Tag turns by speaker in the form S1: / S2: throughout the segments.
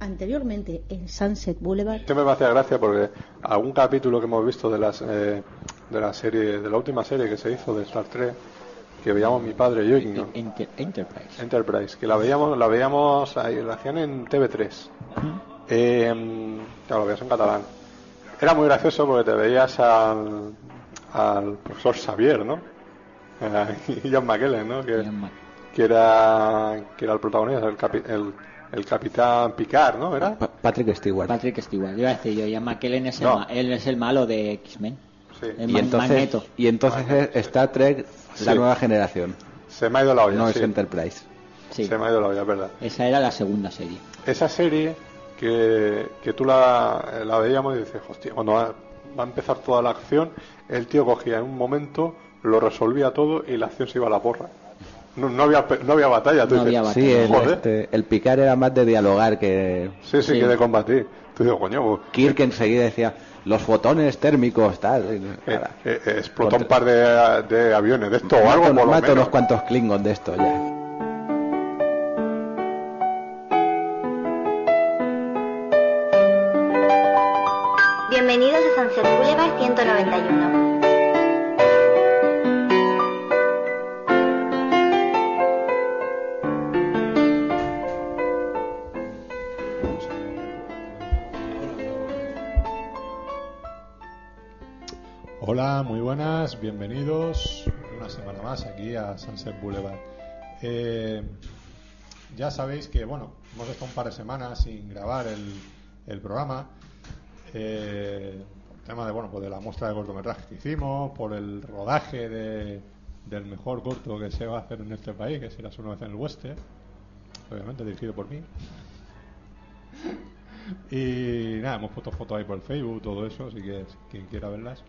S1: anteriormente en Sunset Boulevard.
S2: Siempre Este me hacía gracia porque algún capítulo que hemos visto de las eh, de la serie de la última serie que se hizo de Star Trek que veíamos mi padre y yo y no.
S3: Enter- Enterprise.
S2: Enterprise que la veíamos la veíamos ahí, la hacían en TV3 Eh, claro, lo veías en catalán era muy gracioso porque te veías al, al profesor Xavier ¿no? Eh, y John McKellen ¿no? Que-
S3: Ian Mc-
S2: que era que era el protagonista el, capi- el, el capitán Picard ¿no? era
S4: Pa- Patrick Stewart.
S3: Patrick Stewart. Yo iba a decir yo, Ian McKellen es,
S2: No.
S3: el, ma- él es el malo de X-Men.
S2: Sí.
S3: El
S4: y
S3: Ma-
S4: entonces,
S3: Magneto.
S4: y entonces es Star Trek, la
S2: Sí.
S4: nueva generación.
S2: se me ha ido la olla
S4: No
S2: sí.
S4: es Enterprise.
S3: Sí.
S2: se me ha ido la olla es verdad
S3: Esa era la segunda serie.
S2: esa serie que, que tú la, la veíamos y dices, hostia, cuando va, va a empezar toda la acción, el tío cogía en un momento, lo resolvía todo y la acción se iba a la porra. No, no había, pe- no había batalla, tú
S3: No
S2: dices,
S3: había batalla.
S4: Sí, el,
S2: joder.
S4: este, el picar era más de dialogar que...
S2: Sí, sí,
S3: Sí.
S2: que de combatir. Tú dices, coño, pues,
S4: Kirk enseguida decía, los fotones térmicos, tal. y
S2: eh,
S4: nada.
S2: eh, eh, explotó un par de, de aviones de esto o algo,
S4: Mato-
S2: por lo
S4: mato
S2: menos.
S4: unos cuantos Klingons de esto ya.
S5: Bienvenidos a Sunset Boulevard 191.
S6: Hola, muy buenas, bienvenidos una semana más aquí a Sunset Boulevard. Eh, ya sabéis que, bueno, hemos estado un par de semanas sin grabar el, el programa. Eh, por tema de, bueno, pues de la muestra de cortometrajes que hicimos, por el rodaje de- del mejor corto que se va a hacer en este país, que será su una vez en el oeste, obviamente dirigido por mí. Y nada, hemos puesto fotos ahí por el Facebook, todo eso, así que quien quiera verlas.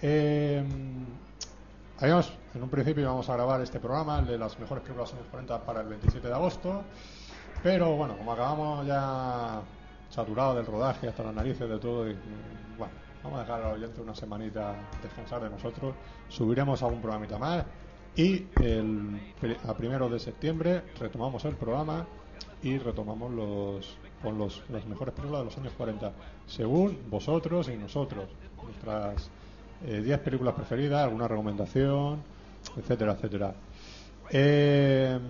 S6: Eh, habíamos, en un principio íbamos a grabar este programa, el de las mejores películas en los 40 para el 27 de agosto, pero bueno, como acabamos ya saturados del rodaje hasta las narices de todo, y, mm, bueno, vamos a dejar al oyente una semanita descansar de nosotros, subiremos algún programita más y el, pri- a primero de septiembre retomamos el programa y retomamos los con los, las mejores películas de los años 40, según vosotros y nosotros, nuestras eh, 10 películas preferidas, alguna recomendación, etcétera, etcétera. Eh,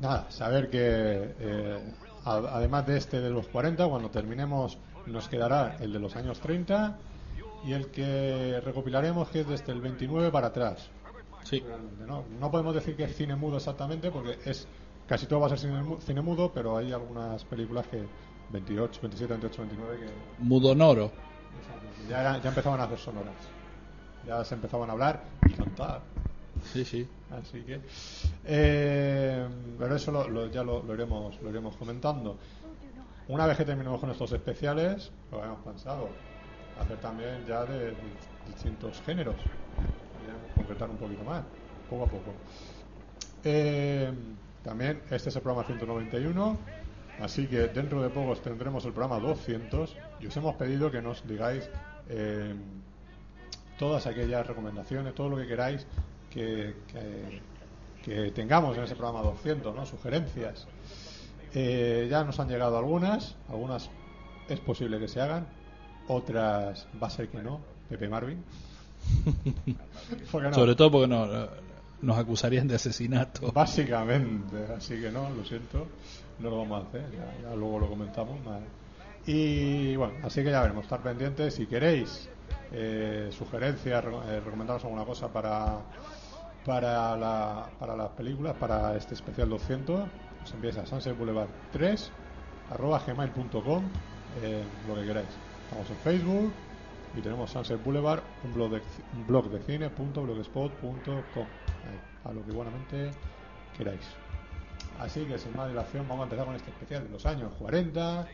S6: nada, saber que eh, a- además de este de los 40, cuando terminemos nos quedará el de los años 30 y el que recopilaremos que es desde el 29 para atrás.
S7: Sí.
S6: Realmente, ¿no? No podemos decir que es cine mudo exactamente porque es casi todo va a ser cine, mu- cine mudo, pero hay algunas películas que 28, 27, 28, 29 que
S7: Mudonoro.
S6: ya, era- ya empezaban a hacer sonoras. Ya se empezaban a hablar y cantar.
S7: Sí, sí.
S6: Así que. eh, pero eso lo- lo- ya lo, lo iremos, lo iremos comentando. Una vez que terminemos con estos especiales, pues lo habíamos pensado. Hacer también ya de, de distintos géneros. Podríamos concretar un poquito más, poco a poco. Eh, también, este es el programa 191. Así que dentro de pocos tendremos el programa 200 y os hemos pedido que nos digáis eh, todas aquellas recomendaciones, todo lo que queráis que, que- que tengamos en ese programa 200, ¿no? Sugerencias. Eh, ya nos han llegado algunas, algunas es posible que se hagan, otras va a ser que no, Pepe Marvin. Porque no,
S7: Sobre todo porque no, no- nos acusarían de asesinato.
S6: Básicamente, así que no, lo siento, no lo vamos a hacer, ya, ya luego lo comentamos. más. Y bueno, así que ya veremos, estar pendientes. Si queréis eh, sugerencias, re- eh, recomendaros alguna cosa para para, la- para las películas, para este especial 200, os enviáis a Sunset Boulevard 3 arroba gmail.com, eh, lo que queráis. Estamos en Facebook y tenemos Sunset Boulevard, un blog de, ci- un blog de cine, punto blogspot.com. Ahí, a lo que buenamente queráis. Así que sin más dilación vamos a empezar con este especial de los años 40,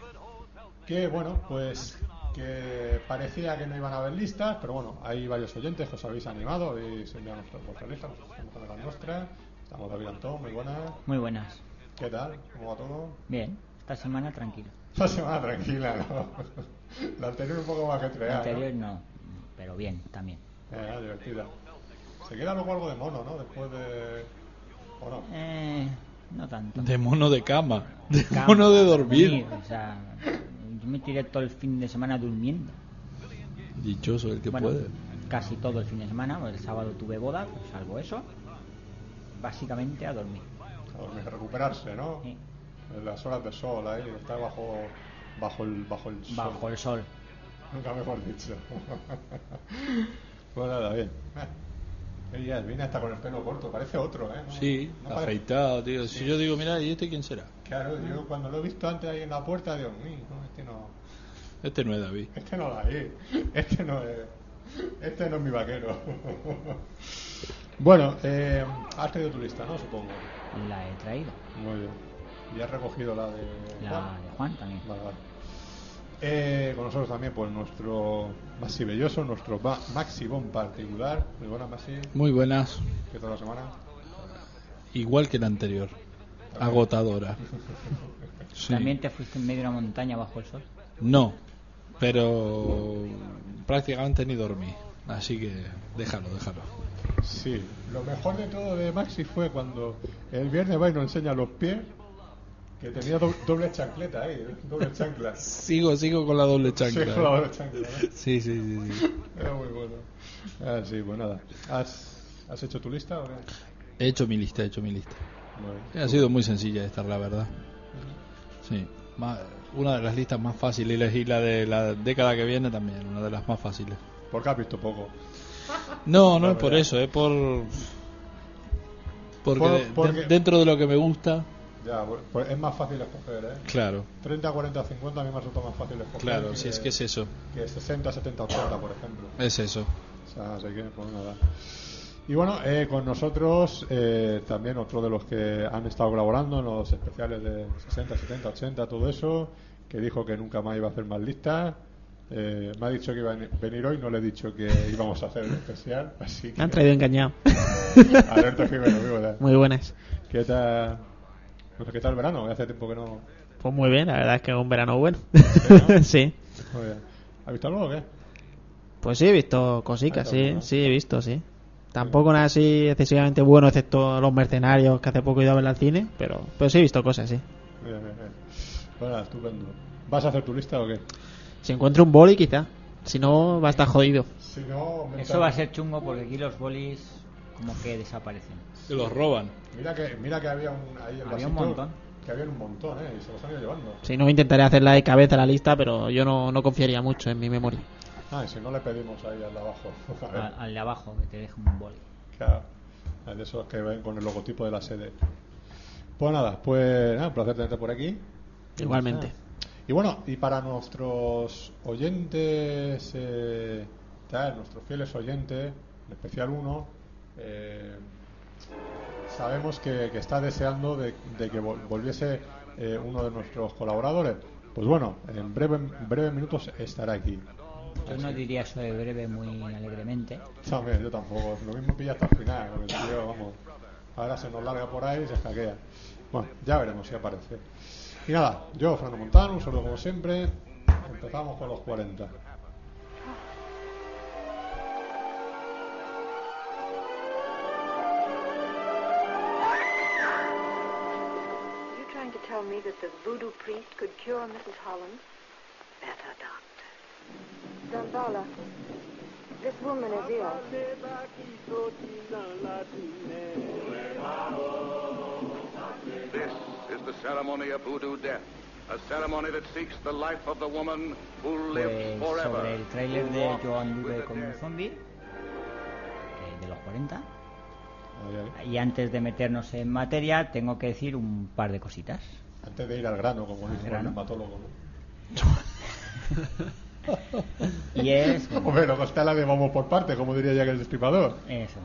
S6: que bueno, pues que parecía que no iban a haber listas, pero bueno, hay varios oyentes que os habéis animado, habéis enviado nuestras- vuestras listas, nosotros estamos con las nuestras. Estamos David Antón, muy buenas.
S3: Muy buenas.
S6: ¿Qué tal? ¿Cómo va todo?
S3: Bien. Esta semana tranquilo.
S6: Una semana tranquila, ¿no? La anterior un poco más
S3: La
S6: que
S2: Ah,
S6: crear,
S2: Eh,
S3: anterior no. Pero bien, también.
S6: divertida. Se queda luego algo de mono, ¿no? Después de... ¿O no?
S3: Eh, no tanto.
S6: De mono de cama. De
S3: Cama,
S6: mono de dormir.
S3: o sea, yo me tiré todo el fin de semana durmiendo.
S6: Dichoso el que
S3: Bueno,
S6: puede.
S3: Casi todo el fin de semana, pues, el sábado tuve boda, salvo eso. Básicamente a dormir.
S2: A dormir, pues, recuperarse, ¿no?
S3: Sí.
S2: En Las horas de sol, ahí, estar bajo, bajo el, bajo el sol.
S3: Bajo el sol.
S2: Nunca mejor dicho. pues nada, bien. Ella viene hasta con el pelo corto, parece otro, ¿eh? No-
S6: Sí,
S2: no parece-
S6: afeitado, tío. Si yo digo, mira, ¿y este quién será?
S2: Claro, yo cuando lo he visto antes ahí en la puerta, digo, "Uy, no, este no,
S6: Este no es David.
S2: este no la es, este no es, este no es mi vaquero. bueno, eh, has traído tu lista, ¿no? Supongo.
S3: La he traído.
S2: Muy bien. Y has recogido la de...
S3: La
S2: Juan.
S3: de Juan también.
S2: Vale, vale. Eh, con nosotros también, pues nuestro Maxi Belloso, nuestro Ma- Maxi Bon particular. Muy buenas, Maxi,
S6: Muy buenas.
S2: que toda la semana.
S6: Igual que la anterior. Agotadora. Sí.
S3: También te fuiste en medio de una montaña bajo el sol.
S6: No, pero prácticamente ni dormí. Así que déjalo, déjalo.
S2: Sí, lo mejor de todo de Maxi fue cuando el viernes va y nos enseña los pies, que tenía do- doble chancleta ahí, ¿eh? doble chancla. Sí,
S6: Sigo, sigo con la doble
S2: con la
S6: chancla.
S2: doble chancla, ¿no?
S6: Sí, sí, sí. sí.
S2: Era muy bueno. Ah, sí, pues nada. ¿Has, has hecho tu lista o qué?
S6: He hecho mi lista, he hecho mi lista.
S2: Muy bien.
S6: Ha sido muy sencilla esta, la verdad. Sí. Ma- Una de las listas más fáciles y la- y la de la década que viene también, una de las más fáciles.
S2: Porque has visto poco.
S6: No, no
S2: La
S6: es por
S2: verdad.
S6: eso, es por... Porque,
S2: Por-
S6: de-
S2: porque-
S6: dentro de lo que me gusta...
S2: Ya, pues es más fácil escoger, ¿eh?
S6: Claro,
S2: 30, 40, 50 a mí me resulta más fácil escoger.
S6: claro, si es que es eso,
S2: que 60, 70, 80, por ejemplo.
S6: es eso.
S2: O sea, así que, pues nada. Y bueno, eh, con nosotros eh, también otro de los que han estado colaborando en los especiales de 60, 70, 80, todo eso, que dijo que nunca más iba a hacer más listas. Eh, me ha dicho que iba a ven- venir hoy, no le he dicho que íbamos a hacer el especial, así que...
S8: Me han traído engañado.
S2: Alberto Jiménez, muy buenas.
S8: Muy buenas.
S2: ¿Qué tal? No sé, ¿Qué tal el verano? Hace tiempo que no...
S8: Pues muy bien, la verdad es que un verano bueno.
S2: ¿no?
S8: sí.
S2: Muy bien. ¿Has visto algo o qué?
S8: Pues sí, he visto
S2: Hay
S8: cositas, sí,
S2: alguna.
S8: sí, he visto, sí. Tampoco nada así excesivamente bueno, excepto Los Mercenarios, que hace poco he ido a ver al cine, pero, pero sí he visto cosas, sí.
S2: Bien, bien, bien. Pues nada, estupendo. ¿Vas a hacer tu lista o qué?
S8: Si encuentro un boli, quizá. Si no, va a estar jodido.
S2: Si no,
S3: Eso va a ser chungo porque aquí los bolis como que desaparecen.
S6: Se los roban.
S2: Mira que, mira que había un, ahí en
S3: Había
S2: Washington,
S3: un montón.
S2: Que había un montón, ¿eh? Y se los han ido llevando.
S8: Si no, intentaré hacerla de cabeza la lista, pero yo no, no confiaría mucho en mi memoria.
S2: Ah, y si no le pedimos ahí al de abajo. A ver,
S3: Al, al de abajo que te deja un boli.
S2: claro. Al de esos que ven con el logotipo de la sede. Pues nada, pues nada, un placer tenerte por aquí.
S8: Igualmente.
S2: Ah. Y bueno, y para nuestros oyentes, eh, tal, nuestros fieles oyentes, en especial uno, eh, sabemos que, que está deseando de, de que vol- volviese eh, uno de nuestros colaboradores. Pues bueno, en breve, en breves minutos estará aquí.
S3: Yo no diría eso de breve muy alegremente.
S2: También, yo tampoco. Lo mismo pilla hasta el final. porque el tío, vamos, ahora se nos larga por ahí y se hackea. Bueno, ya veremos si aparece. Y nada, yo, Fernando Montano, un saludo como siempre. Empezamos con los 40.
S9: Are you trying to tell me that the voodoo priest could cure Mrs. Holland? Better, Doctor.
S5: Gonzalo, this woman is ill.
S10: This is the ceremony of voodoo death, a ceremony that seeks the life of the woman who
S3: Pues
S10: lives forever.
S3: sobre el tráiler
S10: who
S3: de
S10: walks
S3: Yo
S10: with
S3: anduve
S10: the
S3: como un
S10: dead.
S3: zombie, que de los 40.
S2: Ahí, ahí.
S3: Y antes de meternos en materia, tengo que decir un par de cositas.
S2: Antes de ir al grano, como dijo el
S3: grano.
S2: dermatólogo.
S3: Y es... bueno,
S2: Hombre, no está la de vamos por parte, como diría ya que el destripador.
S3: Eso.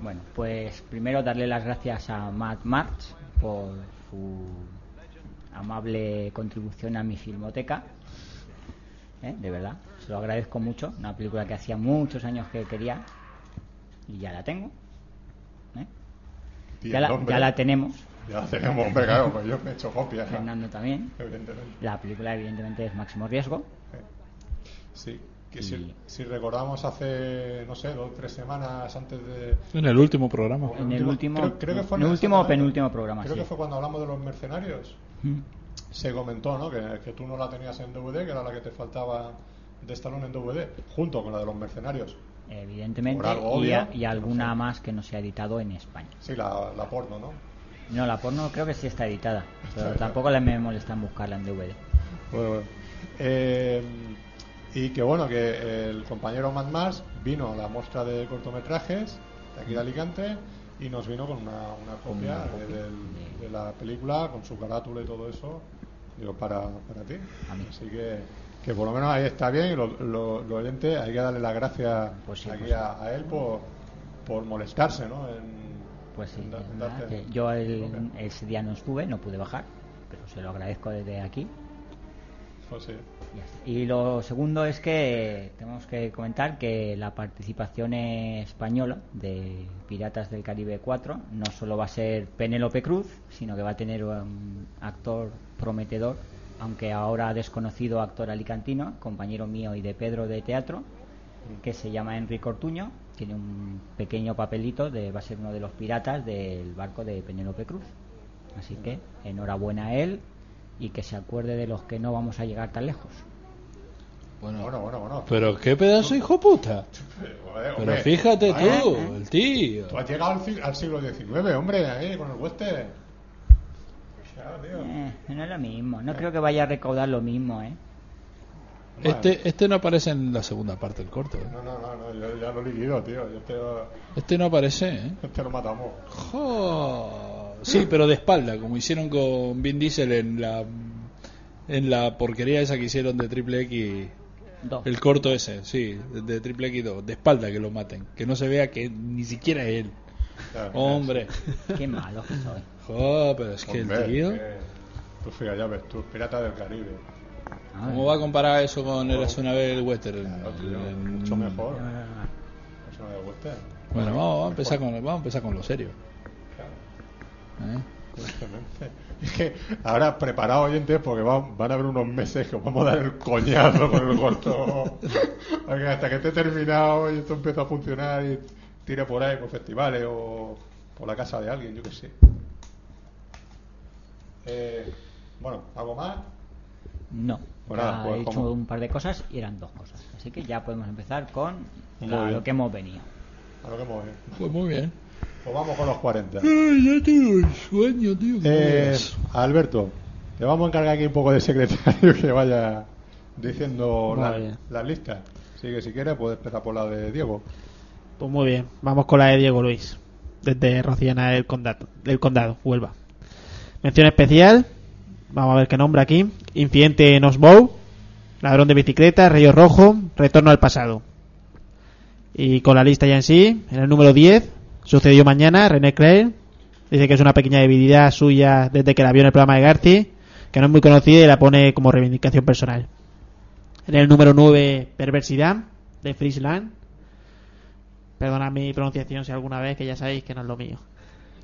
S3: Bueno, pues primero darle las gracias a Matt March por su amable contribución a mi filmoteca. ¿Eh? De verdad, se lo agradezco mucho. Una película que hacía muchos años que quería y ya la tengo. ¿Eh?
S2: Tío,
S3: Ya, la,
S2: hombre.
S3: ya la tenemos.
S2: Ya la tenemos, hombre, claro, pues yo me he hecho copias.
S3: Fernando también.
S2: Evidentemente.
S3: La película, evidentemente, es máximo riesgo.
S2: Sí, Que si, si recordamos hace, no sé, dos o tres semanas antes de...
S6: En el último programa.
S3: En el último,
S2: creo- creo que fue
S3: en el último o
S2: exactamente-
S3: penúltimo programa,
S2: Creo
S3: sí.
S2: que fue cuando hablamos de los mercenarios.
S3: Mm.
S2: Se comentó, ¿no? Que, que tú no la tenías en DVD, que era la que te faltaba de Stallone en DVD, junto con la de los mercenarios.
S3: Evidentemente,
S2: Por algo
S3: y,
S2: obvio,
S3: a- y alguna más que no se ha editado en España.
S2: Sí, la, la porno, ¿no?
S3: No, la porno creo que sí está editada, pero
S2: editada.
S3: tampoco la me molesta en buscarla en DVD.
S2: Bueno, bueno. Eh, y que bueno, que el compañero Matt Mars vino a la muestra de cortometrajes de aquí de Alicante y nos vino con una, una copia
S3: Mm. una
S2: de,
S3: copia
S2: del- de la película, con su carátula y todo eso, digo, para, para ti. Así que, que por lo menos ahí está bien, y lo, lo, lo oyente, hay que darle las gracias
S3: Pues
S2: aquí a, a él por, por molestarse, ¿no? En,
S3: Pues sí,
S2: en da-
S3: es
S2: en
S3: verdad
S2: darte-
S3: que yo el- ese día no estuve, no pude bajar, pero se lo agradezco desde aquí.
S2: pues sí.
S3: Y lo segundo es que tenemos que comentar que la participación española de Piratas del Caribe 4 no solo va a ser Penélope Cruz, sino que va a tener un actor prometedor, aunque ahora desconocido actor alicantino, compañero mío y de Pedro de teatro, que se llama Enrique Ortuño, tiene un pequeño papelito de va a ser uno de los piratas del barco de Penélope Cruz. Así que enhorabuena a él y que se acuerde de los que no vamos a llegar tan lejos.
S2: Bueno, bueno, bueno.
S6: Pero qué pedazo hijo puta.
S2: Eh,
S6: Pero
S2: hombre, eh.
S6: fíjate
S2: vaya,
S6: tú, el tío.
S2: Tú has llegado al, fi- al siglo XIX, hombre, ahí con el hueste. Ya, tío.
S3: Eh, no es lo mismo, no creo que vaya a recaudar lo mismo, ¿eh?
S6: Este, este no aparece en la segunda parte del corto. ¿eh?
S2: No, no, no, no, yo ya lo he liquido, tío. Yo te, lo-
S6: Este no aparece, ¿eh?
S2: te lo matamos.
S6: Jo. Sí, pero de espalda, como hicieron con Vin Diesel en la en la porquería esa que hicieron de Triple X.
S3: Dos.
S6: El corto ese, sí, de Triple X 2, de espalda que lo maten, que no se vea que ni siquiera es él.
S2: Claro.
S6: Hombre.
S3: Qué malo que soy.
S6: Jo, pero es que el
S2: Hombre, eh,
S6: tío,
S2: que- Tú fíjate, ya ves, tú, pirata del Caribe.
S6: ¿cómo va a comparar eso con el una vez el western?
S2: Tío, mucho mejor. Mucho mejor hueste.
S6: Bueno, vamos, vamos a empezar con vamos a empezar con lo serio. ¿eh?
S2: Justamente. Es que ahora preparados oyentes porque van, van a haber unos meses que os vamos a dar el coñazo con el corto. Porque hasta que esté terminado y esto empieza a funcionar y tire por ahí, por festivales o por la casa de alguien, yo qué sé. Eh, bueno, ¿algo más?
S3: No.
S2: Pues nada,
S3: Ya
S2: pues
S3: he hecho
S2: como-
S3: un par de cosas y eran dos cosas. Así que ya podemos empezar con
S2: Muy
S3: la-
S2: bien.
S3: lo que hemos venido.
S2: A lo que hemos ido.
S6: Pues muy bien.
S2: Pues vamos con los 40.
S6: Ay, ya tengo el sueño, tío.
S2: Eh, Alberto, te vamos a encargar aquí un poco de secretario que vaya diciendo la-
S8: Vale.
S2: las listas. Así que si quieres puedes empezar por la de Diego.
S8: Pues muy bien, vamos con la de Diego Luis, desde Rociana del Condado, del condado Huelva. Mención especial, vamos a ver qué nombra aquí, Incidente en Osbow, Ladrón de Bicicleta, Río Rojo, Retorno al Pasado. Y con la lista ya en sí, en el número 10, Sucedió Mañana, René Clair, dice que es una pequeña debilidad suya desde que la vio en el programa de Garci, que no es muy conocida y la pone como reivindicación personal. En el número 9, Perversidad, de Friesland. Perdona mi pronunciación si alguna vez, que ya sabéis que no es lo mío.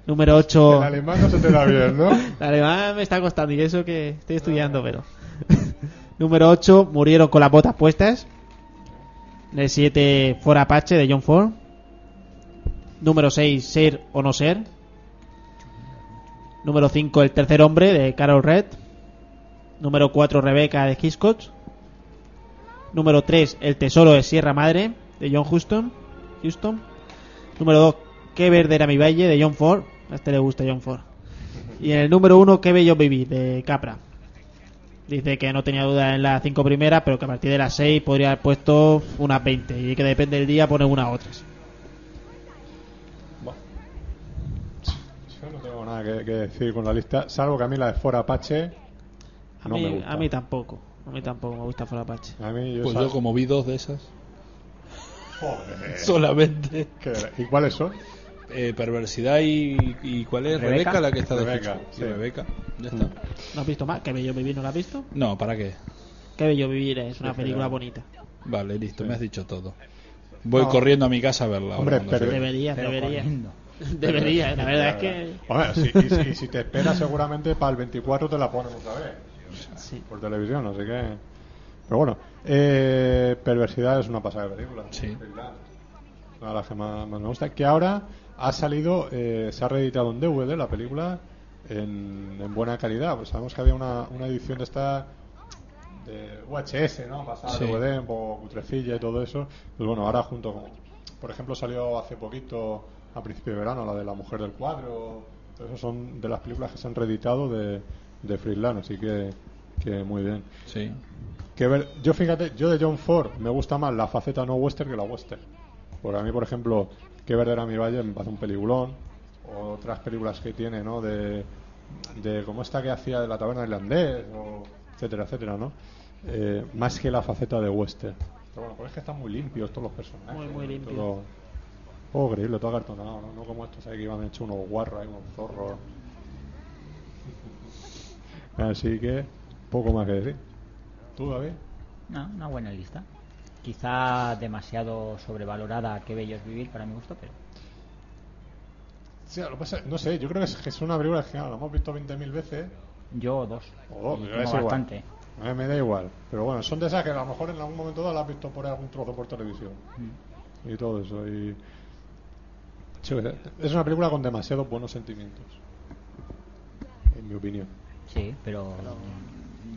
S8: Número 8.
S2: El alemán no se te da bien, ¿no?
S8: El alemán me está costando y eso que estoy estudiando, pero. Número 8, murieron con las botas puestas. En el 7, Fuera Apache de John Ford. Número 6, Ser o no ser. Número 5, El tercer hombre de Carol Red. Número 4, Rebeca de Hitchcock. Número 3, El tesoro de Sierra Madre de John Houston. Houston. Número 2, Qué verde era mi valle de John Ford. A este le gusta John Ford. Y en el número 1, Qué bello viví de Capra. Dice que no tenía duda en las 5 primeras, pero que a partir de las 6 podría haber puesto unas 20 y que depende del día pone unas u otras.
S2: Yo no tengo nada que, que decir con la lista, salvo que a mí la de Fora Apache
S8: A,
S2: no
S8: mí,
S2: me gusta.
S8: a mí tampoco. A mí tampoco me gusta Fuera Apache.
S2: A mí yo
S6: Pues
S2: sal-
S6: yo como vi dos de esas,
S2: Joder.
S6: solamente.
S2: ¿Qué era? ¿Y cuáles son?
S6: Eh, perversidad y, y cuál es
S3: Rebeca.
S6: Rebeca, la que está de
S2: Rebeca, Mm.
S6: Hitchcock.
S2: sí.
S6: Rebeca, ya está.
S8: ¿No has visto más? ¿Qué bello vivir no lo has visto?
S6: No, ¿para qué?
S8: Qué bello vivir es una
S2: Sí,
S8: película
S2: pero-
S8: bonita.
S6: Vale, listo, me has dicho todo. Voy
S2: No.
S6: corriendo a mi casa a verla. ahora
S2: Hombre,
S6: cuando
S2: pero-
S6: llegue.
S8: Debería,
S3: Pero
S8: debería.
S3: corriendo.
S8: Debería, la verdad es que.
S2: Hombre, sí, y, si- y si te esperas seguramente para el 24 te la ponen otra vez
S8: Sí.
S2: por televisión, así que... Pero bueno, eh, Perversidad es una pasada de película.
S6: Sí.
S2: Una de las que más, más me gusta. Que ahora ha salido, eh, se ha reeditado en DVD la película en, en buena calidad. Pues sabemos que había una, una edición de esta de UHS, ¿no? Pasada
S6: Sí.
S2: en DVD, un poco cutrecilla y todo eso. Pues bueno, ahora junto con. Por ejemplo, salió hace poquito, a principio de verano, la de La Mujer del Cuadro. Esas son de las películas que se han reeditado de, de Frisland, así que, que muy bien.
S6: Sí.
S2: Que ver, yo fíjate, yo de John Ford me gusta más la faceta no western que la western. Porque a mí, por ejemplo, Que Verde a mi Valle me parece un peliculón. O otras películas que tiene, ¿no? De, de como esta que hacía de la taberna irlandés, o etcétera, etcétera, ¿no? Eh, más que la faceta de western. Pero bueno, pues es que están muy limpios todos los personajes.
S8: Muy, muy limpios.
S2: Todo, todo creíble, todo acartonado, ¿no? No como estos ahí que iban hecho unos guarros, ahí, unos zorros. Así que, poco más que decir. ¿Tú, David?
S3: No, una buena lista. Quizá demasiado sobrevalorada que Bellos Vivir para mi gusto, pero
S2: Sí, lo que pasa- no sé, yo creo que es, que es una película que claro, la hemos visto 20.000 veces.
S3: yo dos.
S2: O dos,
S3: Y
S2: me
S3: como
S2: da Oh, igual.
S3: bastante.
S2: A mí me da igual. Pero bueno, son de esas que a lo mejor en algún momento dado la has visto por algún trozo por televisión.
S3: Mm.
S2: Y todo eso. Y... Sí, Es una película con demasiados buenos sentimientos. En mi opinión.
S3: Sí, pero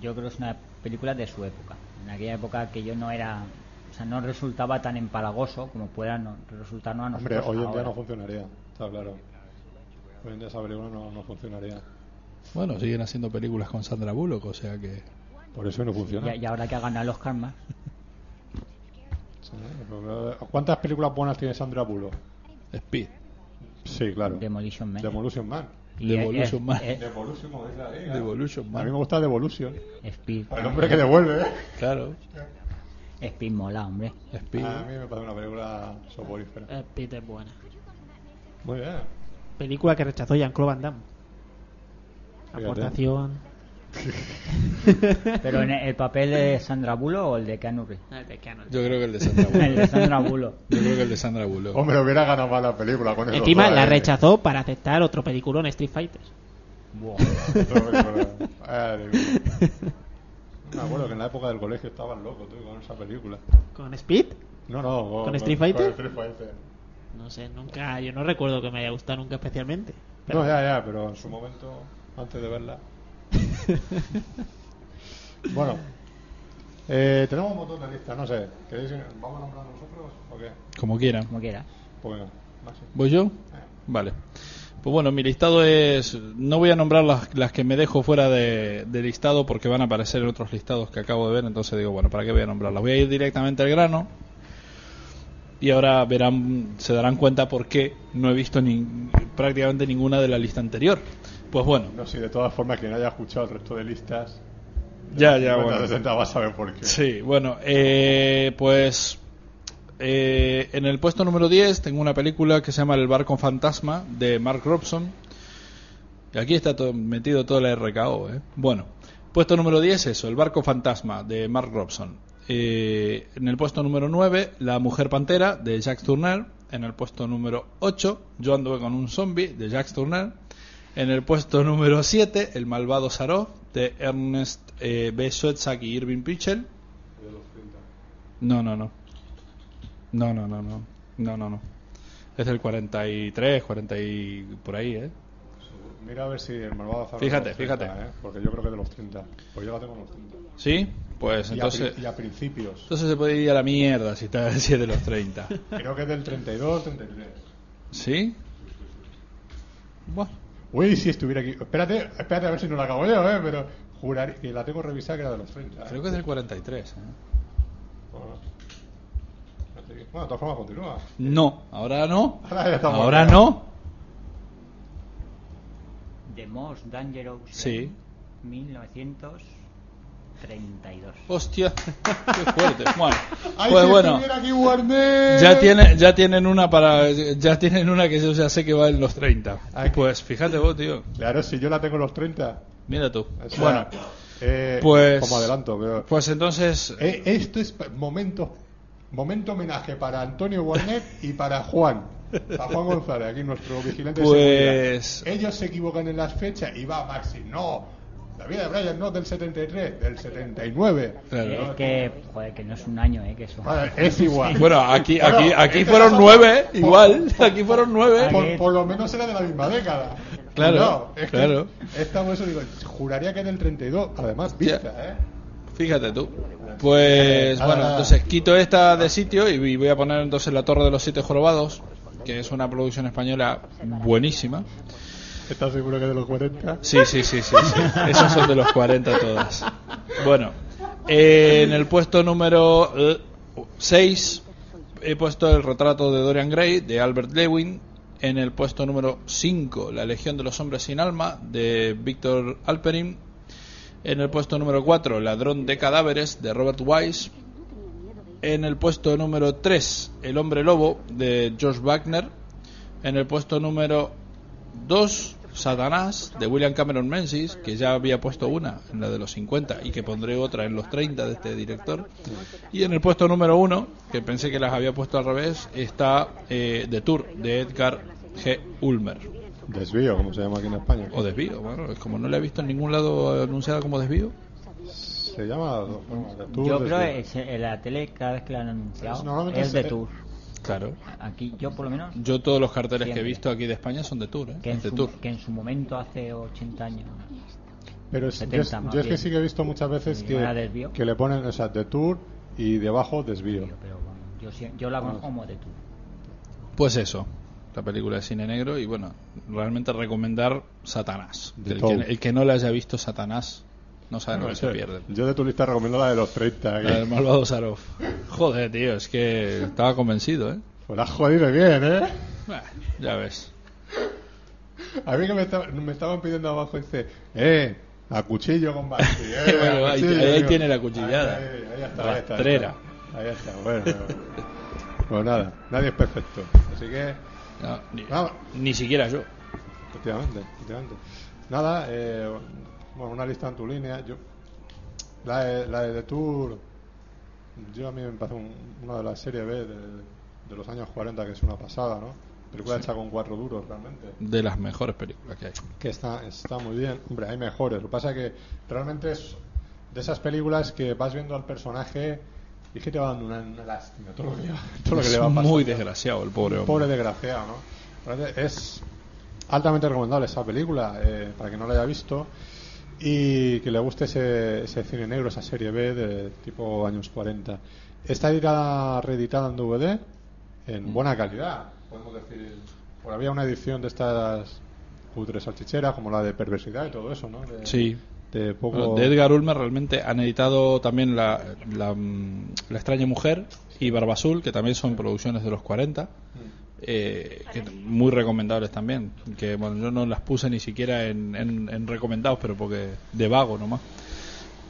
S3: yo creo que es una película de su época. En aquella época que yo no era, o sea, no resultaba tan empalagoso como pueda no- resultarnos a
S2: Hombre,
S3: nosotros.
S2: hoy en día
S3: ahora.
S2: no funcionaría. Está claro. Hoy en día esa película no, no funcionaría.
S6: Bueno, siguen haciendo películas con Sandra Bullock, o sea que.
S2: Por eso no funciona.
S3: Y, y ahora que ha ganado los karmas,
S2: Sí, pero, eh, ¿Cuántas películas buenas tiene Sandra Bullock?
S6: Speed.
S2: Sí, claro.
S3: Demolition Man.
S2: Demolition Man.
S3: Y es-
S6: Devolution Man.
S3: es-
S2: Devolution, como dice ahí, ¿eh?
S6: Devolution
S2: A
S6: Man.
S2: mí me gusta Devolution.
S3: Speed,
S2: El hombre que devuelve. ¿eh?
S6: Claro.
S3: Speed mola, hombre.
S6: Speed.
S2: Ah, A mí me parece una película soporífera.
S8: Eh, Pete es buena.
S2: Muy bien.
S8: Película que rechazó Jean-Claude Van Damme.
S2: Fíjate.
S8: Aportación.
S3: Pero en el papel de Sandra Bullock o el de Keanu Reeves?
S6: Yo creo que el de Sandra
S3: El de
S6: Bullock.
S3: Sandra Bullock.
S6: Yo creo que el de Sandra Bullock.
S2: Hombre, hubiera ganado más la película con eso. Eh,
S8: Encima
S2: otra
S8: la
S2: vez.
S8: rechazó para aceptar otro peliculón Street Fighter.
S3: Buah.
S2: Otra película. Madre mía. Me acuerdo que en la época del colegio estaban locos tú, con esa película.
S8: ¿Con Speed?
S2: No, no. ¿Con,
S8: Street Fighter?
S2: Con Street Fighter.
S8: No sé, nunca. Yo no recuerdo que me haya gustado nunca especialmente. Pero
S2: No, ya, ya, pero en su momento, antes de verla. bueno. Eh, tenemos un montón de listas, no sé. ¿Queréis, ir- ¿Vamos a nombrar nosotros o qué?
S6: Como quieran.
S3: Como quieras.
S2: Pues venga, Maxi.
S6: ¿Voy yo? Vale. Pues bueno, mi listado es. No voy a nombrar las, las que me dejo fuera de, de listado porque van a aparecer en otros listados que acabo de ver. Entonces digo, bueno, ¿para qué voy a nombrarlas? Voy a ir directamente al grano. Y ahora verán, se darán cuenta por qué no he visto ni, prácticamente ninguna de la lista anterior. Pues bueno,
S2: No sé, de todas formas, quien haya escuchado el resto de listas,
S6: ya, ya,
S2: 50,
S6: bueno.
S2: 60 va a saber por qué.
S6: Sí, bueno, eh, pues eh, en el puesto número 10 tengo una película que se llama El barco fantasma de Mark Robson. Y aquí está todo- metido todo el RKO. ¿eh? Bueno, puesto número 10 eso, El barco fantasma de Mark Robson. Eh, en el puesto número 9, La mujer pantera de Jacques Tourneur. En el puesto número 8, Yo anduve con un zombie de Jacques Tourneur. En el puesto número 7, El malvado Sarov de Ernest eh, B. Suetzak y Irving Pichel. No, no, no. No, no, no, no. No, no, no. Es del 43, 40 y por ahí, ¿eh?
S2: Mira a ver si el malvado Zarro
S6: Fíjate,
S2: es de los 30,
S6: fíjate.
S2: ¿eh? Porque yo creo que es de los 30. Pues yo la tengo en los 30.
S6: ¿Sí? Pues
S2: Y a
S6: entonces...
S2: pri- y a, principios.
S6: Entonces se puede ir a la mierda si está si es de los 30.
S2: Creo que es del 32, 33.
S6: ¿Sí? Bueno.
S2: Uy, si estuviera aquí. Espérate, espérate a ver si no la acabo yo, ¿eh? Pero juraría que la tengo revisada que era de los 30. ¿eh?
S6: Creo que es del 43. ¿eh?
S2: Bueno, no sé qué. Bueno, de todas formas, continúa.
S6: Pues No, ahora no.
S2: Ahora ya estamos
S6: Ahora
S2: acá.
S6: no.
S3: The Most Dangerous
S6: Sí.
S3: Game, 1932.
S6: Hostia, qué fuerte. Bueno,
S2: ¡Ay,
S6: pues
S2: si
S6: bueno,
S2: estuviera aquí Warner!
S6: ya tiene, ya tienen una para, ya tienen una que yo ya sé que va en los 30.
S2: Ay, qué-
S6: Pues fíjate vos, tío.
S2: Claro, si yo la tengo en los 30.
S6: Mira tú.
S2: O sea,
S6: Bueno,
S2: eh,
S6: pues,
S2: Como adelanto, pero...
S6: pues entonces,
S2: Eh, esto es pa- momento momento homenaje para Antonio Warner y para Juan. Para Juan González, aquí nuestro vigilante de
S6: Pues-
S2: seguridad. Ellos se equivocan en las fechas y va Maxi. No, La vida de Brian no es del 73, del 79.
S3: Es que, joder, que no es un año, ¿eh? Que eso.
S2: Vale, es igual.
S6: Bueno, aquí,
S2: eh. Bueno,
S6: aquí, aquí
S2: este
S6: fueron
S2: caso-
S6: nueve, eh,
S2: eh,
S6: igual. Aquí fueron nueve.
S2: Por, por lo menos era de la misma década.
S6: Claro,
S2: No, es que
S6: claro.
S2: esta, por eso digo, juraría que es del 32. Además,
S6: Hostia.
S2: vista, ¿eh? Ah,
S6: Fíjate tú. Pues
S2: Nada,
S6: bueno,
S2: nada.
S6: entonces quito esta de sitio y y voy a poner entonces La Torre de los Siete Jorobados, que es una producción española buenísima.
S2: ¿Estás seguro que es de los 40?
S6: Sí, sí, sí, sí. sí. Esos son de los 40 todas. Bueno, eh, en el puesto número 6 he puesto el retrato de Dorian Gray de Albert Lewin. En el puesto número 5, La Legión de los Hombres Sin Alma de Víctor Alperin. En el puesto número 4, Ladrón de Cadáveres de Robert Wise. En el puesto número 3, El Hombre Lobo de George Wagner. En el puesto número 2, Satanás, de William Cameron Menzies, que ya había puesto una en la de los 50 y que pondré otra en los 30 de este director. Y en el puesto número 1, que pensé que las había puesto al revés, está eh, The Tour, de Edgar G. Ulmer.
S2: Desvío, como se llama aquí en España.
S6: O desvío, bueno, es como no la he visto en ningún lado anunciada como desvío.
S2: Se llama. dos formas, de tour,
S3: Yo
S2: desvío.
S3: creo que es- en la tele cada vez que la han anunciado
S2: Es- normalmente
S3: es
S2: es-
S3: de
S2: eh,
S3: tour.
S6: Claro.
S3: Aquí yo por lo menos
S6: Yo todos los carteles que he
S3: Siempre.
S6: visto aquí de España son de Tour, ¿eh?
S3: que en,
S6: de
S3: su,
S6: Tour.
S3: que en su momento hace 80 años.
S2: Pero es-
S3: 70
S2: yo, es-
S3: más
S2: yo es que
S3: bien.
S2: sí que he visto muchas veces
S3: Y ahora
S2: que,
S3: desvío.
S2: que le ponen, o sea, de tour y debajo desvío.
S3: Pero vamos, yo, sie- yo la conozco como de tour.
S6: Pues eso, la película de cine negro y bueno, realmente recomendar Satanás.
S2: The
S6: El que,
S2: Town.
S6: el que no la haya visto Satanás no sabe lo
S2: No,
S6: que
S2: eso-
S6: se pierde.
S2: Yo de tu lista recomiendo la de los 30.
S6: La del
S2: Que
S6: malvado Sarov. Joder, tío, es que estaba convencido, ¿eh?
S2: pues la has jodido bien, ¿eh?
S6: Bah, Ya ves.
S2: A mí que me, esta- me estaban pidiendo abajo, dice, eh, a cuchillo con Basti. Eh,
S6: Bueno,
S2: a
S6: ahí-
S2: cuchillo".
S6: ahí
S2: Digo,
S6: tiene la cuchillada.
S2: Ahí, ahí, ahí está, ahí está.
S6: Rastrera.
S2: Ahí está, bueno. bueno. Pues nada, nadie es perfecto. Así que,
S6: No, ni,
S2: Ah.
S6: ni siquiera yo.
S2: efectivamente, efectivamente. Nada, eh, bueno, una lista en tu línea. Yo, la, de, la de The Tour, yo a mí me parece un- una de las series B de, de los años 40, que es una pasada, ¿no? Película hecha con cuatro duros, realmente.
S6: De las mejores películas que hay.
S2: que está, está muy bien. Hombre, hay mejores. Lo que pasa es que realmente es de esas películas que vas viendo al personaje y que te va dando una, una lástima todo lo que, lleva- todo lo que
S6: Es
S2: le va pasando.
S6: muy desgraciado el pobre hombre.
S2: Pobre desgraciado, ¿no? Realmente Es altamente recomendable esa película eh, para quien no la haya visto y que le guste ese, ese cine negro, esa serie B de tipo años 40. Está editada, reeditada en DVD
S6: Mm.
S2: en buena calidad, podemos decir. Por había una edición de estas cutres salchicheras, como la de perversidad y todo eso, ¿no? De-
S6: Sí.
S2: De
S6: Bueno,
S2: poco.
S6: de Edgar Ulmer realmente han editado también la, la, mm, La extraña mujer y Barba Azul, que también son producciones de los 40, eh, que t- muy recomendables también. Que bueno, yo no las puse ni siquiera en, en- en recomendados, pero porque de vago nomás.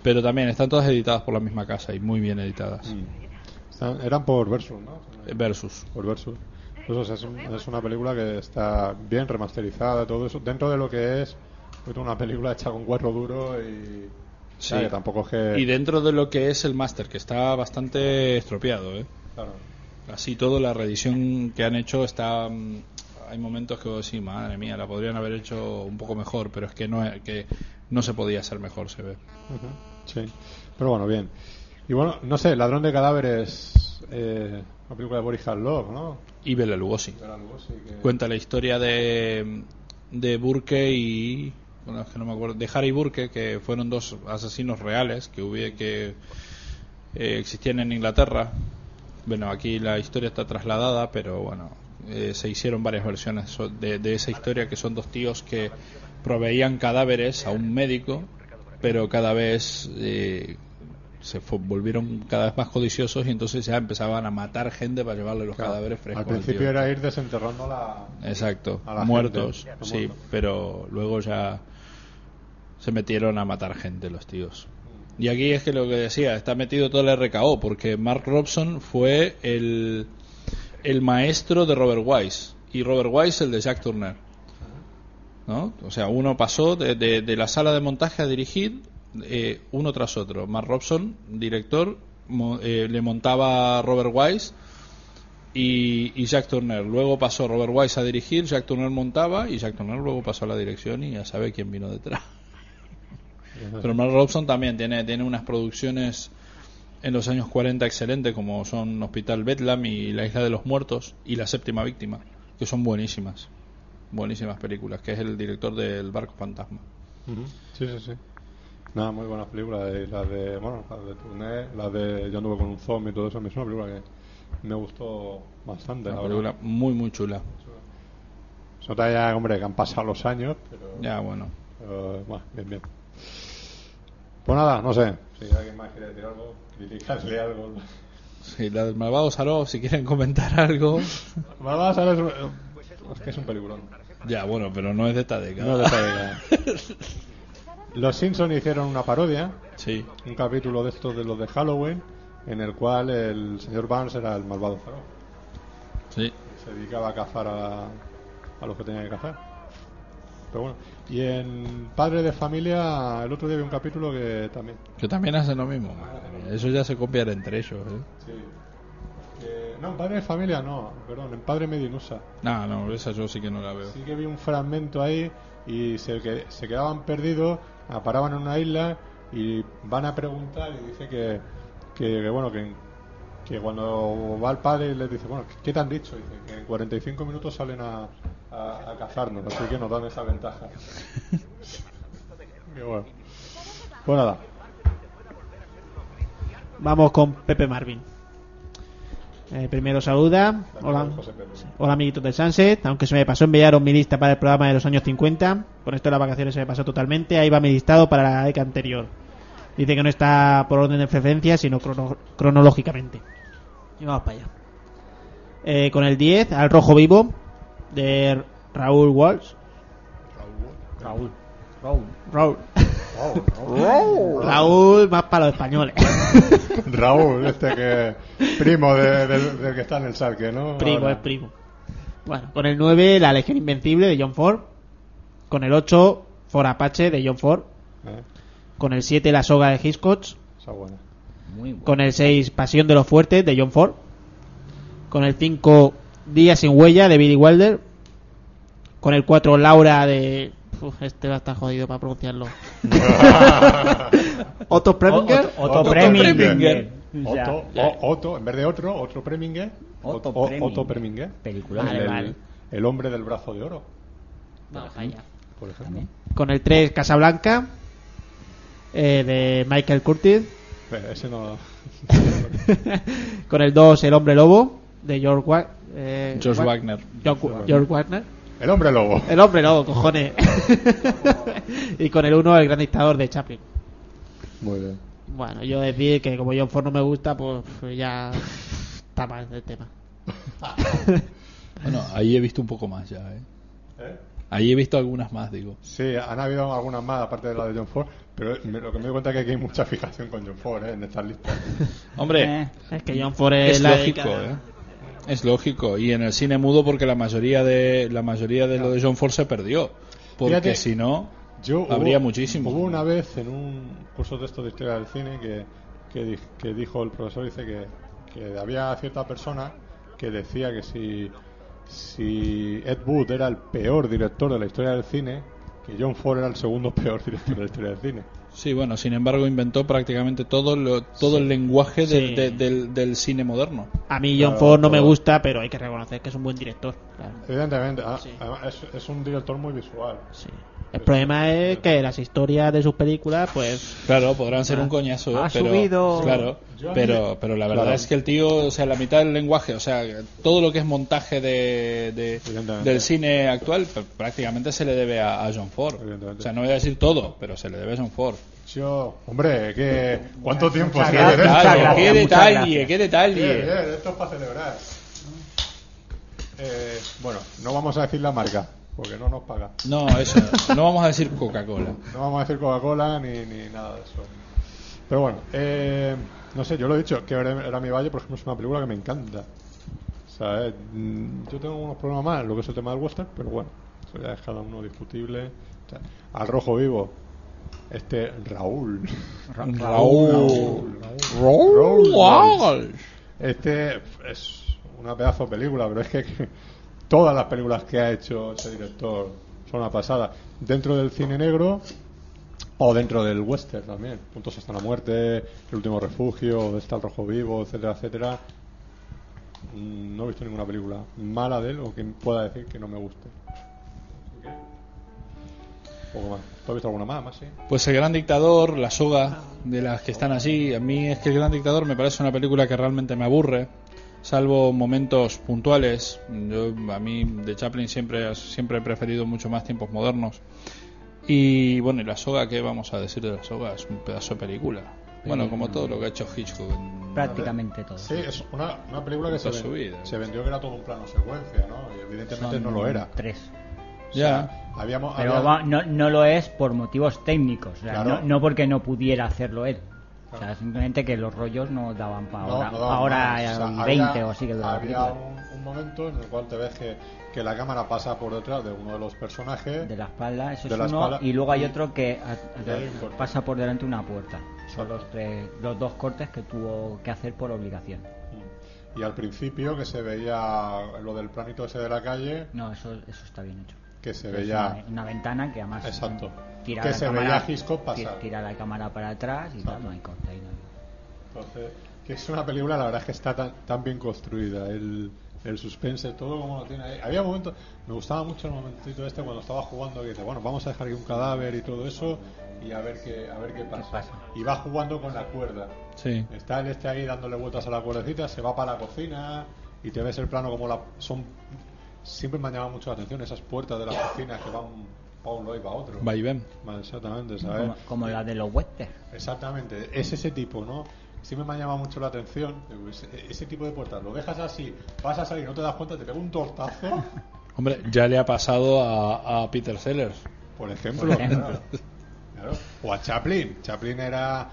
S6: Pero también están todas editadas por la misma casa y muy bien editadas.
S2: Están- eran por Versus, ¿no?
S6: Eh, Versus.
S2: por Versus. Pues, o sea, es, un- es una película que está bien remasterizada, todo eso, dentro de lo que es pues, una película hecha con cuatro duros y... o sea,
S6: Sí.
S2: que tampoco es que...
S6: Y dentro de lo que es el máster, que está bastante estropeado, ¿eh?
S2: claro.
S6: Así todo, la reedición que han hecho está. mm, Hay momentos que vos decís, madre mía, la podrían haber hecho un poco mejor, pero es que no, es- que no se podía hacer mejor, se ve.
S2: Ujú, Sí. Pero bueno, bien. Y bueno, no sé, Ladrón de Cadáveres, eh, una película de Boris Karloff, ¿no?
S6: Y Bela Lugosi.
S2: Era algo así que-
S6: Cuenta la historia de, de Burke y. Bueno, es que no me acuerdo. De Harry Burke, que fueron dos asesinos reales que, hubie, que eh, existían en Inglaterra. Bueno, aquí la historia está trasladada, pero bueno, eh, se hicieron varias versiones so- de, de esa historia, que son dos tíos que proveían cadáveres a un médico, pero cada vez eh, se fo- volvieron cada vez más codiciosos y entonces ya empezaban a matar gente para llevarle los
S2: Claro.
S6: cadáveres frescos.
S2: Al
S6: tío.
S2: principio era ir desenterrando la...
S6: Exacto,
S2: a la
S6: muertos,
S2: gente.
S6: sí,
S2: Muertos.
S6: pero luego ya se metieron a matar gente los tíos. Y aquí es que lo que decía, está metido todo el RKO, porque Mark Robson fue el, el maestro de Robert Wise, y Robert Wise el de Jack Turner. ¿no? O sea, uno pasó de, de- de la sala de montaje a dirigir eh, uno tras otro. Mark Robson, director, mo- eh, le montaba a Robert Wise y, y Jack Turner. Luego pasó Robert Wise a dirigir,
S2: Ah.
S6: Jack Turner montaba y Jack Turner luego pasó a la dirección y ya sabe quién vino detrás. Pero Mark Robson también tiene, tiene unas producciones en los años 40 excelentes, como son Hospital Bedlam y La Isla de los Muertos y La Séptima Víctima, que son buenísimas. Buenísimas películas, que es el director del Barco Fantasma.
S2: Ujú. Sí, sí, sí. Nada, muy buenas películas. Y las de, bueno, las de Tourné, las de Yo anduve con un zombie y todo eso. Es una película que me gustó bastante.
S6: Una
S2: la
S6: película
S2: verdad.
S6: muy, muy chula.
S2: Se nota ya, hombre, que han pasado los años, pero,
S6: Ya, bueno.
S2: pero, bueno, bien, bien. Pues nada, no sé. Si alguien más quiere decir algo, criticarle algo.
S6: Sí, la del malvado Sarov, si quieren comentar algo.
S2: Malvada Sara es, un- eh, es que es un peliculón.
S6: Ya, bueno, pero no es de esta década.
S2: No es de esta década. Los Simpsons hicieron una parodia,
S6: sí.
S2: un capítulo de estos de los de Halloween, en el cual el señor Barnes era el malvado faraón.
S6: Sí.
S2: Se dedicaba a cazar a, a los que tenía que cazar. Pero bueno, y en Padre de Familia, el otro día vi un capítulo que también.
S6: Que también hacen lo mismo. madre mía. Eso ya se copian entre ellos. ¿eh?
S2: que- no, en Padre de Familia no, perdón, en Padre Medinusa.
S6: No, no, esa yo sí que no la veo.
S2: Sí que vi un fragmento ahí y se, que, se quedaban perdidos, ah, paraban en una isla y van a preguntar y dice que, que, que bueno, que, que cuando va el padre y les dice, bueno, ¿qué te han dicho? Dice que en 45 minutos salen a, a, a cazarnos, así que nos dan esa ventaja. Qué bueno. Pues nada,
S8: Vamos con Pepe Marvin. Eh, primero saluda. Hola, hola amiguitos del Sunset. Aunque se me pasó enviaros mi lista para el programa de los años 50. Con esto de las vacaciones se me pasó totalmente. Ahí va mi listado para la década anterior. Dice que no está por orden de preferencia, sino crono- cronológicamente. Y vamos para allá. Eh, con el 10, Al Rojo Vivo, de Raúl Walsh.
S3: Raúl. Raúl.
S8: Raúl. Raúl, más para los españoles.
S2: Raúl, este que primo de- del, del que está en el salque, ¿no?
S8: Primo,
S2: Ahora.
S8: es primo. Bueno, con el 9, La Legión Invencible de John Ford. Con el 8, For Apache de John Ford.
S2: Eh,
S8: Con el 7, La Soga de Hitchcock.
S2: esa buena.
S3: Muy bueno.
S8: Con el 6, Pasión de los Fuertes de John Ford. Con el 5, Días sin Huella de Billy Wilder. Con el 4, Laura de. Uf, este va a estar jodido para pronunciarlo. Otto Preminger.
S3: Otto, Otto
S2: Otto
S3: Preminger.
S2: Preminger.
S3: O sea,
S2: Otto, o- Otto, en vez de otro, otro Preminger.
S3: Otto
S2: Ot- o-
S3: Preminger.
S2: Otto Preminger.
S3: Película.
S8: Vale,
S2: el,
S8: vale.
S2: el hombre del brazo de oro,
S8: Vamos allá.
S2: por ejemplo.
S3: También.
S8: Con el 3, Casablanca eh, de Michael Curtis.
S2: Pero ese no.
S8: con el 2 El Hombre Lobo de George, Wa- eh,
S6: George
S8: Wa-
S6: Wagner.
S8: George, George Wagner.
S2: El hombre lobo.
S8: El Hombre Lobo, cojones. y con el 1 El Gran Dictador de Chaplin.
S2: Muy bien.
S8: Bueno, yo decir que como John Ford no me gusta, pues ya está mal el tema.
S6: Bueno, ahí he visto un poco más ya. ¿eh?
S2: ¿Eh?
S6: Ahí he visto algunas más, digo.
S2: Sí, han habido algunas más aparte de la de John Ford, pero me- lo que me doy cuenta es que aquí hay mucha fijación con John Ford ¿eh? en estas listas.
S6: Hombre,
S3: Eh,
S8: Es que John Ford es,
S6: es
S8: la
S6: lógico,
S8: década-
S6: ¿eh? Es lógico. Y en el cine mudo porque la mayoría de la mayoría de lo de John Ford se perdió. Porque
S2: Fíjate,
S6: si no,
S2: Yo hubo-
S6: habría muchísimo.
S2: Hubo una vez en un curso de esto de historia del cine que, que, di- que dijo el profesor, dice que, que había cierta persona que decía que si, si Ed Wood era el peor director de la historia del cine, que John Ford era el segundo peor director de la historia del cine.
S6: Sí, bueno, sin embargo inventó prácticamente todo lo- todo el lenguaje del-
S8: Sí.
S6: de- del, del cine moderno.
S8: A mí John
S2: Claro,
S8: Ford no me
S2: claro.
S8: gusta, pero hay que reconocer que es un buen director. claro,
S2: Evidentemente, a-
S8: Sí.
S2: además es, es un director muy visual.
S8: sí. El problema es que las historias de sus películas, pues...
S6: Claro, podrán ser un coñazo,
S3: Ah. Ha
S6: pero
S3: subido.
S6: claro,
S2: Yo-
S6: pero pero la verdad
S2: Claro.
S6: es que el tío, o sea, la mitad del lenguaje, o sea, todo lo que es montaje de, de-
S2: Evidentemente.
S6: del cine actual pr- prácticamente se le debe a, a John Ford.
S2: Evidentemente.
S6: O sea, no voy a decir todo, pero se le debe a John Ford.
S2: Yo, hombre, que ¿cuánto tiempo hace
S3: gracias,
S2: de esto?
S3: muchas
S6: Claro, qué
S3: gracias, muchas
S6: detalle,
S3: gracias.
S6: qué detalle.
S2: Bien, bien, esto es para celebrar. Eh, bueno, no vamos a decir la marca, porque no nos paga.
S6: No, eso no. No vamos a decir Coca-Cola.
S2: No vamos a decir Coca-Cola ni, ni nada de eso. Pero bueno, eh, no sé, yo lo he dicho, que era era mi valle, por ejemplo, es una película que me encanta. O sea, eh, mm, yo tengo unos problemas más, en lo que es el tema del western, pero bueno, eso ya es cada uno discutible. O sea, al rojo vivo, este Raúl.
S6: Raúl.
S2: Raúl. Raúl.
S6: Raúl.
S2: Este es una pedazo de película, pero es que, que todas las películas que ha hecho ese director son una pasada. Dentro del cine negro, O dentro del western también. Puntos hasta la muerte, El último refugio, Está el rojo vivo, etcétera, etcétera. Mm, No he visto ninguna película mala de él o que pueda decir que no me guste. Poco más. ¿Tú has visto alguna más? más sí?
S6: Pues El Gran Dictador, La Soga, de las que están así. A mí es que El Gran Dictador me parece una película que realmente me aburre, salvo momentos puntuales. Yo, a mí de Chaplin siempre, siempre he preferido mucho más tiempos modernos. Y bueno, y La Soga, ¿qué vamos a decir de La Soga? Es un pedazo de película. Bueno, como todo lo que ha hecho Hitchcock. en-
S3: Prácticamente todo.
S2: Sí, es una, una película que se,
S6: Toda
S2: ven-
S6: su vida.
S2: se vendió que era todo un plano secuencia, ¿no? Y evidentemente
S3: Son
S2: no lo era.
S3: Tres.
S2: O sea,
S6: Ya.
S2: habíamos,
S3: Pero
S2: había-
S3: va- no, no lo es por motivos técnicos, o sea,
S2: Claro.
S3: no, no porque no pudiera hacerlo él. O sea, simplemente que los rollos no daban para
S2: No,
S3: ahora.
S2: no daba
S3: ahora
S2: más. O
S3: hay
S2: sea,
S3: 20
S2: había-
S3: o así que dura la
S2: Había
S3: película.
S2: un, un momento en el cual te ves que, que la cámara pasa por detrás de uno de los personajes.
S3: De la espalda, eso
S2: de
S3: es
S2: la
S3: uno.
S2: espalda.
S3: Y luego hay otro que a- a-
S2: Ya hay un corte.
S3: pasa por delante una puerta. Son
S2: Exacto.
S3: los, tres, los dos cortes que tuvo que hacer por obligación.
S2: Y al principio que se veía lo del planito ese de la calle,
S3: No, eso, eso está bien hecho.
S2: que se
S3: Es
S2: veía...
S3: una, una ventana que además
S2: Exacto.
S3: tira
S2: Que
S3: la
S2: se
S3: cámara,
S2: veía a Hitchcock
S3: ti-
S2: pasar.
S3: tira la cámara para atrás y tal, no hay corte ahí no hay-
S2: Entonces, que es una película, la verdad es que está tan, tan bien construida. El, el suspense, todo como lo tiene ahí. Había momentos, me gustaba mucho el momentito este cuando estaba jugando, que dice, bueno, vamos a dejar aquí un cadáver y todo eso y a ver qué, a ver qué pasa.
S3: pasa?
S2: Y va jugando con la cuerda.
S6: Sí.
S2: Está el este ahí dándole vueltas a la cuerdecita, se va para la cocina y te ves el plano como la... son Siempre me han llamado mucho la atención esas puertas de las cocinas que van para un lado y para otro.
S6: Va y ven.
S2: Más Exactamente, ¿sabes?
S3: Como, como la de los westerns.
S2: Exactamente, es ese tipo, ¿no? Siempre me ha llamado mucho la atención digo, ese, ese tipo de puertas. Lo dejas así, vas a salir, no te das cuenta, te pega un tortazo,
S6: Hombre, ya le ha pasado a, a Peter Sellers.
S2: por ejemplo.
S3: Por ejemplo.
S2: Claro, Claro. O a Chaplin. Chaplin era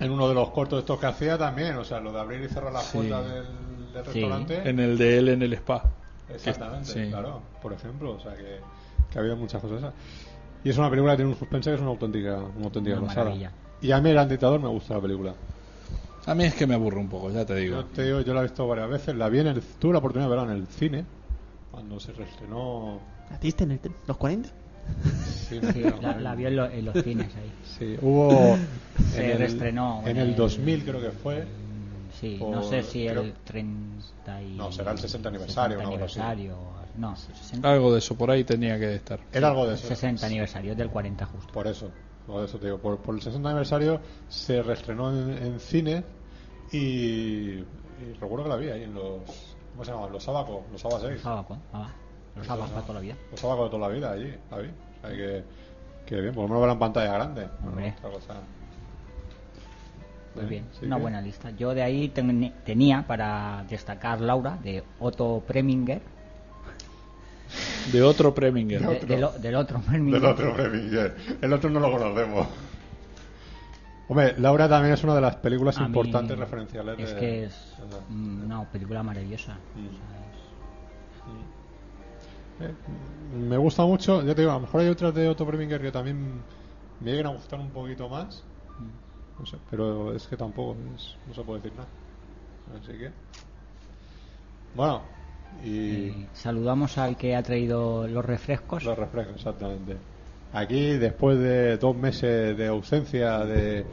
S2: en uno de los cortos estos que hacía también, o sea, lo de abrir y cerrar las
S6: Sí.
S2: puertas del, del
S3: Sí.
S2: restaurante.
S6: En el de él en el spa.
S2: Exactamente,
S6: Sí.
S2: claro. Por ejemplo, o sea, que, que ha habido muchas cosas esas. Y es una película que tiene un suspense que es una auténtica, una auténtica
S3: Una
S2: pasada.
S3: maravilla.
S2: Y a mí el dictador me gusta la película.
S6: A mí es que me aburre un poco, ya te digo.
S2: Yo te digo, yo la he visto varias veces. La vi en el, tuve la oportunidad de verla en el cine cuando se reestrenó.
S8: ¿Naciste en el te- los 40?
S2: Sí,
S3: Sí, la, la vio en, lo- en los cines ahí.
S2: Sí, hubo.
S3: Se
S2: en el-
S3: reestrenó eh,
S2: En
S3: en
S2: el
S3: el-
S2: 2000 creo que fue.
S3: Sí,
S2: Por-
S3: no sé si
S2: creo-
S3: el 30 y...
S2: No, será el 60 aniversario,
S3: 60
S2: una cosa así.
S3: aniversario, No, 60,
S6: Algo de eso por ahí tenía que estar.
S2: Era algo de Ah, eso.
S3: 60 aniversario, es del 40 justo.
S2: Por eso, por eso te digo, por, por el 60 aniversario se reestrenó en, en cine y, y recuerdo que la vi ahí en los. ¿Cómo se llamaban? Los sábacos, los sábados 6.
S3: Sábado, ah, los sábados para toda la vida.
S2: Los sábados de toda la vida allí, la vi. O sea, que, que bien, por lo menos verla en pantalla grande.
S3: Hombre.
S2: Otra cosa. Eh,
S3: Pues bien,
S2: sí
S3: una
S2: que-
S3: buena lista. Yo de ahí ten- tenía para destacar Laura, de Otto Preminger,
S6: De otro Preminger.
S3: de- del, o- del otro Preminger.
S2: Del otro Preminger. El otro no lo conocemos. Hombre, Laura también es una de las películas
S3: A mí
S2: importantes referenciales.
S3: Es
S2: de-
S3: que es
S2: Ajá.
S3: mm, una película maravillosa.
S2: Mm.
S3: O sea, es-
S2: Eh, Me gusta mucho, ya te digo, a lo mejor hay otras de Otto Preminger que también me llegan a gustar un poquito más.
S3: Mm.
S2: No sé, pero es que tampoco, es- no se puede decir nada. Así que. Bueno, y.
S3: Eh, saludamos al que ha traído los refrescos.
S11: Pues.
S2: Los refrescos, exactamente. Aquí, después de dos meses de ausencia, de,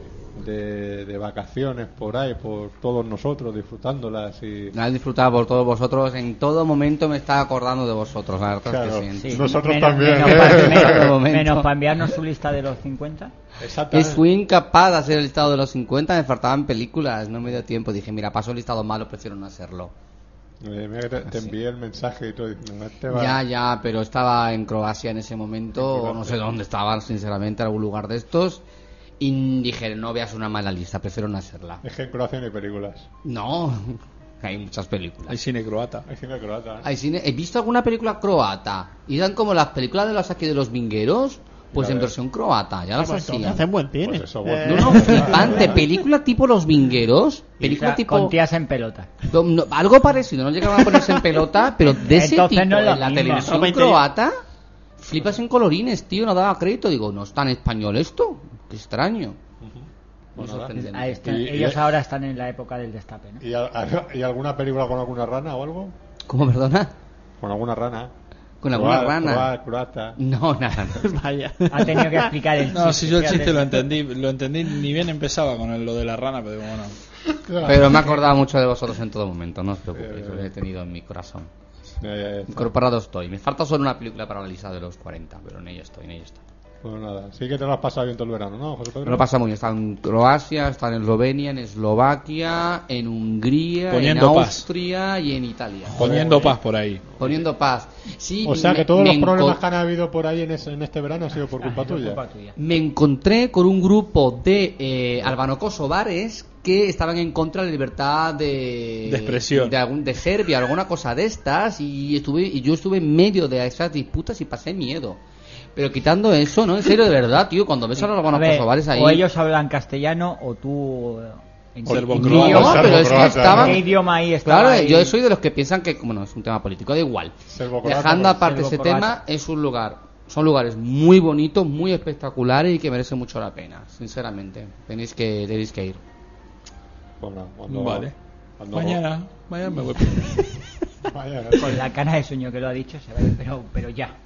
S2: de, de vacaciones por ahí, por todos nosotros, disfrutándolas y...
S11: La he disfrutado por todos vosotros. En todo momento me estaba acordando de vosotros, la verdad
S2: Claro.
S11: es que sí.
S2: Sí. Nosotros también,
S3: Menos,
S2: ¿eh?
S3: para,
S11: En todo
S3: menos,
S11: momento.
S3: menos para enviarnos su lista de los 50.
S11: Es fui incapaz de hacer el listado de los 50, me faltaban películas, no me dio tiempo. Dije, mira, pasó el listado malo, prefiero no hacerlo.
S2: Eh, mira que te, te envié el mensaje y todo diciendo, este va-
S11: Ah, Ya, ya, pero estaba en Croacia en ese momento, o no sé dónde estaba, sinceramente, en algún lugar de estos. Y dije, no veas una mala lista, prefiero no hacerla.
S2: Es que en Croacia no hay películas.
S11: No, hay muchas
S6: Hay
S11: películas.
S6: cine croata.
S2: Hay cine croata. ¿eh?
S11: Hay cine- He visto alguna película croata. Y dan como las películas de los aquí de los vingueros, pues
S2: Ya
S11: en
S2: ves.
S11: versión croata, ya las
S8: Pues entonces
S11: hacían.
S8: hacen buen cine. Eh,
S2: Pues eso, bueno.
S11: No, no, flipante. Película tipo Los Vingueros. Película
S3: Quizá
S11: tipo.
S3: Con tías en pelota.
S11: No, no, algo parecido. No llegaban a ponerse en pelota, pero de ese
S3: Entonces
S11: tipo
S3: no es
S11: en
S3: lo
S11: la
S3: mismo.
S11: televisión
S8: Ropa interior.
S11: croata. Flipas en colorines, tío. No daba crédito. Digo, no está en español esto. Qué extraño.
S2: Bueno,
S11: No
S2: nada.
S11: sorprendente.
S3: Ahí está.
S2: Y- y-
S3: Ellos ahora están en la época del destape, ¿no?
S2: ¿Y, al- al- y alguna película con alguna rana o algo?
S11: ¿Cómo, perdona?
S2: Con alguna rana.
S11: Con alguna
S2: Croa-
S11: rana.
S2: croa- croata.
S11: No, nada.
S8: pues Vaya.
S3: Ha tenido que explicar el
S6: No,
S3: chiste,
S6: si yo el
S3: fíjate.
S6: chiste lo entendí, lo entendí ni bien empezaba con el- lo de la rana, pero digo, bueno.
S11: Pero me he acordado mucho de vosotros en todo momento, no os preocupéis, os he tenido en mi corazón.
S2: Ya, ya, ya está.
S11: Incorporado estoy. Me falta solo una película para la lista de los 40, pero en ello estoy, en ello estoy.
S2: Pues nada, sí que te lo has pasado bien todo el verano, ¿no, José Pedro?
S11: Me lo pasa muy bien. Está en Croacia, está en Eslovenia, en Eslovaquia, en Hungría,
S6: Poniendo
S11: en
S6: paz.
S11: Austria y en Italia.
S6: Poniendo paz por ahí.
S11: Poniendo paz. Sí,
S2: O sea
S11: me-
S2: que todos
S11: me
S2: los problemas
S11: encon- Ah,
S2: que han habido por ahí en, ese- en este verano han sido por culpa tuya.
S11: Me encontré con un grupo de eh, albanocosovares que estaban en contra de la libertad de,
S6: De expresión.
S11: de, algún, de Serbia, alguna cosa de estas, y estuve y yo estuve en medio de esas disputas y pasé miedo. Pero quitando eso, ¿no? En serio, de verdad, tío, cuando ves a los
S3: A ver,
S11: albanocosovares pues ahí...
S3: O ellos hablan castellano o tú. eh, En qué
S6: Serbocroata.
S11: No,
S6: Serbo
S11: pero es que
S6: croata,
S11: estaban...
S3: ¿Qué idioma ahí estaba
S11: Claro,
S3: ahí?
S11: yo soy de los que piensan que, como no es un tema político, da igual.
S2: Serbocroata,
S11: Dejando
S2: pues.
S11: aparte ese
S3: Serbocroata.
S11: tema, es un lugar, son lugares muy bonitos, muy espectaculares y que merecen mucho la pena, sinceramente. Tenéis que, tenéis que ir.
S2: Pues nada, cuando-
S6: Vale.
S2: cuando-
S6: Mañana, mañana me voy.
S2: Mañana.
S3: Con la cara de sueño que lo ha dicho, se va a ir, pero, pero ya.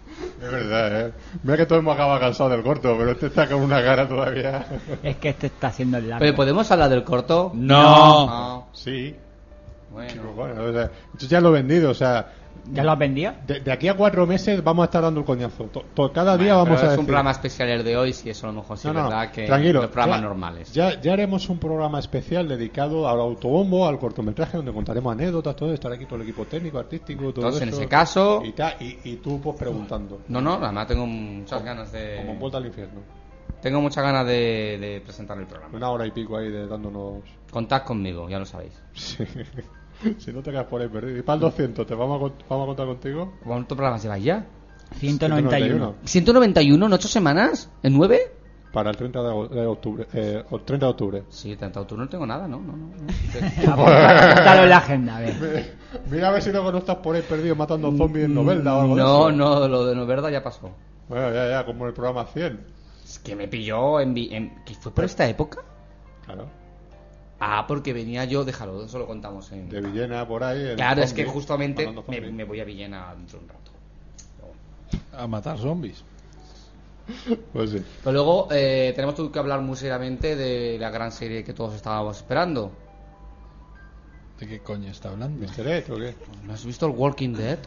S2: Es verdad, ¿eh? Mira que todo hemos acabado cansado del corto, pero este está con una cara todavía.
S3: Es que este está haciendo el largo.
S11: Pero podemos hablar del corto.
S6: No.
S11: No.
S2: Sí.
S11: Bueno.
S2: Pero bueno, o sea, tú ya lo he vendido, o sea,
S3: ¿Ya lo has vendido?
S2: de, de aquí a cuatro meses vamos a estar dando el coñazo. To- to- cada día
S11: Bueno,
S2: vamos a
S11: pero es
S2: decir...
S11: un programa especial el de hoy, si eso a lo mejor sí
S2: No,
S11: es
S2: no,
S11: verdad que
S2: tranquilo,
S11: los programas
S2: ya-
S11: normales.
S2: Ya, ya haremos un programa especial dedicado al autobombo, al cortometraje, donde contaremos anécdotas, todo, estará aquí todo el equipo técnico, artístico, todo
S11: Entonces, en
S2: eso.
S11: ese caso-
S2: Y, ta- y- y tú, pues, preguntando.
S11: No, no, además tengo muchas ganas
S2: Como en
S11: de...
S2: vuelta al infierno.
S11: Tengo muchas ganas de, de presentar el programa.
S2: Una hora y pico ahí de dándonos...
S11: Contad conmigo, ya lo sabéis.
S2: Sí. si no te quedas por ahí perdido. Y para el 200, ¿te vamos a, cont- vamos a contar contigo?
S11: ¿Cuántos programas lleváis ya?
S3: 191.
S11: 191 en 8 semanas, en 9.
S2: Para el 30 de, ago- de octubre. Eh, o- 30 de octubre.
S11: Sí, tanto tú no tengo nada, no, no, no.
S3: Apúntalo en la agenda, a ver.
S2: Mira a ver si luego no estás por ahí perdido matando zombies en novela o algo de
S11: Mm, No,
S2: eso.
S11: no, lo de Noverda ya pasó.
S2: Bueno, ya, ya, como en el programa 100.
S11: Es que me pilló en, vi- en- ¿que fue por esta época?
S2: Claro.
S11: Ah, porque venía yo, déjalo, eso lo contamos en
S2: De Villena por ahí. el
S11: Claro, es
S2: zombie,
S11: que justamente
S2: matando
S11: me,
S2: zombies.
S11: me voy a Villena dentro de un rato.
S6: A matar zombies.
S2: Pues sí.
S11: Pero luego eh, tenemos que hablar muy seriamente de la gran serie que todos estábamos esperando.
S6: ¿De qué coño está hablando?
S2: ¿Mr. Ed o qué?
S11: ¿No has visto el Walking Dead?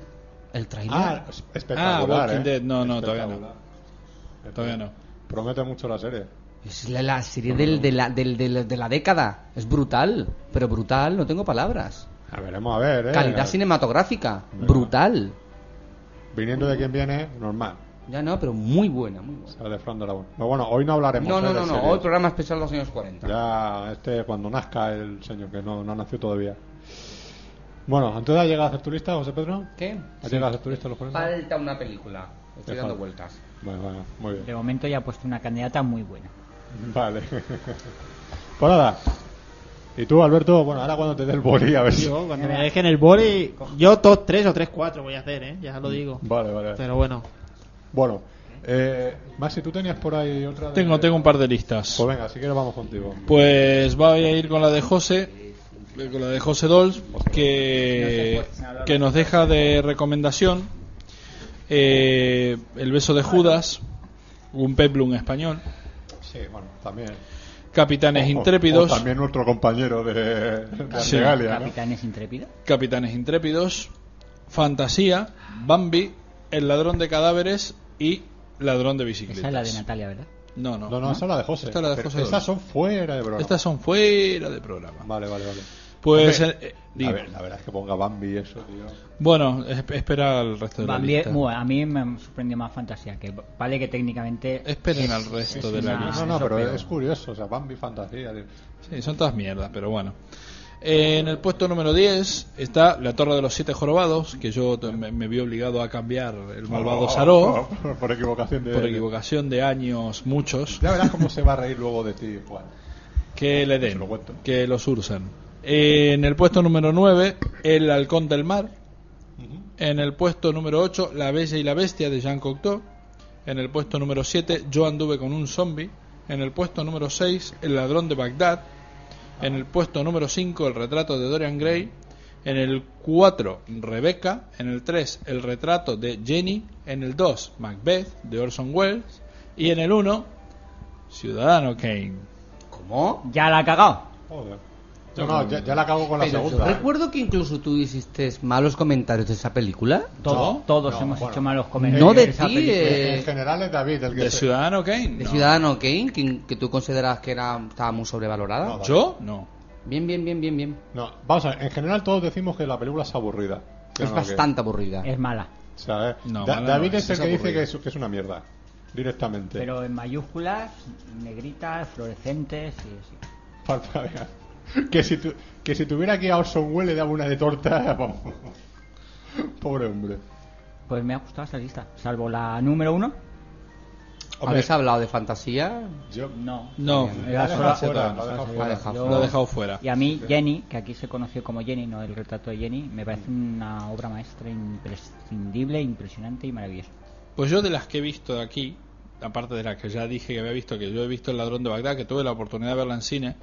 S11: ¿El trailer?
S2: Ah, es- espectacular.
S6: Ah, Walking
S2: ¿eh?
S6: Dead. No, no, todavía no.
S2: Espectacular.
S6: Todavía no.
S2: Promete mucho la serie.
S11: Es la, la serie del- de, la, del- de la- de la década. Es brutal, pero brutal, no tengo palabras.
S2: A veremos a ver, ¿eh?
S11: Calidad cinematográfica, brutal.
S2: Viniendo de quien viene, normal.
S11: Ya no, pero muy buena, muy buena.
S2: Sale de Fran Dragón. Pero bueno, hoy no hablaremos.
S11: No,
S2: ¿eh?
S11: no,
S2: de
S11: no, no,
S2: series.
S11: hoy programa especial de los años 40.
S2: Ya, este cuando nazca el señor, que no, no nació todavía. Bueno, antes de llegar a hacer turista, José Pedro.
S11: ¿Qué?
S2: ¿Has llegado a hacer turista los 40?
S11: Falta una película. Estoy
S2: Te
S11: dando
S2: falta.
S11: vueltas.
S2: Bueno, bueno, muy
S3: De
S2: bien.
S3: momento ya ha puesto una candidata muy buena.
S2: Vale. pues nada. Y tú, Alberto, bueno, ahora cuando te dé el boli, a ver si.
S8: Yo, cuando me dejen el boli, yo top 3 o 3-4 voy a hacer, ¿eh? Ya lo digo.
S2: Vale, vale.
S8: Pero bueno,
S2: Bueno, eh, más si tú tenías por ahí otra. de-
S6: Tengo, tengo un par de listas.
S2: Pues venga, si quieres vamos contigo.
S6: Pues voy a ir con la de José, eh, con la de José Dolls, que, que nos deja de recomendación eh, El beso de Judas, un peplum español,
S2: Sí, bueno, también.
S6: Capitanes
S2: O- o-
S6: Intrépidos,
S2: o también nuestro compañero de, de
S6: Sí.
S2: Artegalia, ¿no?
S3: Capitanes intrépidos.
S6: Capitanes Intrépidos, Fantasía, Bambi, El ladrón de cadáveres y Ladrón de
S3: Esa es la de
S6: bicicletas.
S3: Natalia, ¿verdad?
S6: No, no.
S2: No, no, esa es la de José.
S6: Esta es la de
S2: Pero
S6: José
S2: Esas
S6: Dolls.
S2: son fuera de programa.
S6: Estas son fuera de programa.
S2: Vale, vale, vale.
S6: Pues
S2: Hombre,
S6: eh, eh,
S2: A
S6: digo,
S2: ver, la verdad es que ponga Bambi y eso, tío.
S6: bueno, es- espera el resto de la
S3: Bambi-
S6: lista.
S3: bueno, a mí me sorprendió más fantasía, que vale que técnicamente...
S6: Esperen al resto de la
S3: una-
S6: lista.
S2: No, no,
S3: eso
S2: pero
S3: peor.
S2: es curioso, o sea, Bambi fantasía. tío.
S6: Sí, son todas mierdas, pero bueno. Eh, en el puesto número 10 está La Torre de los Siete Jorobados, que yo t- me, me vi obligado a cambiar el malvado Saró
S2: Oh, Por, por equivocación de.
S6: por equivocación de años muchos.
S2: Ya verás cómo se va a reír luego de ti, Juan.
S6: Que le
S2: Ah, pues Se
S6: den,
S2: lo cuento.
S6: que los ursan. Eh, en el puesto número 9, El Halcón del Mar. En el puesto número 8, La Bella y la Bestia de Jean Cocteau. En el puesto número 7, Yo anduve con un zombie. En el puesto número 6, El ladrón de Bagdad. En el puesto número 5, El retrato de Dorian Gray. En el 4, Rebeca. En el 3, El retrato de Jenny. En el 2, Macbeth de Orson Welles. Y en el 1, Ciudadano Kane.
S11: ¿Cómo?
S3: Ya la ha cagado.
S2: Joder. Yo no, ya, ya la acabo con la
S11: Pero yo
S2: segunda. ¿eh?
S11: recuerdo que incluso tú hiciste malos comentarios de esa película.
S3: Todos,
S2: No,
S3: todos
S2: no,
S3: hemos
S2: bueno.
S3: hecho malos comentarios.
S11: No de
S3: esa
S11: ti,
S3: película.
S11: eh,
S2: En general es David el que
S6: ¿De
S2: se-
S6: Ciudadano Kane?
S11: de
S6: No.
S11: Ciudadano Kane, que, que tú consideras que era, estaba muy sobrevalorada.
S2: No,
S6: ¿Yo? No.
S11: Bien, bien, bien, bien, bien.
S2: No, vamos a ver, en general todos decimos que la película es aburrida. Que
S11: Es
S2: no,
S11: bastante aburrida.
S3: Es mala.
S2: que- o sea, eh,
S6: No,
S2: Da-
S6: mala
S2: David
S6: no
S2: es
S11: es,
S2: el que
S11: es
S2: dice que
S11: aburrida.
S2: es, que es una mierda. Directamente.
S3: Pero en mayúsculas, negritas, fluorescentes. Y, sí.
S2: Falta de- que, si tu- que si tuviera aquí a Orson Welles le daba una de torta. vamos. Pobre hombre.
S3: Pues me ha gustado esa lista. Salvo la número uno.
S2: Hombre,
S11: ¿Habéis hablado de fantasía?
S2: yo-
S3: No.
S6: No,
S3: Era
S2: lo he
S3: sola-
S2: dejado fuera, lo he dejado
S11: Lo he
S2: fuera.
S11: dejado
S3: Yo-
S6: lo he dejado fuera.
S3: Y a mí, Jenny, que aquí se conoció como Jenny, no el retrato de Jenny, me parece una obra maestra imprescindible, impresionante y maravillosa.
S6: Pues yo de las que he visto de aquí, aparte de las que ya dije que había visto, que yo he visto El Ladrón de Bagdad, que tuve la oportunidad de verla en cine,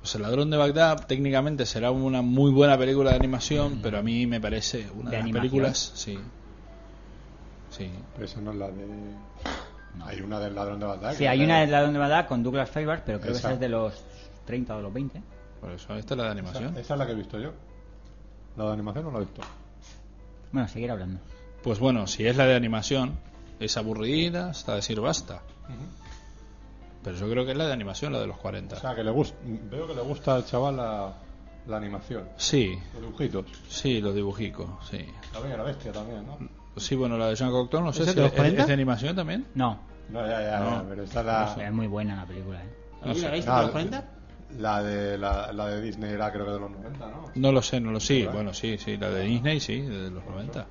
S6: pues El Ladrón de Bagdad técnicamente será una muy buena película de animación, pero a mí me parece
S3: ¿De
S6: una de, las
S3: animación?
S6: películas, sí. Sí.
S2: Pero esa no es la de. Hay una del ladrón de batalla.
S3: Sí, hay una de La Donde va a dar con Douglas Fairbanks, pero creo
S2: Esa.
S3: que esa es de los 30 o de los 20.
S6: Por eso, esta es la de animación.
S2: Esa, esa es la que he visto yo. ¿La de animación no la he visto?
S3: Bueno, seguir hablando.
S6: Pues bueno, si es la de animación, es aburrida hasta decir basta. Pero yo creo que es la de animación, la de los
S2: O
S6: 40.
S2: sea, que le gusta. Veo que le gusta al chaval la, la animación.
S6: Sí,
S2: Los dibujitos.
S6: sí, los dibujicos, sí.
S2: La bella y la bestia también,
S6: Mm.
S2: ¿no?
S6: Sí, bueno, la de Jean Cocteau, no sé
S8: ¿Esa
S6: si
S8: de los
S6: es,
S8: 40?
S6: es de animación también.
S3: No,
S2: No, ya, ya,
S6: No.
S2: ya, pero está
S6: Ah.
S2: la.
S3: es muy buena la película. ¿eh?
S6: No sé.
S2: No, La de, la, la de Disney era creo que de los 90, ¿no?
S6: No lo sé, no lo sé. Bueno, sí, sí, la de Disney, sí, desde los 90.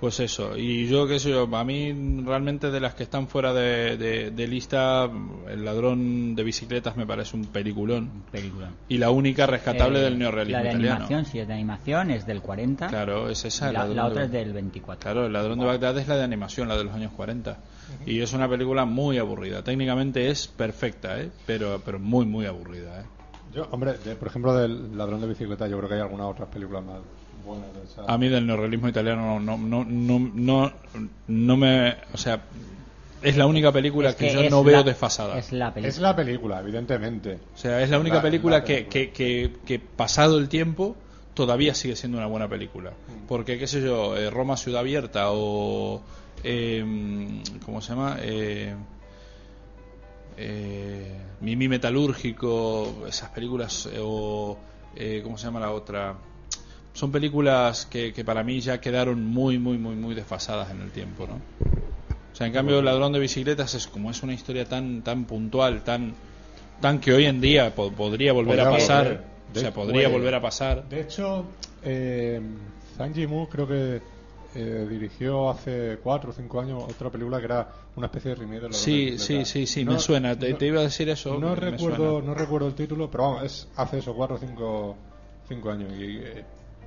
S6: Pues eso, y yo qué sé yo, a mí realmente de las que están fuera de, de- de lista, El ladrón de bicicletas me parece un peliculón.
S3: Película.
S6: Y la única rescatable
S3: Eh,
S6: del neorrealismo
S3: La de
S6: italiano.
S3: animación, sí, es de animación, es del 40.
S6: Claro, es esa.
S3: y
S6: El
S3: la,
S6: Ladrón
S3: la
S6: de-
S3: otra es del 24.
S6: Claro, El ladrón de Bagdad es la de animación, la de los años 40. Y es una película muy aburrida. Técnicamente es perfecta, ¿eh? pero, pero muy, muy aburrida. ¿eh?
S2: Yo, hombre, de- por ejemplo, del Ladrón de Bicicleta, yo creo que hay algunas otras películas más buenas. de esa-
S6: A mí del neorrealismo italiano no, no, no, no, no me... O sea, es la única película
S3: Es
S6: que,
S3: que
S6: yo
S3: es
S6: no
S3: la-
S6: veo desfasada.
S3: Es la película.
S2: Es la película, evidentemente.
S6: O sea, es la única
S2: la-
S6: película,
S2: la
S6: que, que, que, que pasado el tiempo todavía sigue siendo una buena película. Porque, qué sé yo, eh, Roma Ciudad Abierta o... eh, ¿Cómo se llama? Eh, eh, Mimi Metalúrgico, esas películas eh, o... eh, ¿Cómo se llama la otra? Son películas que, que para mí ya quedaron muy, muy, muy, muy desfasadas en el tiempo, ¿no? O sea, en cambio, el ladrón de bicicletas es como es una historia tan, tan puntual, tan, tan que hoy en día po- podría volver a
S2: Podría
S6: pasar.
S2: volver.
S6: O sea,
S2: De-
S6: podría
S2: puede.
S6: volver a pasar.
S2: De hecho, eh, Zhang Yimou creo que eh, dirigió hace cuatro o cinco años otra película que era una especie de remake de Ladrón de
S6: Sí, sí,
S2: Bicicleta.
S6: sí, sí,
S2: No-
S6: me suena. Te,
S2: no-
S6: te iba a decir eso.
S2: no
S6: me- me
S2: recuerdo
S6: suena.
S2: no recuerdo el título pero vamos es hace eso cuatro o cinco, cinco años y eh,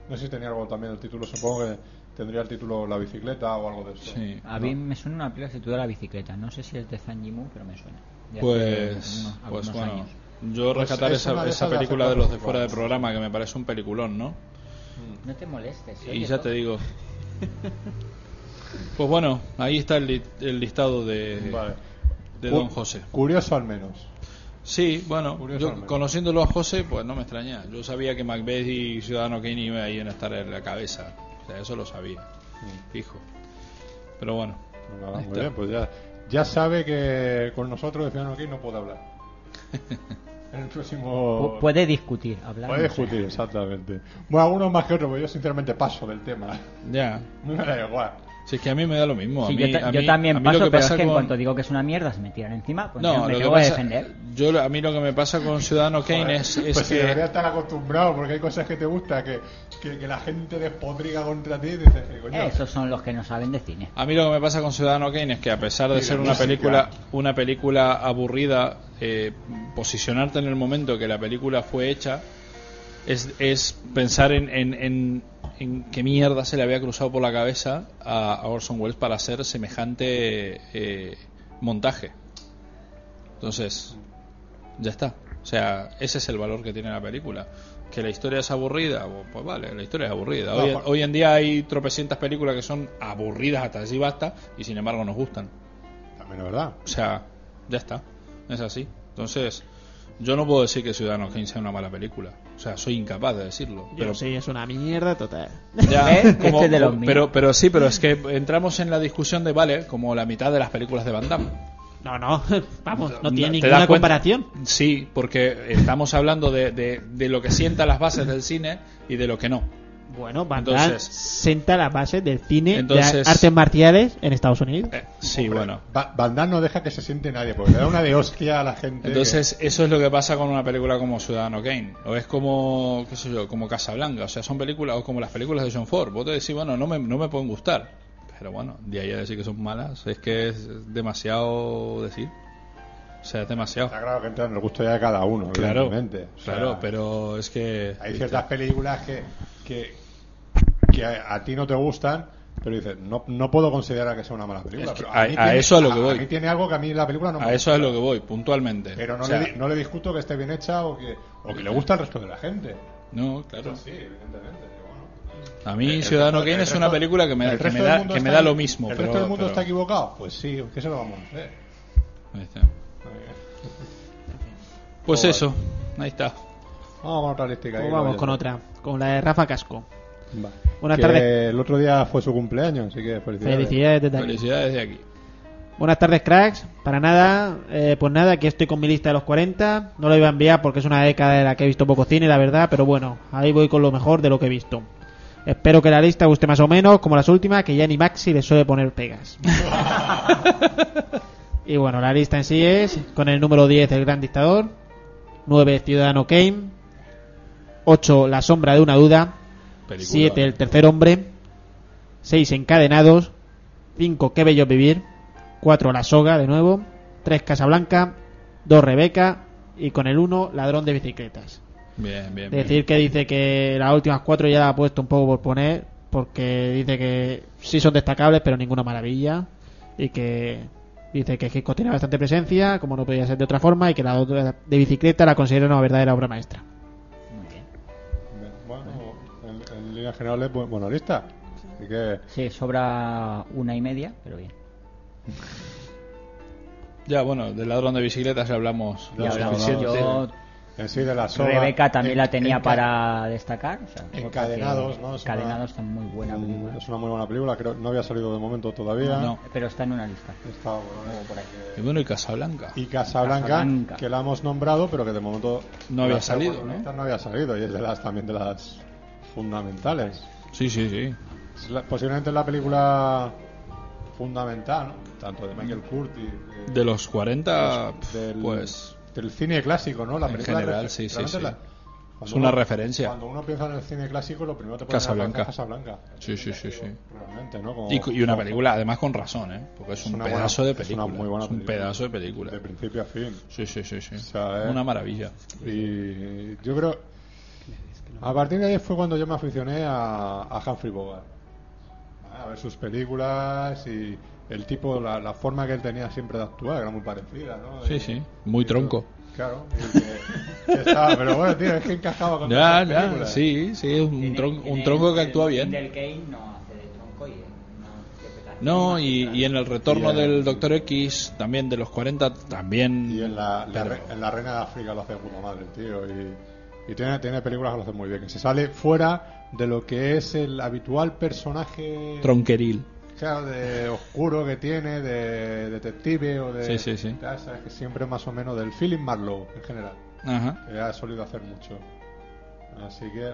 S2: no sé si tenía algo también el título supongo que tendría el título la bicicleta o algo de eso
S6: Sí.
S3: A mí me suena una película que se titula La bicicleta. No sé si es de Zhang Yimou, pero me suena. De hace
S6: Pues,
S3: unos-
S6: pues
S3: algunos
S6: bueno,
S3: años.
S6: yo
S2: Pues
S6: rescatar
S2: es una
S6: esa,
S2: de
S6: esa
S2: esas de hace
S6: película de
S2: cuatro
S6: los
S2: o
S6: de
S2: cinco
S6: fuera de
S2: años.
S6: programa que me parece un peliculón, ¿no?
S3: No te molestes.
S6: Y
S3: oye,
S6: ya
S3: to-
S6: te digo. Pues bueno, ahí está el, li- el listado de,
S2: Vale.
S6: eh, de
S2: Cu-
S6: Don José.
S2: curioso al menos
S6: Sí, bueno,
S2: Curioso,
S6: yo
S2: hombre.
S6: conociéndolo a José, pues no me extraña. Yo sabía que Macbeth y Ciudadano Kane iba- iban a estar en la cabeza. O sea, eso lo sabía, fijo. Pero bueno,
S2: Pues Mm, nada,
S6: Ahí
S2: muy
S6: está.
S2: bien, pues ya ya sabe que con nosotros de Ciudadano aquí no puede hablar en el próximo
S3: Pu- Puede discutir, hablar.
S2: puede
S3: no sé.
S2: discutir exactamente bueno algunos más que otros pero yo sinceramente paso del tema
S6: ya.
S2: me da igual
S6: Si es que a mí me da lo mismo.
S3: Sí,
S6: a mí,
S3: yo, ta-
S6: a
S3: yo
S6: mí- a
S3: también
S6: mí
S3: paso,
S6: lo que
S3: pero
S6: pasa
S3: es que en
S6: con-
S3: cuanto digo que es una mierda se me tiran encima. Pues
S6: No,
S3: me
S6: lo que
S3: tengo que
S6: pasa-
S3: defender.
S6: yo lo- a mí lo que me pasa con Ciudadano Kane es, es
S2: pues si
S6: que
S2: debería estar acostumbrado, porque hay cosas que te gusta, que, que, que la gente despotriga contra ti y dices, "Eh, coño,
S3: Esos son los que no saben de cine.
S6: A mí lo que me pasa con Ciudadano Kane es que a pesar de
S2: Y la
S6: ser una
S2: música.
S6: película, una película aburrida, eh, posicionarte en el momento que la película fue hecha es, es pensar en, en- en- en qué mierda se le había cruzado por la cabeza a, a Orson Welles para hacer semejante eh, montaje. Entonces, ya está. O sea, ese es el valor que tiene la película. que la historia es aburrida, bueno, pues vale, la historia es aburrida.
S2: No,
S6: Hoy,
S2: por-
S6: hoy en día hay tropecientas películas que son aburridas hasta así basta y sin embargo nos gustan.
S2: También es verdad.
S6: O sea, ya está, es así. Entonces, yo no puedo decir que Ciudadano Kane sea una mala película. O sea, soy incapaz de decirlo.
S8: Pero sí, es una mierda total.
S6: Ya, como-
S3: Este es de los míos.
S6: pero, pero sí, pero es que entramos en la discusión de, vale, como la mitad de las películas de Van Damme.
S8: No, no, vamos, no tiene
S6: ¿Te das cuenta?
S8: ninguna comparación.
S6: Sí, porque estamos hablando de, de- de lo que sienta las bases del cine y de lo que no.
S8: Bueno, Van Damme
S6: Entonces,
S8: senta la base del cine
S6: Entonces- Eh,
S8: de artes marciales en Estados Unidos.
S6: sí, bueno.
S2: Ba- Van Damme no deja que se siente nadie, porque le da una de hostia a la gente.
S6: Entonces, eso es lo que pasa con una película como Ciudadano Kane, o es como, qué sé yo, como Casablanca, o sea, son películas, o como las películas de John Ford. Vos te decís, bueno, no me, no me pueden gustar, pero bueno, de ahí a decir que son malas, es que es demasiado decir. O sea, es demasiado.
S2: que- Está claro que entra en el gusto ya de cada uno,
S6: Claro,
S2: evidentemente. O sea,
S6: claro, pero es que.
S2: Hay ciertas películas que, que, que a, a ti no te gustan, pero dices, no, no puedo considerar que sea una mala película.
S6: Es que
S2: pero
S6: a-
S2: mí
S6: a eso es lo que voy.
S2: mí tiene algo que a mí la película no me
S6: A eso es lo que voy, puntualmente.
S2: Pero no,
S6: O sea,
S2: le, di- no le discuto que esté bien hecha o que, o que le gusta al resto de la gente.
S6: No, claro.
S2: Eso sí, evidentemente.
S6: A mí
S2: El
S6: Ciudadano
S2: resto-
S6: Kane
S2: el
S6: es
S2: resto-
S6: una película que me, da-
S2: el
S6: que
S2: resto
S6: me
S2: del
S6: da,
S2: mundo
S6: que me
S2: está
S6: da lo
S2: equi-
S6: mismo.
S2: ¿El
S6: pero-
S2: resto del mundo
S6: pero-
S2: está equivocado? Pues sí, ¿qué se lo vamos a hacer?
S6: Ahí está. Pues
S2: Joder.
S6: eso, ahí está.
S2: Vamos con otra listica.
S8: Pues
S2: que
S8: vamos
S2: vaya.
S8: con otra, con la de Rafa Casco.
S2: Va.
S8: Buenas
S2: Que
S8: tardes.
S2: El otro día fue su cumpleaños, así que felicidades.
S8: Felicidades desde aquí.
S6: Felicidades de aquí.
S8: Buenas tardes, cracks. Para nada, eh, pues nada, aquí estoy con mi lista de los 40. No la iba a enviar porque es una década de la que he visto poco cine, la verdad, pero bueno, ahí voy con lo mejor de lo que he visto. Espero que la lista guste más o menos, como las últimas, que ya ni Maxi le suele poner pegas. y bueno, la lista en sí es, con el número 10, El Gran Dictador, 9, Ciudadano Kane, 8, La Sombra de una Duda,
S6: Película.
S8: 7, El Tercer Hombre, 6, Encadenados, 5, Qué Bello es Vivir, 4 La Soga de nuevo, 3 Casablanca, 2 Rebeca y con el 1 Ladrón de Bicicletas.
S6: Bien, bien. bien.
S8: Decir que dice que las últimas 4 ya las ha puesto un poco por poner porque dice que sí son destacables pero ninguna maravilla y que dice que Hitchcock tiene bastante presencia como no podía ser de otra forma y que la otra de bicicleta la considera una verdadera obra maestra.
S2: Bueno, en, en líneas generales, bu- buena lista. Así que,
S3: Sí, sobra una y media, pero bien.
S6: Ya, bueno, del ladrón de bicicletas ya hablamos.
S2: Ya
S6: lo
S2: hablamos,
S6: suficiente.
S3: Yo,
S2: en sí, de la soga. eh,
S3: Rebeca también la
S2: en-
S3: tenía
S2: enca-
S3: para destacar. o sea, porque
S2: Encadenados, ¿no? Es una-
S3: Encadenados está muy buena película.
S2: Es una muy buena película, creo no había salido de momento todavía.
S6: No.
S3: Pero está en una lista.
S2: Está bueno.
S6: Y bueno, y Casablanca.
S2: Y Casablanca,
S3: Casablanca.
S2: que la hemos nombrado, pero que de momento
S6: No había
S2: la-
S6: salido, ¿no?
S2: esta no había salido y es de las también de las fundamentales.
S6: Sí, sí, sí.
S2: Es la- posiblemente es la película fundamental, ¿no? tanto de Michael Curtis, eh,
S6: De los 40,
S2: del,
S6: pues.
S2: del cine clásico, ¿no? La
S6: en
S2: película
S6: general,
S2: refe-
S6: sí, sí,
S2: realmente
S6: sí.
S2: la-
S6: Es
S2: cuando
S6: una
S2: uno-
S6: referencia.
S2: Cuando uno piensa en el cine clásico, lo primero que te pone
S6: Casablanca.
S2: en la cabeza es Casablanca.
S6: Sí, sí, sí, sí.
S2: Realmente, ¿no? Como-
S6: Y, cu- y una
S2: como-
S6: película, además con razón, ¿eh? Porque es,
S2: Oh. Es
S6: un
S2: una
S6: pedazo
S2: buena-
S6: de película.
S2: Es una muy buena
S6: Es un
S2: película.
S6: pedazo de película.
S2: De principio a fin.
S6: Sí, sí, sí, sí.
S2: O sea, eh,
S6: Una maravilla.
S2: Y yo creo. A partir de ahí fue cuando yo me aficioné a, a Humphrey Bogart. A ver sus películas y el tipo, la, la forma que él tenía siempre de actuar, que era muy parecida, ¿no?
S6: Sí,
S2: Y-
S6: sí. Muy
S2: y todo.
S6: tronco.
S2: Claro. y que- que estaba- pero bueno, tío, es que encajaba con todas
S6: Ya,
S2: esas
S6: ya,
S2: películas.
S6: sí, sí, es un, tron- un tronco que actúa bien.
S3: Del Kane no hace de tronco y eh, no
S6: No, y, y en el retorno
S2: Y en-
S6: del Doctor X, también de los 40, también.
S2: Y en la, la
S6: pero-
S2: re- en la Reina de África lo hace de puta madre, tío. Y, y tiene, tiene películas que lo hacen muy bien. Que se sale fuera de lo que es el habitual personaje.
S6: Tronqueril.
S2: Claro, de oscuro que tiene, de detective o de.
S6: Sí, sí, sí.
S2: Ya sabes que siempre más o menos del Philip Marlowe en general,
S6: Ajá.
S2: que ha solido hacer mucho. Así que.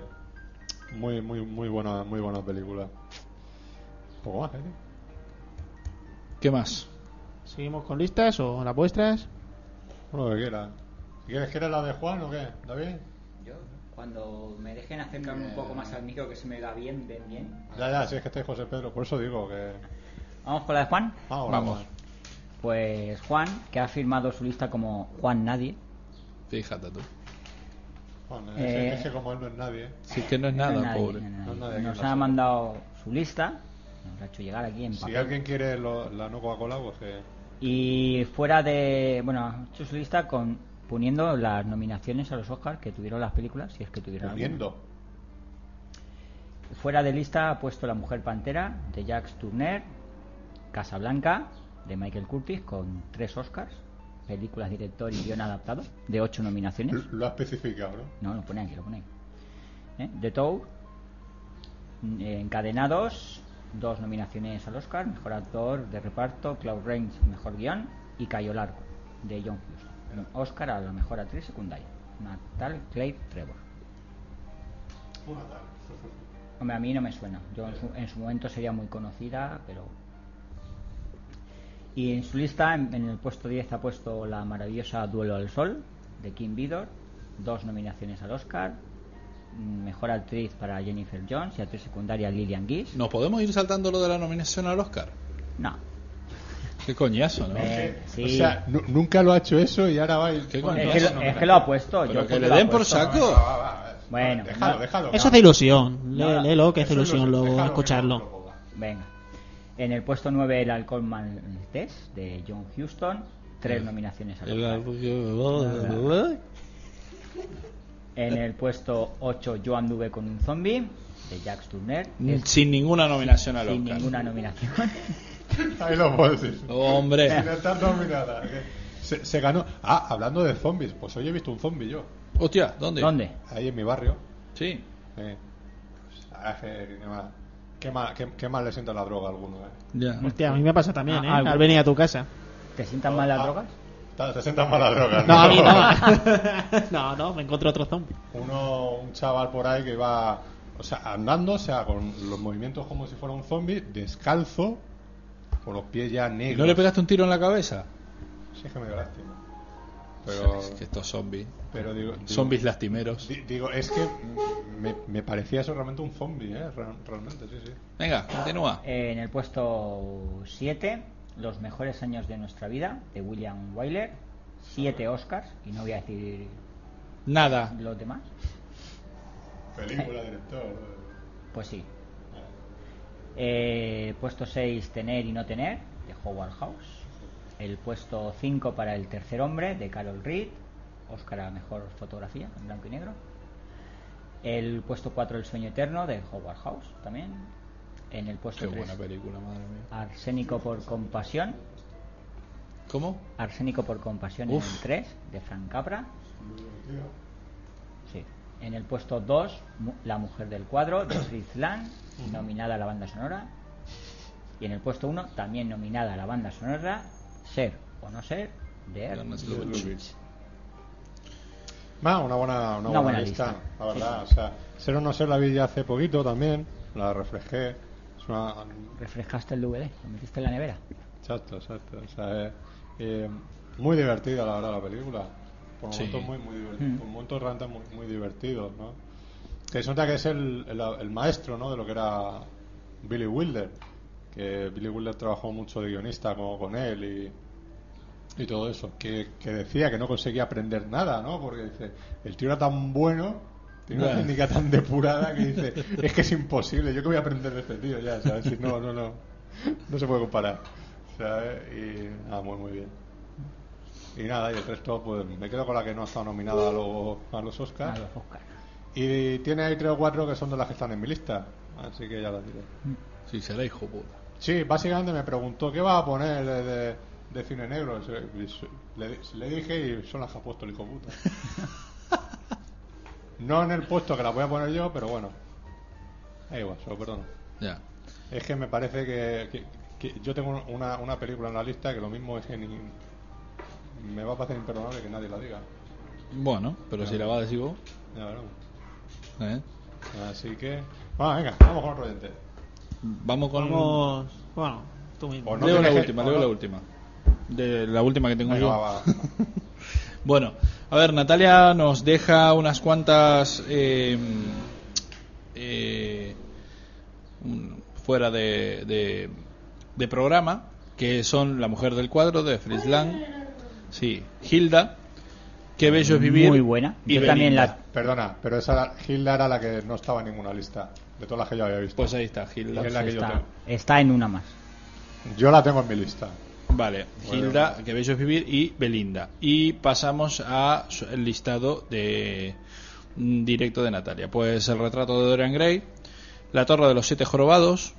S2: Muy, muy, muy buena, muy buena película. Poco más, ¿eh? tío?
S6: ¿Qué más?
S8: ¿Seguimos con listas o las vuestras?
S2: Bueno, lo que quieras. Si quieres que era la de Juan o qué, ¿David?
S3: Yo, cuando me dejen acercarme un poco más al micro, que se me da bien, bien, bien.
S2: Ya, ya, si es que estáis José Pedro, por eso digo que.
S3: Vamos con la de Juan.
S2: Vamos,
S6: Vamos.
S2: vamos.
S3: Pues Juan, que ha firmado su lista como Juan Nadie.
S6: Fíjate tú.
S2: Juan, es,
S3: Eh,
S2: es que como él no es nadie.
S6: Sí, que no es
S3: No
S6: nada,
S3: es nadie,
S6: pobre.
S3: no es nadie.
S2: No es nadie que
S3: Nos
S2: la
S3: ha
S2: suba.
S3: mandado su lista. Nos ha hecho llegar aquí en
S2: Si
S3: papel.
S2: alguien quiere lo- la no Coca-Cola, pues que.
S3: Y fuera de. Bueno, ha hecho su lista con poniendo las nominaciones a los Oscars que tuvieron las películas, si es que tuvieron alguna.
S2: Poniendo.
S3: Fuera de lista ha puesto La Mujer Pantera de Jacques Turner, Casablanca de Michael Curtis con tres Oscars, películas, director y guion adaptado, de ocho nominaciones.
S2: Lo ha especificado, ¿no?
S3: No, lo pone aquí, lo pone ahí. ¿Eh? The Tour, eh, Encadenados, dos nominaciones al Oscar, mejor actor de reparto, Cloud Range, mejor guión, y Cayo Largo, de John Hughes. Oscar a la mejor actriz secundaria, Natal Clay Trevor. Hombre, a mí no me suena. Yo en su, en su momento sería muy conocida, pero. Y en su lista, en, en el puesto 10, ha puesto la maravillosa Duelo al Sol, de Kim Vidor, dos nominaciones al Oscar. Mm, Mejor actriz para Jennifer Jones y actriz secundaria Lillian Gish.
S6: ¿Nos podemos ir saltando lo de la nominación al Oscar?
S3: No.
S6: Qué coñazo, ¿no?
S3: Eh, sí.
S2: O sea, nu- nunca lo ha hecho eso y ahora va y... Ah,
S6: Qué
S3: es,
S6: coñazo.
S3: que lo, es que lo ha puesto.
S6: Pero
S3: yo
S6: que
S3: creo
S6: le
S3: lo ha
S6: den por
S3: puesto.
S6: saco.
S2: Va, va, va.
S3: Bueno,
S2: Déjalo,
S3: no.
S2: déjalo.
S8: Eso hace ilusión.
S3: No,
S8: Lé-
S3: no.
S8: Léelo, que hace
S2: Eso es lo que-
S8: ilusión luego
S2: déjalo,
S8: escucharlo.
S2: déjalo.
S3: Venga. En el puesto 9, el alcohol maltés de John Houston. Tres nominaciones al Oscar.
S6: El-
S3: En el puesto 8, Yo anduve con un zombie de Jack Turner. Es-
S6: Sin ninguna nominación al
S3: sin
S6: Oscar.
S3: ninguna nominación.
S2: Ahí lo puedo decir. Sin
S6: Hombre.
S2: estar nominada. Se, se ganó. Ah, hablando de zombies, pues hoy he visto un zombie yo.
S6: Hostia, ¿dónde?
S3: ¿Dónde?
S2: Ahí en mi barrio.
S6: Sí.
S2: Eh, pues, ah, je, qué mal- qué mal, qué- qué mal le sienta la droga a alguno, eh.
S6: Ya.
S8: Hostia, a mí me pasa también, ¿eh?
S3: Ah, algo.
S8: Al venir a tu casa.
S3: ¿Te sientan mal las
S2: Ah.
S3: drogas?
S2: Ta- Te sientan mal la droga.
S8: No, a mí no. no, no, me encontré otro zombie.
S2: Uno, un chaval por ahí que iba, o sea, andando, o sea, con los movimientos como si fuera un zombie, descalzo, con los pies ya
S6: ¿Y
S2: negros.
S6: no le pegaste un tiro en la cabeza?
S2: Sí, es que me dio lástima. Pero,
S6: Es que estos zombies.
S2: pero digo, digo-
S6: Zombies lastimeros.
S2: di- digo, es que me, me parecía eso realmente un zombie, ¿eh? Real- Realmente, sí, sí.
S6: Venga, continúa.
S3: En el puesto 7, Los mejores años de nuestra vida de William Wyler. Siete Oscars, y no voy a decir
S6: Nada.
S3: los demás.
S2: Película, director.
S3: Pues sí. Eh, puesto 6, Tener y no tener, de Howard House. El puesto 5 para El tercer hombre, de Carol Reed. Oscar a mejor fotografía, en blanco y negro. El puesto 4, El sueño eterno, de Howard House, también. En el
S6: Qué
S3: puesto
S6: buena
S3: 3,
S6: película, madre mía.
S3: Arsénico por compasión.
S6: ¿Cómo?
S3: Arsénico por compasión en
S6: Uf.
S3: el 3, de Frank Capra. Sí. En el puesto 2, La Mujer del Cuadro, de Fritz Lang, nominada a la banda sonora. Y en el puesto 1, también nominada a la banda sonora, Ser o no ser, de Ernst Lubitsch.
S2: Va, una buena, una buena, lista, la verdad. O sea, Cero no sé la vi ya hace poquito también, la reflejé. Es una,
S3: Refrescaste el DVD, lo metiste en la nevera.
S2: Exacto, exacto. O sea, eh, eh, muy divertida, la verdad, la película. Por
S6: Sí.
S2: momentos muy, muy divertido.
S3: Mm.
S2: Por momentos realmente muy, muy divertidos, ¿no? Que se nota que es el, el, el maestro, ¿no? De lo que era Billy Wilder. Que Billy Wilder trabajó mucho de guionista con, con él y, y todo eso, que, que decía que no conseguía aprender nada, ¿no? Porque dice, el tío era tan bueno, tiene una
S6: Bueno.
S2: técnica tan depurada que dice, es que es imposible, yo que voy a aprender de este tío ya, ¿sabes? Y no, no, no, no se puede comparar, ¿sabes? Y nada, muy, muy bien. Y nada, y el resto, pues me quedo con la que no ha estado nominada a los, a los
S3: A
S2: Oscars.
S3: los Oscar.
S2: Y tiene ahí tres o cuatro que son de las que están en mi lista, así que ya las diré.
S6: Sí, será hijo puta.
S2: Sí, básicamente me preguntó qué vas a poner de, de- de cine negro. Y se- Le, di- le dije y son las que ha puesto el hijo puta. No en el puesto que las voy a poner yo, pero bueno. Da igual, se lo perdono.
S6: Ya.
S2: Es que me parece que, que- que yo tengo una, una película en la lista que lo mismo es que ni, me va a parecer imperdonable que nadie la diga.
S6: Bueno, pero si la va a decir vos.
S2: Ya veremos.
S6: ¿eh?
S2: Así que. Bueno, venga, vamos con otro oyente.
S6: Vamos
S8: Mm.
S6: con.
S8: Vamos. Bueno, tú mismo.
S2: O Pues no
S6: leo
S2: te
S6: la
S2: dejes-
S6: última,
S2: o
S6: leo
S2: no-
S6: la última. De la última que tengo
S2: Venga,
S6: yo.
S2: va, va.
S6: Bueno, a ver, Natalia nos deja unas cuantas eh, eh, un- fuera de, de, de programa, que son La Mujer del Cuadro de Fritz Lang, sí, Hilda, Qué Bello es Vivir.
S3: Muy buena.
S6: y
S3: Yo también
S6: Belinda.
S2: Perdona, pero esa Hilda era la que no estaba en ninguna lista. De todas las que yo había visto.
S6: Pues ahí está, Hilda.
S2: Es la que yo
S3: está,
S2: tengo.
S3: está en una más.
S2: Yo la tengo en mi lista.
S6: Vale, Hilda, que veis es vivir, y Belinda. Y pasamos a su- el listado de mm, directo de Natalia. Pues el retrato de Dorian Gray, La Torre de los Siete Jorobados.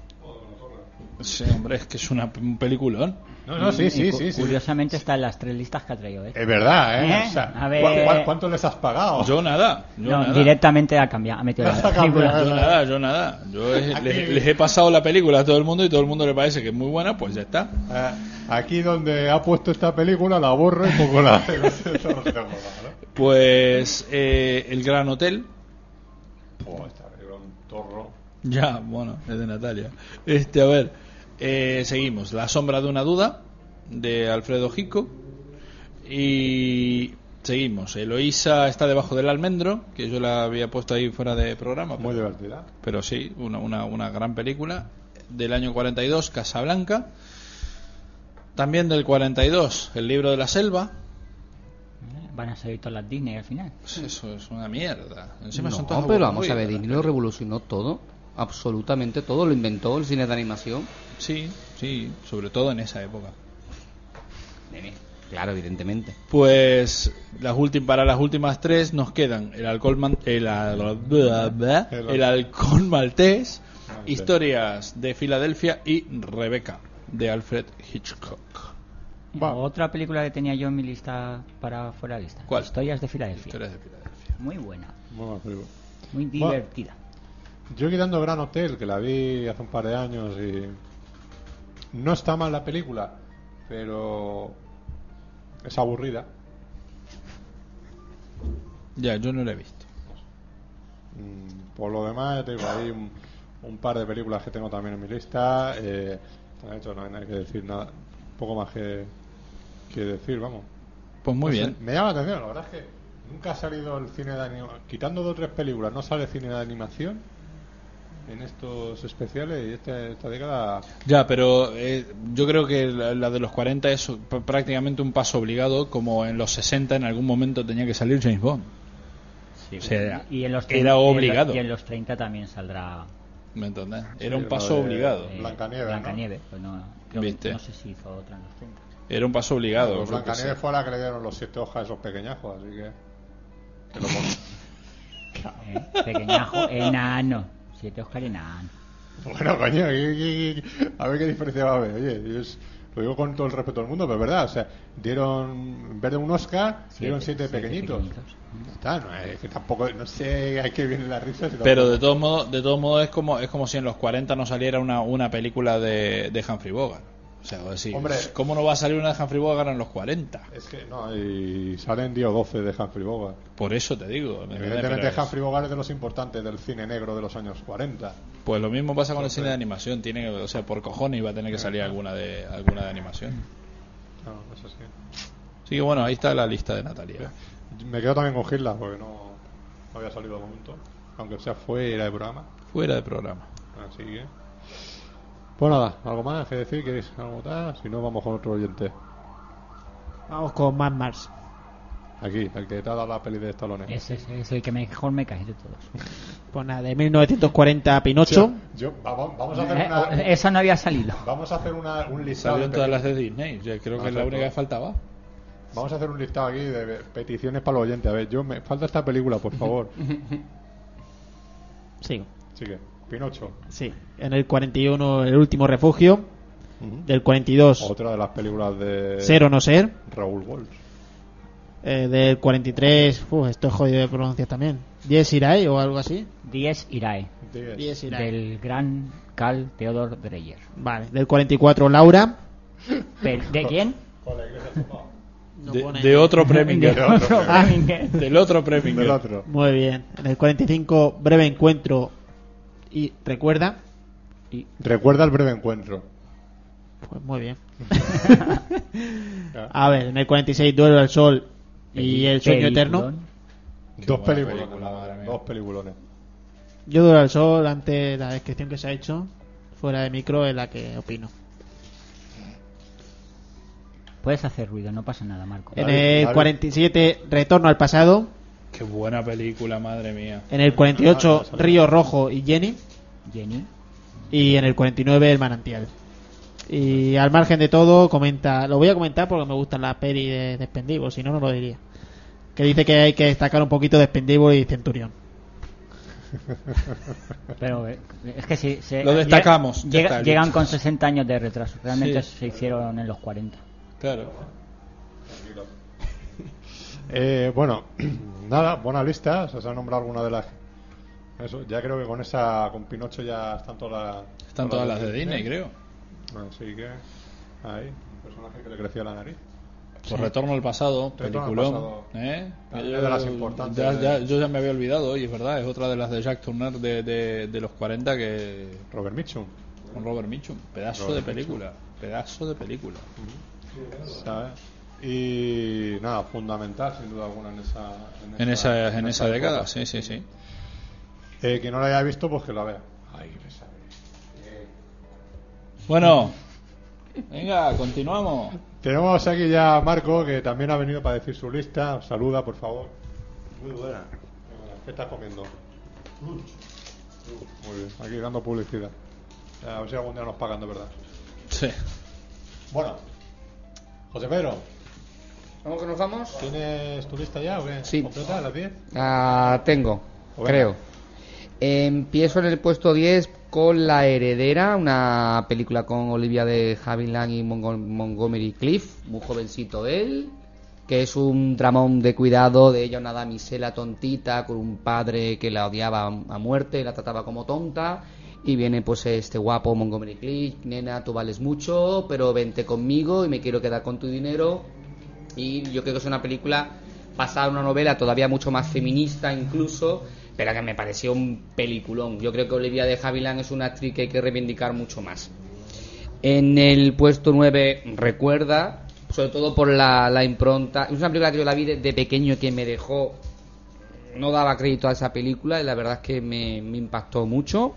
S6: Sí, hombre, es que es una, un peliculón.
S2: No, no, sí,
S3: Y
S2: sí,
S3: cu-
S2: sí. sí.
S3: Curiosamente está en las tres listas que ha traído. ¿eh?
S2: Es verdad, ¿eh? O sea,
S3: a ver,
S2: ¿cu- cu- cuánto les has pagado?
S6: Yo nada. Yo
S3: no,
S6: nada.
S3: directamente ha cambiado, ha metido
S2: Has
S3: la película.
S2: cambiado.
S6: Yo nada, yo nada. Yo es- les, les he pasado la película a todo el mundo y todo el mundo le parece que es muy buena, pues ya está.
S2: Eh, aquí donde ha puesto esta película la borro y poco la.
S6: Pues eh, El Gran Hotel.
S2: Oh, esta película es un torro.
S6: Ya, bueno, es de Natalia. Este, a ver, eh, seguimos. La sombra de una duda, de Alfredo Gico. Y seguimos. Eloísa está debajo del almendro, que yo la había puesto ahí fuera de programa.
S2: Muy divertida.
S6: Pero sí, una, una, una gran película. Del año 42, Casablanca. También del 42, El libro de la selva.
S3: Van a salir todas las Disney al final.
S6: Pues Eso es una mierda. Encima
S11: no,
S6: son todas
S11: pero vamos a ver,
S6: aburridas.
S11: Disney lo revolucionó todo, absolutamente todo, lo inventó el cine de animación.
S6: Sí, sí, sobre todo en esa época.
S11: Claro, evidentemente.
S6: Pues las últimas para las últimas tres nos quedan el alcohol man- el, al- bla, bla,
S2: El-
S6: el alcohol maltés, historias de Filadelfia y Rebeca de Alfred Hitchcock.
S3: Otra película que tenía yo en mi lista para fuera de lista.
S6: ¿Cuál?
S3: Historias de Filadelfia.
S6: Historias de Filadelfia.
S3: Muy buena,
S2: Muy buena película.
S3: muy
S2: Bueno.
S3: divertida.
S2: Yo quitando Gran Hotel, que la vi hace un par de años y. No está mal la película, pero. Es aburrida.
S6: Ya, yo no la he visto.
S2: Mm, Por lo demás, te digo, hay un, un par de películas que tengo también en mi lista. Eh, de hecho, no hay nada que decir nada. Poco más que, que decir, vamos.
S6: Pues muy
S2: No sé,
S6: bien.
S2: me llama la atención, la verdad es que nunca ha salido el cine de animación. Quitando dos o tres películas, no sale cine de animación en estos especiales y este- esta década.
S6: Ya, pero eh, yo creo que la, la de los 40 es pr- prácticamente un paso obligado, como en los 60 en algún momento tenía que salir James Bond. O sea,
S3: y en los 30
S6: era obligado.
S3: Y en los 30 también saldrá
S6: ¿Me entendés? Era un
S2: lo
S6: paso
S2: de
S6: obligado.
S3: eh,
S2: Blancanieves,
S3: Blancanieves, pues no, creo que-
S6: Viste.
S3: no sé si hizo otra en los 30.
S6: Era un paso obligado.
S2: Pues
S6: yo qué sé.
S2: Blancanieves fue a la que le dieron los siete hojas a esos pequeñajos, así que. que lo pongo.
S3: Eh, pequeñajo, enano. Siete Oscar enano.
S2: Bueno, coño, y- y- y- a ver qué diferencia va a haber. Oye, yo es- lo digo con todo el respeto del mundo, pero es verdad. O sea, dieron, en vez de un Oscar, dieron siete, pequeñitos. Ya Está, no, es que tampoco, no sé a qué viene la risa. si
S6: Pero
S2: tampoco-
S6: de todos modos, de todos modos es como es como si en los 40 no saliera una, una película de, de Humphrey Bogart. O sea, o decir,
S2: Hombre.
S6: ¿cómo no va a salir una de Humphrey Bogart en los 40?
S2: Es que no, y salen 10 o 12 de Humphrey Bogart.
S6: Por eso te digo. ¿me entiendes?
S2: Evidentemente,
S6: Pero es-
S2: Humphrey Bogart es de los importantes del cine negro de los años 40.
S6: Pues lo mismo pasa con el cine de animación, tiene que, o sea, por cojones iba a tener que salir alguna de alguna de animación.
S2: No, eso sí.
S6: Así que bueno, ahí está la lista de Natalia.
S2: Me quedo también con Hitler porque no, no había salido de momento, aunque sea fuera de programa.
S6: Fuera de programa.
S2: Así que. Pues nada, ¿algo más que decir? ¿Queréis algo más? Si no, vamos con otro oyente.
S8: Vamos con Mad Mars.
S2: Aquí, el que te ha dado la peli de Stallone.
S3: Ese es, es el que mejor me cae de todos.
S8: Pues nada, de 1940 a Pinocho.
S2: Yo, va- va- vamos a
S3: Eh,
S2: hacer una.
S3: Esa no había salido.
S2: Vamos a hacer una, un listado. de
S6: Salieron todas
S2: peli-
S6: las de Disney, ya creo que es la única que faltaba.
S2: Vamos a hacer un listado aquí de peticiones para los oyentes. A ver, yo me falta esta película, por favor.
S8: Sigo.
S2: Sigue. Pinocho.
S8: Sí. En el 41, El último refugio. Del 42,
S2: Otra de las películas de
S8: Ser o no ser.
S2: Raúl Walsh.
S8: Eh, del 43, uf, esto es jodido de pronunciar también. Yes Irai o algo así.
S3: 10 Irae.
S2: Diez.
S8: Yes Irai.
S3: Del gran Carl Theodor Dreyer.
S8: Vale, del 44 Laura.
S3: Pe-
S6: Oh.
S3: ¿De quién?
S6: De, de otro premio.
S3: Ah, De otro Preminger.
S6: Del otro premio.
S2: Del otro.
S8: Muy bien. En el 45 Breve encuentro y recuerda.
S2: Recuerda el breve encuentro.
S8: Pues muy bien. A ver, en el 46 Duelo al sol y El sueño eterno.
S3: Peliculón.
S2: Dos
S6: buena
S2: películas.
S6: película, madre mía.
S2: dos peliculones.
S8: Yo Duelo al sol ante la descripción que se ha hecho fuera de micro es la que opino.
S3: Puedes hacer ruido, no pasa nada, Marco.
S8: En
S2: Vale,
S8: el
S2: vale.
S8: 47 Retorno al pasado.
S6: Qué buena película, madre mía.
S8: En el 48 Río Rojo y Jenny.
S3: Jenny.
S8: Y en el 49 El manantial. Y al margen de todo, comenta, lo voy a comentar porque me gustan las pelis de, de Expendables, si no, no lo diría. Que dice que hay que destacar un poquito de Expendables y Centurión.
S3: Pero eh, es que si se-
S6: Lo destacamos, ya
S3: llega-
S6: está, listo.
S3: llegan con 60 años de retraso. Realmente
S6: Sí.
S3: se hicieron en los 40.
S6: Claro.
S2: Eh, bueno, nada, buena lista. Se os ha nombrado alguna de las. Eso, ya creo que con esa, con Pinocho ya están todas las.
S6: Están todas las de Disney, creo.
S2: Así que. Ahí, un personaje que le creció la nariz.
S6: Por Retorno al pasado,
S2: Retorno al
S6: peliculón.
S2: pasado.
S6: ¿eh?
S2: Es
S6: Yo-
S2: de las importantes.
S6: ya- ya- yo ya me había olvidado, y es verdad, es otra de las de Jack Turner de, de, de los 40 que.
S2: Robert Mitchum.
S6: Con Robert Mitchum. Pedazo
S2: Robert
S6: de película. Pedazo de película.
S2: ¿sabes? Y nada, fundamental sin duda alguna en esa.
S6: En esa, en esa década,
S2: época.
S6: sí, sí, sí.
S2: Eh, quien no la haya visto, pues que la vea. Ay, que pesado.
S6: Bueno, venga, continuamos.
S2: Tenemos aquí ya a Marco, que también ha venido para decir su lista. Saluda, por favor. Muy buena. ¿Qué estás comiendo? Muy bien, aquí dando publicidad. A ver si algún día nos pagan, de verdad.
S6: Sí.
S2: Bueno, José Pedro,
S11: ¿Cómo que nos vamos?
S2: ¿tienes tu lista ya o qué?
S11: Sí.
S2: ¿Completa a las 10?
S11: Ah, tengo,
S2: Bueno.
S11: creo. Empiezo en el puesto 10 con La Heredera, una película con Olivia de Havilland y Mongo- Montgomery Cliff, muy jovencito él, que es un dramón de cuidado de ella, una damisela tontita, con un padre que la odiaba a muerte, la trataba como tonta, y viene pues este guapo Montgomery Cliff, nena, tú vales mucho, pero vente conmigo y me quiero quedar con tu dinero, y yo creo que es una película pasada a una novela todavía mucho más feminista incluso, pero que me pareció un peliculón. Yo creo que Olivia de Havilland es una actriz que hay que reivindicar mucho más. En el puesto 9, Recuerda, sobre todo por la, la impronta. Es una película que yo la vi de, de pequeño que me dejó. No daba crédito a esa película y la verdad es que me, me impactó mucho.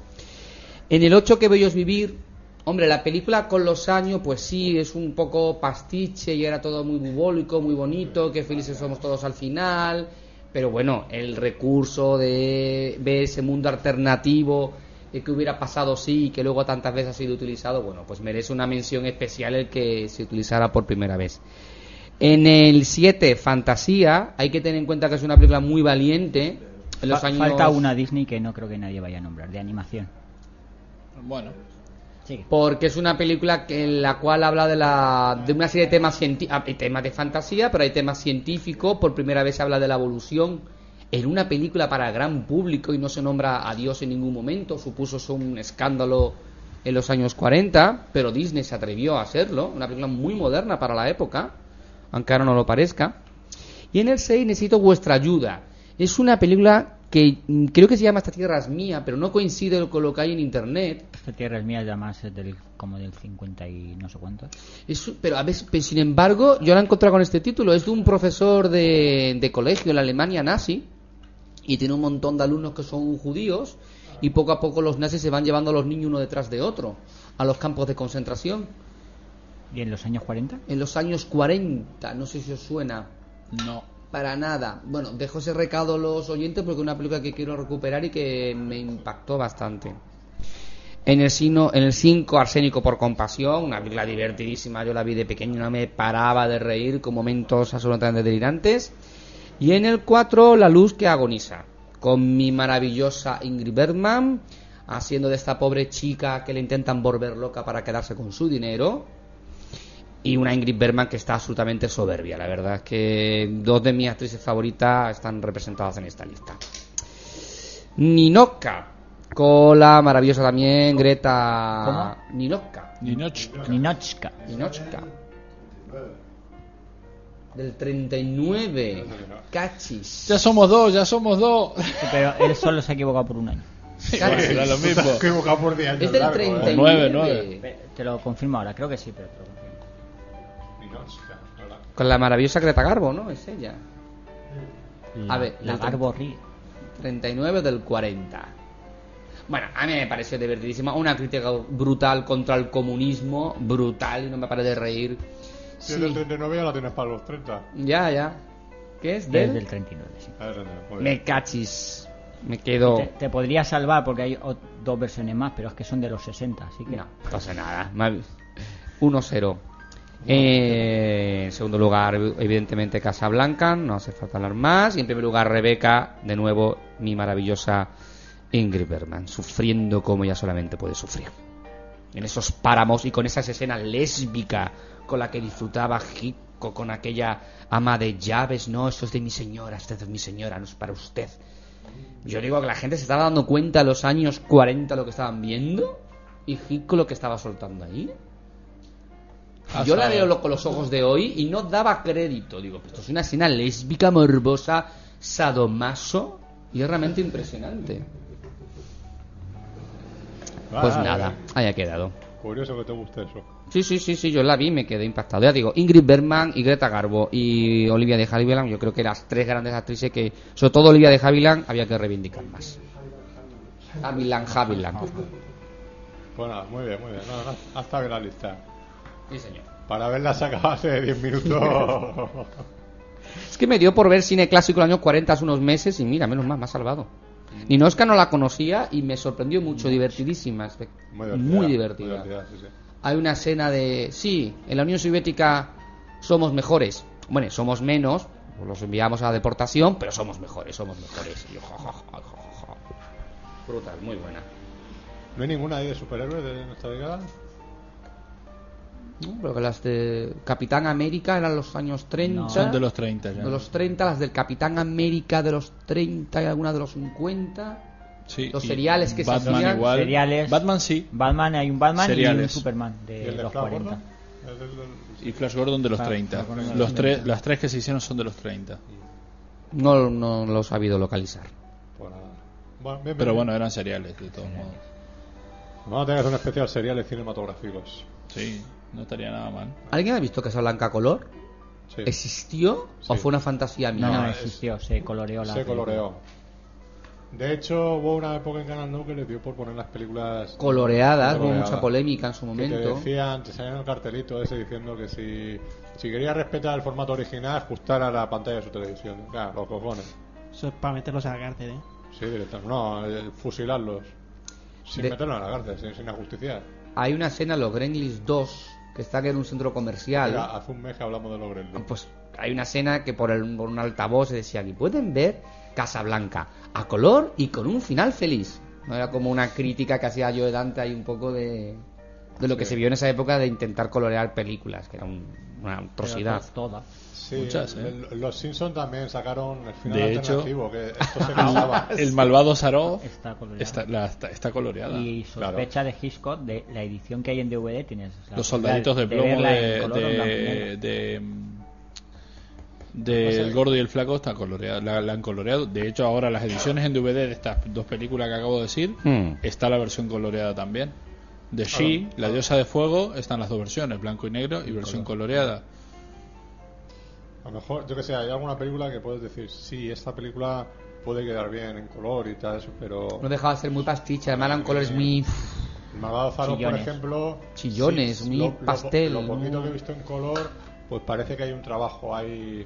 S11: En el 8, Que Bellos Vivir. Hombre, la película con los años, pues sí, es un poco pastiche y era todo muy bubólico, muy bonito, que felices somos todos al final. Pero bueno, el recurso de ver ese mundo alternativo de que hubiera pasado sí y que luego tantas veces ha sido utilizado, bueno, pues merece una mención especial el que se utilizara por primera vez. En el 7, Fantasía, hay que tener en cuenta que es una película muy valiente. En los
S3: Fa-
S11: años...
S3: Falta una Disney que no creo que nadie vaya a nombrar, de animación.
S6: Bueno,
S3: Sigue.
S11: porque es una película que, en la cual habla de, la, de una serie de temas científicos, temas de fantasía, pero hay temas científicos, por primera vez se habla de la evolución en una película para gran público y no se nombra a Dios en ningún momento, supuso eso un escándalo en los años 40, pero Disney se atrevió a hacerlo, una película muy moderna para la época, aunque ahora no lo parezca. Y en el 6 necesito vuestra ayuda. Es una película que mm, creo que se llama Esta Tierra es Mía, pero no coincide con lo que hay en Internet.
S3: Esta tierra es mía ya más es del, como del 50 y no sé cuánto.
S11: Es- pero a veces, pero sin embargo, yo la he encontrado con este título. Es de un profesor de, de colegio en la Alemania nazi y tiene un montón de alumnos que son judíos y poco a poco los nazis se van llevando a los niños uno detrás de otro a los campos de concentración.
S3: ¿Y en los años 40?
S11: En los años 40, no sé si os suena
S6: no.
S11: para nada. Bueno, dejo ese recado a los oyentes porque es una película que quiero recuperar y que me impactó bastante. En el sino, en el 5, Arsénico por compasión, una película divertidísima, yo la vi de pequeño, no me paraba de reír con momentos absolutamente delirantes. Y en el 4, La luz que agoniza, con mi maravillosa Ingrid Bergman, haciendo de esta pobre chica que le intentan volver loca para quedarse con su dinero y una Ingrid Bergman que está absolutamente soberbia. La verdad es que dos de mis actrices favoritas están representadas en esta lista. Ninoka, con la maravillosa también Greta Ninoka.
S6: Ninochka.
S3: Ninochka.
S11: Ninochka. Del 39. Cachis.
S6: Ya somos dos, ya somos dos.
S11: Ah.
S3: Sí, pero él solo se ha equivocado por un año.
S11: Cachis.
S6: Era lo mismo.
S2: Estás equivocado por día.
S11: Es del
S6: O
S11: 39.
S6: nueve, nueve.
S3: Pe- Te lo confirmo ahora, creo que sí, pero te lo confirmo.
S11: Con la maravillosa Greta Garbo, ¿no? Es ella. A ver,
S3: la
S11: del ¿Eh?
S3: Garbo ríe.
S11: 39 del 40. Bueno, a mí me pareció divertidísima. Una crítica brutal contra el comunismo. Brutal, y no me paré de reír.
S2: Si es del
S11: Sí.
S2: 39 ya la tienes para los 30.
S11: Ya, ya. ¿Qué es?
S3: Desde
S11: Del...
S3: el 39, sí.
S2: A ver, 39, muy bien.
S11: Me cachis. Me quedo.
S3: Te, te podría salvar porque hay ot- dos versiones más, pero es que son de los 60, así que...
S11: No, no pasa nada. Mal- 1-0. Eh, en segundo lugar, evidentemente, Casablanca, no hace falta hablar más. Y en primer lugar, Rebeca, de nuevo, mi maravillosa Ingrid Bergman, sufriendo como ya solamente puede sufrir. En esos páramos y con esas escenas lésbica con la que disfrutaba Hitchcock, con aquella ama de llaves, no, esto es de mi señora, esto es de mi señora, no es para usted. Yo digo que la gente se estaba dando cuenta a los años 40 lo que estaban viendo y Hitchcock lo que estaba soltando ahí. Yo la veo lo- con los ojos de hoy y no daba crédito. Digo, esto es una escena lésbica, morbosa, sadomaso y es realmente impresionante. Pues
S2: Vale.
S11: nada, ahí ha quedado.
S2: Ah, eh, Curioso que te guste eso.
S11: Sí, sí, sí, sí, yo la vi y me quedé impactado. Ya digo, Ingrid Bergman y Greta Garbo y Olivia de Havilland, yo creo que las tres grandes actrices que, sobre todo Olivia de Havilland, había que reivindicar más. Havilland, Havilland.
S2: Pues nada, muy bien, muy bien. No, no, ha estado bien la lista.
S11: Sí, señor.
S2: Para verla se acaba hace 10 minutos.
S11: Es que me dio por ver cine clásico los años 40 hace unos meses y mira, menos mal, me ha salvado. Ninoska no la conocía y me sorprendió Mm. mucho, divertidísima. espe- Muy divertida.
S2: muy divertida, sí, sí.
S11: Hay una escena de, sí, en la Unión Soviética somos mejores. Bueno, somos menos, pues los enviamos a la deportación, pero somos mejores, somos mejores. Y yo, jo, jo, jo, jo, jo, jo. Brutal, muy buena.
S2: ¿No hay ninguna ahí de superhéroes de nuestra década?
S11: ¿No? Creo que las de Capitán América eran los años 30.
S6: No, son de los 30 ya.
S11: De los 30, las del Capitán América de los 30 y algunas de los 50.
S6: Sí,
S11: Los
S6: y
S11: seriales que se
S6: Batman
S11: hacían.
S6: igual.
S3: Seriales.
S6: Batman sí.
S3: Batman, hay un Batman y un
S6: Seriales.
S3: Superman
S2: ¿Y
S3: de
S2: el de
S3: Eh, los
S2: Flash
S3: 40.
S2: Gordon? El del- del-
S6: Y Flash Gordon de los
S3: Flash
S6: 30.
S3: Gordon Ah, de los
S6: Los
S3: 30.
S6: tres, las tres que se hicieron son de los 30.
S11: No, no lo he sabido localizar.
S2: Pues nada. Bueno, bien,
S6: Pero
S2: bien,
S6: bueno,
S2: bien.
S6: eran seriales, de todos modos.
S2: Vamos a tener que hacer un especial seriales cinematográficos.
S6: Sí, no estaría nada mal.
S11: ¿Alguien ha visto Casablanca Color?
S2: Sí.
S11: ¿Existió o
S2: Sí.
S11: fue una fantasía mía?
S3: No, no
S2: es-
S3: existió, se coloreó la
S2: se
S3: película.
S2: coloreó. De hecho, hubo una época en Canal No que les dio por poner las películas
S11: Coloreadas, hubo
S2: Coloreadas.
S11: mucha polémica en su
S2: Que te
S11: momento.
S2: decían, te salían el cartelito ese diciendo que si, si quería respetar el formato original, ajustara la pantalla de su televisión. Claro, los cojones.
S8: Eso es para meterlos a la cárcel, ¿eh?
S2: Sí, directamente. No, eh, fusilarlos. Sin
S11: De-
S2: meterlos a la cárcel, sin, sin ajusticiar.
S11: Hay una escena, los Gremlins 2, que está en un centro comercial.
S2: Mira, hace un mes que hablamos de los Gremlins.
S11: Pues hay una escena que por, el- por un altavoz se decía aquí pueden ver Casablanca a color y con un final feliz. No era como una crítica que hacía yo de Dante ahí un poco de, de lo que
S2: Sí.
S11: se vio en esa época de intentar colorear películas, que era un- una
S3: Pero
S11: atrocidad.
S3: todas, todas.
S11: pues,
S2: Sí,
S6: muchas, ¿eh?
S2: el- los Simpsons también sacaron el final
S6: De hecho-
S2: alternativo, que esto se casaba.
S6: El malvado Sarov
S3: Está coloreada.
S6: está, la- está- está coloreada.
S3: Y sospecha de Hitchcock de la edición que hay en DVD tienes. la
S6: Los soldaditos de
S3: posibilidad
S6: plomo
S3: verla en
S6: de,
S3: color o en blanco y negro.
S6: de, de- de
S2: Pasa
S6: El
S2: que-
S6: Gordo y el Flaco está coloreado, la, la han coloreado. De hecho, ahora las ediciones en DVD de estas dos películas que acabo de decir,
S3: Mm.
S11: Hmm.
S6: está la versión coloreada también.
S3: Ah,
S6: De She, La Diosa de Fuego, están las dos versiones, blanco y negro y versión coloreada.
S2: A lo mejor, yo que sé, hay alguna película que puedes decir, sí, esta película puede quedar bien en color y tal, eso, pero...
S11: No dejaba de ser muy pastiche, además eran colores muy...
S2: El Malvado Faro, por
S3: Chillones.
S2: ejemplo...
S11: Chillones, muy
S2: po-
S11: pastel,
S2: Lo, poquito
S11: muy-
S2: que he visto en color, pues parece que hay un trabajo ahí...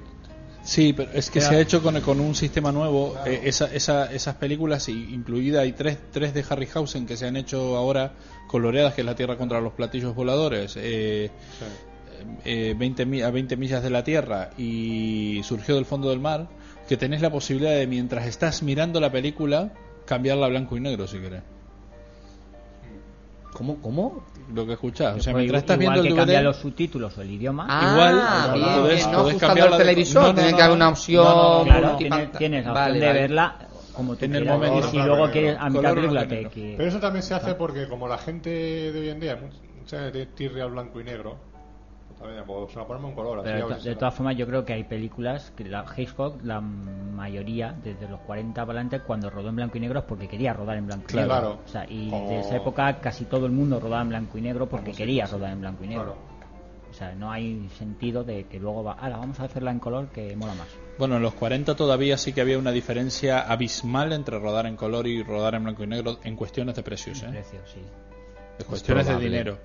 S6: Sí, pero es que
S2: Ya.
S6: se ha hecho con, con un sistema nuevo. eh, esa- esa- esas películas, y- incluida hay tres, tres de Harryhausen que se han hecho ahora coloreadas, que es La Tierra contra los Platillos Voladores, eh,
S2: sí.
S6: eh, 20 mi- a 20 millas de la Tierra y Surgió del Fondo del Mar, que tenés la posibilidad de, mientras estás mirando la película, cambiarla a blanco y negro, si querés.
S11: ¿Cómo? ¿Cómo?
S6: Lo que escuchás. O sea,
S3: Pues
S6: mientras estás
S3: igual
S6: viendo
S3: que
S6: el
S3: cambia
S6: DVD,
S3: los subtítulos o el idioma.
S11: Ah,
S2: igual,
S11: bien,
S2: podés-
S11: bien, no
S2: podés
S11: ajustando
S6: cambiarla
S11: el
S6: de-
S11: televisor,
S6: no, no,
S11: tiene
S6: no,
S11: que haber
S6: no.
S11: una opción...
S6: No, no,
S3: Claro,
S11: multipanta-
S3: tienes, tienes la opción
S11: Vale,
S3: de
S11: vale.
S3: verla como tú
S6: En el
S3: quieras.
S6: momento.
S3: Y si luego
S2: Color,
S3: quieres a mitad
S6: color,
S3: de película
S6: blanco y
S3: te... que-
S2: Pero eso también se hace porque como la gente de hoy en día mu- se le tirre al blanco y negro, pues también pues, se la ponemos en color. así
S3: Pero
S2: a
S3: de,
S2: ver si
S3: de
S2: se la-
S3: todas formas, yo creo que hay películas que la Hitchcock, la mayoría, desde los 40 para adelante, cuando rodó en blanco y negro es porque quería rodar en blanco y
S2: Claro.
S3: negro. O sea, y
S2: Como-
S3: de esa época casi todo el mundo rodaba en blanco y negro porque quería rodar en blanco y negro.
S2: Claro.
S3: O sea, no hay sentido de que luego va, ahora vamos a hacerla en color que mola más.
S6: Bueno, en los 40 todavía sí que había una diferencia abismal entre rodar en color y rodar en blanco y negro en cuestiones de precios, ¿eh?
S3: Precio, sí.
S6: En cuestiones de
S11: probable.
S6: dinero.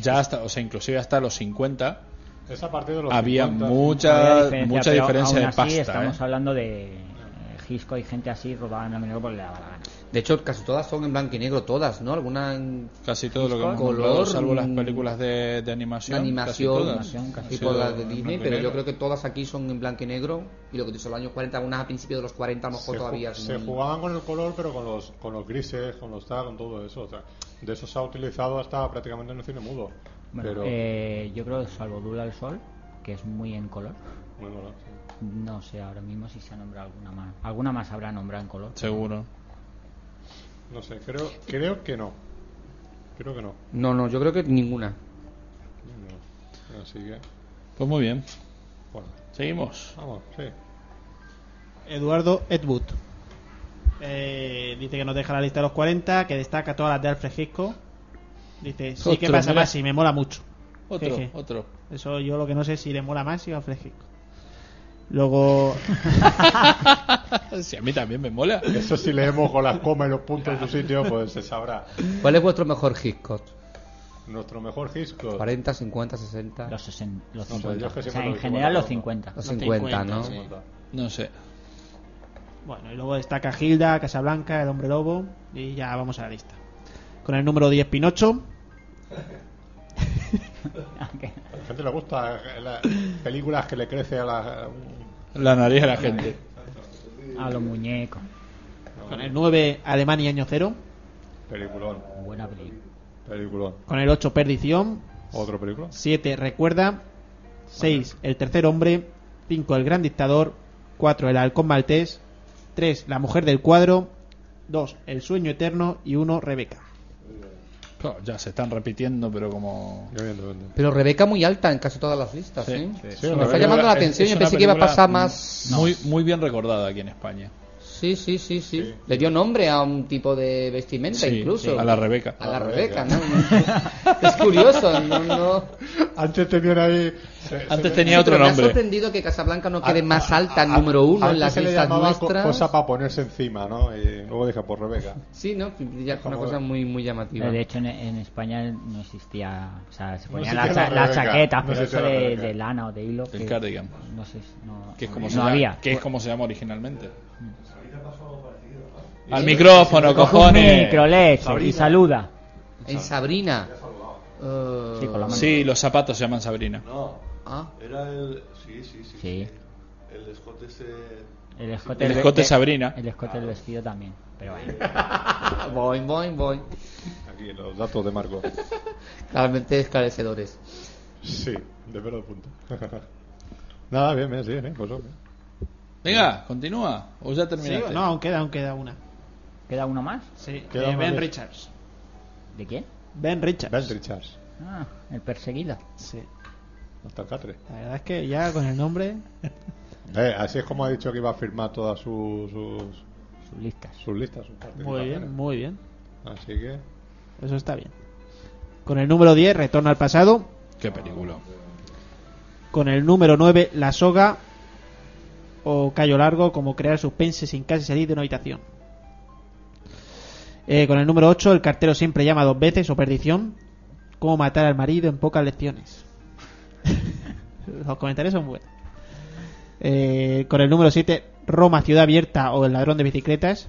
S6: Ya hasta, o sea, inclusive hasta los 50
S2: Es a partir de los
S6: había
S2: 50.
S6: mucha
S3: Había
S6: mucha
S3: pero
S6: diferencia
S3: aún
S6: de
S3: así
S6: pasta,
S3: Estamos
S6: ¿eh?
S3: hablando de eh, Hitchcock y gente así rodaban a menudo porque le daba la gana.
S11: De hecho, casi todas son en blanco y negro, todas, ¿no? Alguna en
S6: Casi todo lo que hemos
S11: Color,
S6: nombrado, salvo las
S11: mm,
S6: películas de, de animación.
S11: animación,
S6: casi todas. Han
S11: tipo
S6: sido
S11: las de
S6: en
S11: Disney,
S6: blanco y
S11: pero yo
S6: negro.
S11: creo que todas aquí son en blanco y negro. Y lo que te hizo los años 40, algunas a principios de los 40, a lo mejor
S2: se, ju-
S11: todavía es
S2: se
S11: muy-
S2: jugaban con el color, pero con los, con los grises, con los tal, con todo eso. o sea, de eso se ha utilizado hasta prácticamente en el cine mudo.
S3: Bueno,
S2: pero
S3: eh, yo creo que salvo Dura al Sol, que es muy en color.
S2: muy bueno, sí.
S3: No sé ahora mismo si se ha nombrado alguna más. Alguna más habrá nombrado en color.
S6: Seguro.
S2: No sé, creo, creo que no. Creo que no.
S11: No, no, yo creo que ninguna.
S2: No. Así que,
S6: Pues muy bien.
S2: bueno,
S6: Seguimos.
S2: vamos, sí.
S8: Eduardo Edwood. Eh, dice que nos deja la lista de los 40, que destaca todas las de Alfred Hitchcock. Dice, sí, que
S6: Otro,
S8: pasa
S6: mira.
S8: más? Sí, me mola mucho.
S6: Otro,
S8: Jeje.
S6: otro.
S8: Eso yo lo que no sé es si le mola más si a Alfred Hitchcock. Luego,
S6: Si Ah, a mí también me mola.
S2: Eso si leemos con las comas y los puntos en su sitio, pues se sabrá.
S11: ¿Cuál es vuestro mejor Hitchcock?
S2: Nuestro mejor Hitchcock.
S11: 40, 50, 60.
S3: Los, sesen- los
S2: No sé,
S3: 50.
S2: yo es que
S3: o sea,
S2: siempre
S3: en
S2: lo digo,
S3: general
S2: la
S3: los
S2: verdad.
S3: 50.
S11: Los
S8: No
S11: 50, ¿no?
S8: sí.
S6: No sé.
S8: bueno, y luego destaca Hilda, Casablanca, El Hombre Lobo. Y ya vamos a la lista. Con el número 10, Pinocho.
S2: A la gente le gusta eh, las películas que le crece a la.
S6: La nariz de la gente.
S3: A los muñecos.
S8: Con el 9, Alemania Año Cero.
S2: Peliculón.
S3: Buena película.
S2: Peliculón.
S8: Con el 8, Perdición.
S2: ¿Otro película?
S8: 7, Recuerda. 6, El Tercer Hombre. 5, El Gran Dictador. 4, El Halcón Maltés. 3, La Mujer del Cuadro. 2, El Sueño Eterno. Y 1, Rebeca.
S6: Oh, ya se están repitiendo, pero como.
S2: Yo viendo, viendo.
S11: Pero Rebeca muy alta en casi todas las listas,
S6: Sí,
S11: ¿eh?
S6: sí.
S2: Sí,
S11: Me
S2: una
S11: está
S2: película-
S11: llamando la
S6: es-
S11: atención,
S6: es
S11: yo
S6: una
S11: pensé que iba a
S6: película
S11: pasar más...
S6: Muy, muy bien recordada aquí en España.
S11: Sí, sí, sí, sí, Le dio nombre a un tipo de vestimenta
S6: Sí,
S11: incluso.
S6: sí, a la Rebeca.
S11: A la Rebeca, ¿no? es curioso, no, no.
S2: Antes tenían ahí. se-
S6: Antes
S2: se-
S6: tenía
S11: Sí,
S6: otro
S11: pero Me ha
S6: nombre.
S11: sorprendido que Casablanca no quede
S2: a-
S11: más
S2: a-
S11: alta,
S2: a-
S11: número uno
S2: antes
S11: en las
S2: se le
S11: listas
S2: llamaba co-
S11: nuestras.
S2: cosa para ponerse encima, ¿no? Y luego dije, por Rebeca.
S11: Sí, ¿no? Ya es una
S2: Como-
S11: cosa muy, muy
S8: Eh,
S11: llamativa.
S3: De hecho, en, en España no existía. O sea, se
S2: No
S3: ponían las,
S2: existía la
S3: las
S2: rebeca,
S3: chaquetas,
S2: no
S3: pero eso
S2: existía la
S3: de,
S2: rebeca.
S3: de lana o de hilo.
S6: El
S3: que-
S6: cardigan.
S3: No sé. si- No,
S6: Que es como,
S3: no
S6: se,
S3: había.
S6: llama, que es como se llama originalmente.
S11: Y
S6: Al
S11: sí,
S6: micrófono,
S3: Coge un
S6: cojones.
S3: micro, léese y saluda.
S11: En Sabrina. eh,
S3: Sí, con la mano.
S6: Sí, los zapatos se llaman Sabrina.
S12: No,
S11: ah,
S12: era el. Sí, sí, sí.
S3: Sí.
S12: El escote ese.
S3: El escote,
S6: El
S3: del-
S6: escote
S3: de-
S6: Sabrina.
S3: El escote del vestido también. Pero bueno.
S11: ah, voy, voy, voy.
S2: Aquí los datos de Marco.
S11: Claramente esclarecedores.
S2: Sí, de pelo de punto. Nada, bien, bien, sí, ¿eh? Pues hombre.
S6: Venga, continúa. O ya
S8: Sí,
S6: terminaste.
S8: no, aún queda, aún queda una.
S3: ¿Queda uno más?
S8: Sí,
S2: Queda
S8: eh,
S2: una
S8: Ben
S2: lista.
S8: Richards.
S3: ¿De quién?
S8: Ben Richards.
S2: Ben Richards.
S3: Ah, el perseguido.
S8: Sí.
S2: Hasta el catre.
S8: La verdad es que ya con el nombre.
S2: Eh, así es como ha dicho que iba a firmar todas sus, sus,
S3: Sus listas.
S2: sus listas. sus participaciones.
S8: Muy bien, muy bien.
S2: Así que.
S8: Eso está bien. Con el número 10, Retorno al pasado.
S6: Qué película.
S8: Con el número 9, La soga. O Callo largo, como crear suspense sin casi salir de una habitación. Eh, con el número 8, El cartero siempre llama dos veces o perdición. Cómo matar al marido en pocas lecciones. Los comentarios son buenos. Eh, con el número 7, Roma, ciudad abierta o el ladrón de bicicletas.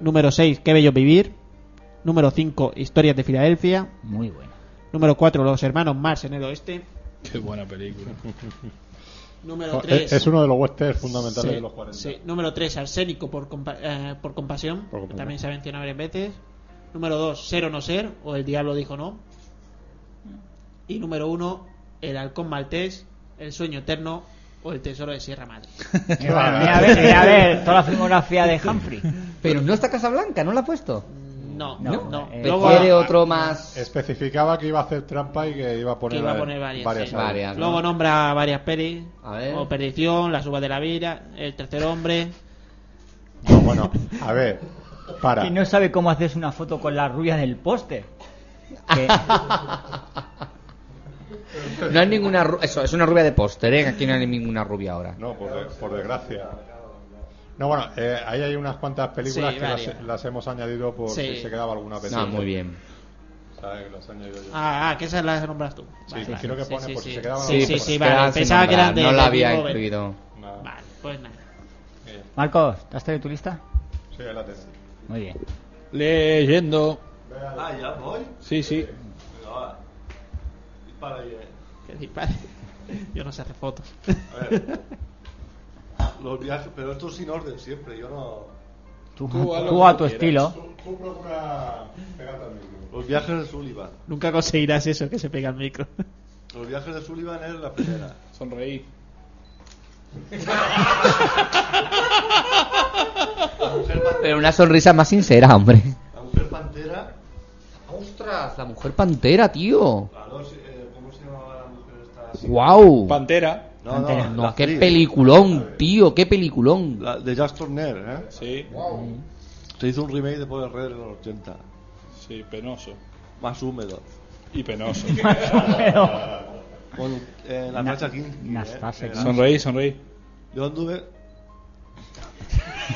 S8: Número 6, Qué bello vivir. Número 5, Historias de Filadelfia.
S3: Muy buena.
S8: Número 4, Los hermanos Mars en el oeste.
S6: Qué buena película.
S8: Número
S2: Es,
S8: 3,
S2: es uno de los westerns fundamentales de los 40.
S8: Número 3, Arsénico por, compa- eh, por compasión.
S2: Por compasión.
S8: También se ha mencionado varias veces. Número 2, Ser o no ser o El diablo dijo no. Y número 1, El halcón maltés, El sueño eterno o El tesoro de Sierra Madre.
S3: Eh, bueno, mira, a ver, mira, a ver, toda la filmografía de Humphrey.
S11: Pero no está Casablanca, ¿no la ha puesto?
S8: No, no,
S3: No,
S8: no.
S3: eh,
S11: Pero
S8: Luego-
S11: quiere
S2: Ah,
S11: otro más...
S2: Especificaba que iba a hacer trampa y que iba a poner,
S8: que iba a
S2: la-
S8: poner varias. sí.
S2: ahí.
S11: Varias.
S8: Luego
S11: ¿no?
S8: nombra varias pelis.
S11: A ver.
S8: Como Perdición, Las uvas de la vida, El tercer hombre.
S2: No, bueno, a ver. Para.
S3: Que no sabe cómo haces una foto con la rubia del póster. Que-
S11: No hay ninguna ru- Eso, es una rubia de póster, ¿eh? Aquí no hay ninguna rubia ahora.
S2: No, por, de- por desgracia. No, bueno, eh, ahí hay unas cuantas películas
S8: Sí,
S2: que las,
S8: varias.
S2: las hemos añadido por
S8: Sí.
S2: si se quedaba alguna vez.
S11: Ah, muy bien.
S2: ¿Sabes? Las he añadido yo.
S8: Ah, ah, que esas las nombras tú.
S2: Sí, que quiero que pone por si se quedaba
S8: Sí,
S2: alguna
S8: sí,
S2: vez.
S8: sí,
S11: pues
S8: vale.
S11: quedarse
S8: Pensaba que eran de ¿eh?
S11: nombrada, No la
S8: David
S11: había
S8: Bowie.
S11: incluido.
S2: Nada.
S8: Vale, pues nada.
S3: Marcos, ¿te has traído tu lista?
S13: Sí, la tengo.
S3: Muy bien.
S6: Leyendo.
S2: Ah, ya voy.
S6: Sí, sí.
S2: Venga, va. Dispara ahí, eh.
S8: Que dispare. Yo no sé hacer fotos.
S2: A ver. Los viajes, pero esto es sin orden siempre, yo no.
S3: Tú,
S2: Tú haz lo
S3: tú
S2: que
S3: a tu
S2: quieras.
S3: estilo.
S13: Tú procura pegarte al micro.
S2: Los viajes de Sullivan.
S8: Nunca conseguirás eso que se pega al micro.
S2: Los viajes de Sullivan es la primera.
S6: Sonreí.
S11: Pero una sonrisa más sincera, hombre.
S2: La mujer pantera.
S11: ¡Ostras! La Mujer pantera, tío.
S2: Claro, sí, eh, ¿Cómo se llamaba la mujer esta?
S11: ¡Guau!
S6: Pantera.
S2: No, no,
S11: Pantera.
S2: la
S11: qué
S2: actriz.
S11: peliculón, tío, qué peliculón.
S2: La de Jacques Turner, ¿eh?
S6: Sí.
S2: Se hizo un remake de Poder Red en los 80.
S6: Sí, penoso.
S2: Más húmedo.
S6: Y penoso.
S2: Con eh, la
S3: Na-
S2: marcha Kinski.
S3: Nastasia
S2: eh,
S3: Kinski.
S6: sonreí, sonreí.
S2: Yo anduve.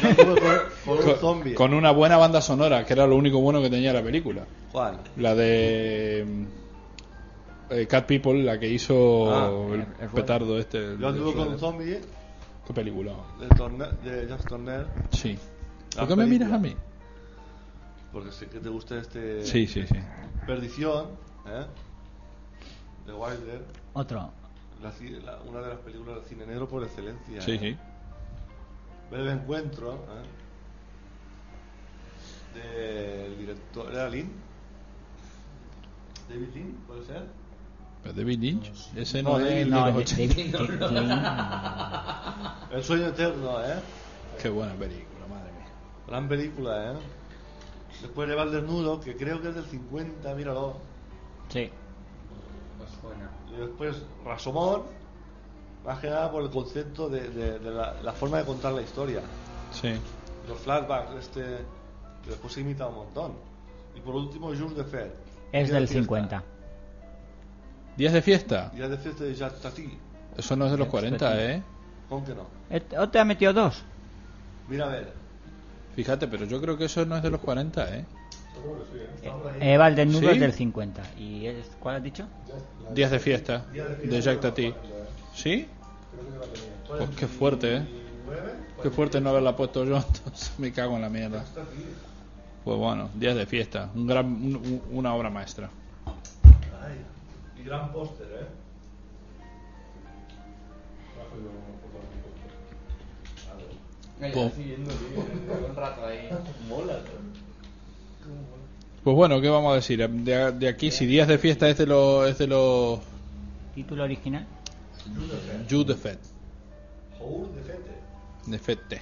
S2: Yo anduve con, con un zombie.
S6: con una buena banda sonora, que era lo único bueno que tenía la película.
S2: Juan.
S6: La de mm, eh, Cat People, la que hizo
S2: Ah,
S6: el,
S2: el- el
S6: petardo este. el-
S2: Yo anduve
S6: el-
S2: con un zombie
S6: Qué película.
S2: de, Turner- de Jacques Turner.
S6: Sí.
S2: La
S6: ¿Por qué me
S2: película.
S6: miras a mí?
S2: Porque sé que te gusta este.
S6: Sí, sí, sí.
S2: Perdición, ¿eh? De Wilder.
S3: Otro.
S2: La ci- la- una de las películas de cine negro por excelencia.
S6: Sí,
S2: ¿eh?
S6: sí.
S2: Breve encuentro, ¿eh? Del director. ¿Era Lynn? ¿David Lynn? ¿Puede ser?
S6: ¿Pero David Lynch? Ese
S2: No,
S6: no, es
S2: David
S6: el
S2: Lynch.
S6: de
S2: No,
S6: los 80.
S2: El sueño eterno, ¿eh?
S6: Qué buena película, madre mía.
S2: Gran película, ¿eh? Después le va el desnudo, que creo que es del 50, míralo.
S3: Sí.
S2: Y después Rasomón, más que nada por el concepto de, de- de la, la forma de contar la historia.
S6: Sí.
S2: Los flashbacks, este. que Después se imita un montón. Y por último, Jules de Fer.
S3: Es del 50.
S6: ¿Días de fiesta?
S2: Ya de fiesta de Jacques Tati.
S6: Eso no es de los
S3: Días de
S6: 40,
S3: fiesta.
S6: ¿eh?
S2: ¿Con que no?
S3: Este- ¿O te ha metido dos?
S2: Mira a ver.
S6: Fíjate, pero yo creo que eso no es de los 40, ¿eh?
S13: Seguro que sí, ¿eh? Está por ahí.
S3: Eva, el desnudo
S6: ¿Sí?
S3: es del 50. ¿Y es, cuál has dicho?
S6: Días de fiesta,
S2: Días de
S6: de Jack Tati. ¿Sí? Pues qué fuerte, ¿eh? Qué fuerte no haberla puesto yo, entonces me cago en la mierda. Pues bueno, días de fiesta, un gran, un- un- una obra maestra.
S2: Ay, y gran póster, ¿eh?
S6: Pues,
S11: Un rato ahí.
S2: Mola,
S6: pues bueno, ¿qué vamos a decir? De, de aquí, si días de fiesta es de los... Es de los
S3: ¿Título original?
S6: You de Fed.
S2: Jour de Fete.
S6: De Fete.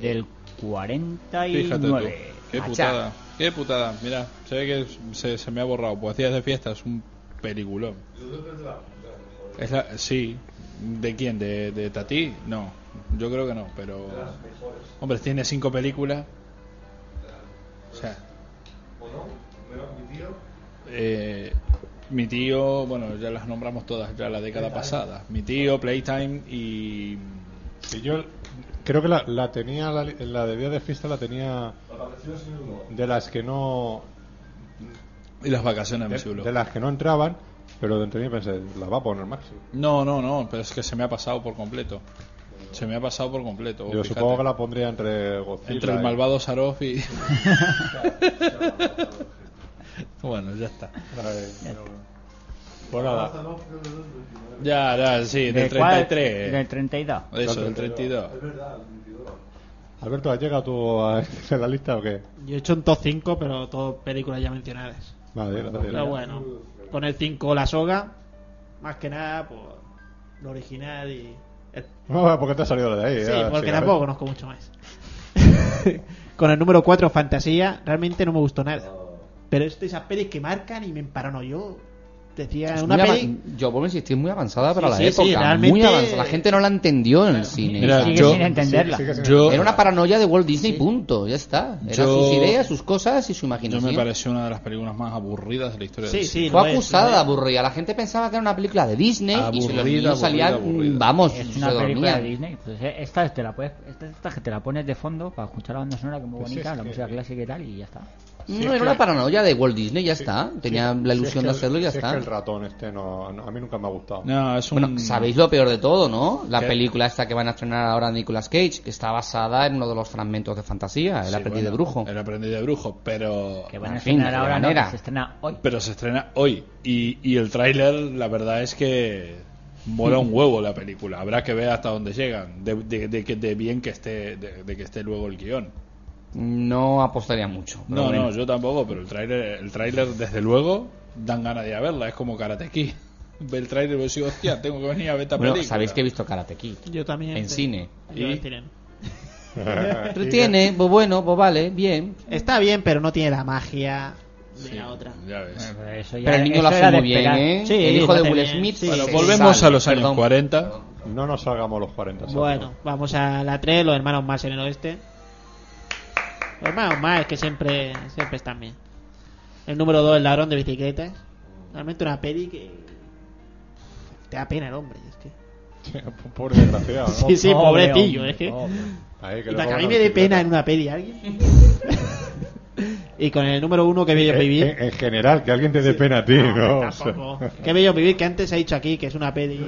S3: Del
S6: Fíjate tú.
S3: 49.
S6: Qué
S11: Macha.
S6: putada. Qué putada. Mira, se ve que se, se me ha borrado. Pues días de fiesta es un peliculón. Es la, sí. ¿De quién? ¿De, de Tati? No. Yo creo que no, pero... Hombre, tiene cinco películas. O sea,
S2: ¿O no? Bueno, mi tío.
S6: eh, mi tío, bueno, ya las nombramos todas, ya la década pasada. Mi tío, Playtime y...
S13: Sí, yo creo que la, la tenía, la, li- la de día de fiesta la tenía de las que no,
S6: Y las vacaciones, mi
S13: de,
S6: chulo.
S13: de las que no entraban, pero dentro de mí pensé, la va a poner máximo.
S6: No, no, no, pero es que se me ha pasado por completo. Se me ha pasado por completo.
S13: Yo
S6: Oh, fíjate.
S13: supongo que la pondría entre Godzilla
S6: Entre el
S13: y-
S6: malvado Sarov y. bueno, ya está.
S13: la de- Pues nada,
S6: Ya, ya, sí, del
S3: ¿De cuál?
S6: 33.
S3: Del 32.
S6: Eso, del 32.
S13: Alberto, ¿has llegado tú a a la lista o qué?
S8: Yo he hecho un top 5, pero todas películas ya mencionadas.
S13: Vale, la
S8: Pero bueno, con el 5 la soga, más que nada, pues lo original y. el-
S13: No, porque te ha salido la de ahí.
S8: Sí,
S13: ya,
S8: porque
S13: sí, a ver.
S8: tampoco conozco mucho más. con el número 4, Fantasía, realmente no me gustó nada. Pero es de esas pelis que marcan y me emparano yo. Decía,
S11: Es
S8: una
S11: muy
S8: peli.
S11: avan- Yo vuelvo a insistir, muy avanzada para
S8: Sí,
S11: la
S8: sí, sí,
S11: época. muy
S8: realmente-
S11: avanzada. La gente no la entendió en el cine.
S6: Mira,
S11: O sea,
S3: Sigue
S6: yo-
S3: sin entenderla.
S13: Sí, sí, sí, sí.
S6: Yo,
S11: Era una paranoia de Walt Disney, punto. Ya está. Era
S6: Yo-
S11: sus ideas, sus cosas y su
S6: yo
S11: imaginación.
S6: me pareció una de las películas más aburridas de la historia
S8: Sí,
S6: del
S8: sí,
S6: cine.
S8: lo
S11: Fue
S8: es,
S11: acusada
S8: lo
S11: de
S8: es.
S11: aburrida. La gente pensaba que era una película de Disney y si
S6: Aburrida,
S11: los niños salían,
S6: aburrida, aburrida.
S11: vamos,
S3: Es
S11: se
S3: una película de
S11: dormían.
S3: Disney. Pues, eh, esta, te la puedes, esta, esta que te la pones de fondo para escuchar la banda sonora que es muy
S13: Pues
S3: bonita,
S13: es
S3: la
S13: que-
S3: música clásica y tal, y ya está.
S11: no, era una paranoia de Walt Disney, ya está. Tenía la ilusión de hacerlo y ya está.
S2: el ratón este no, no- a mí nunca me ha gustado.
S11: Bueno, sabéis lo peor de todo, ¿no? La película esta que van a estrenar ahora de Nicolas Cage, que está basada en uno de los fragmentos de fantasía, El
S6: Sí,
S11: aprendiz
S6: bueno,
S11: de brujo.
S6: El aprendiz de brujo, pero.
S11: Que van a En fin, estrenar de ahora, no, manera. que se
S3: estrena hoy.
S6: Pero se estrena hoy. Y, y el tráiler, la verdad es que. Mola un huevo la película. Habrá que ver hasta dónde llegan. De, de- de que- de bien que esté, de, de que esté luego el guión.
S11: No apostaría mucho. pero
S6: No,
S11: bueno.
S6: no, yo tampoco, pero el tráiler, el tráiler desde luego, dan ganas de ir a verla. Es como Karate Kid. Ve el tráiler y decís, hostia, tengo que venir a ver esta
S11: Bueno,
S6: película.
S11: sabéis que he visto Karate Kid.
S8: Yo también.
S11: En cine.
S8: Yo
S6: ¿Y?
S8: en cine.
S11: Entretiene, pues bueno, pues vale, bien.
S8: Está bien, pero no tiene la magia.
S11: Sí,
S8: otra.
S6: Ya ves.
S3: pues Eso
S11: Pero el niño
S3: eso
S11: lo hace
S3: era de
S11: muy bien,
S3: esperar.
S11: ¿eh?
S8: Sí,
S11: el hijo
S8: lo
S11: de
S8: hace
S11: Will
S8: bien,
S11: Smith.
S8: sí.
S11: se
S6: Bueno, volvemos
S11: sale,
S6: a los años
S11: perdón.
S6: 40.
S2: No nos salgamos los 40.
S8: Bueno, vamos a la 3, los hermanos más en el oeste. Los hermanos más que siempre, siempre están bien. El número 2, el ladrón de bicicletas. Realmente una peli que. Te da pena el hombre. Es que...
S2: Pobre desgraciado. ¿no?
S8: Sí, sí,
S3: Pobre
S8: pobrecillo.
S3: hombre,
S8: es que...
S3: pobre.
S2: Ahí, que le
S8: Y para que
S2: pongan
S8: a mí
S2: la
S8: me dé
S2: bicicleta.
S8: pena en una peli a alguien. y con el número 1, que bello es
S2: En,
S8: vivir.
S2: Eh, en- en general, que alguien te dé pena a ti, eh, ¿no? O sea,
S8: Tampoco. Qué bello vivir, que antes se ha dicho aquí que es una peli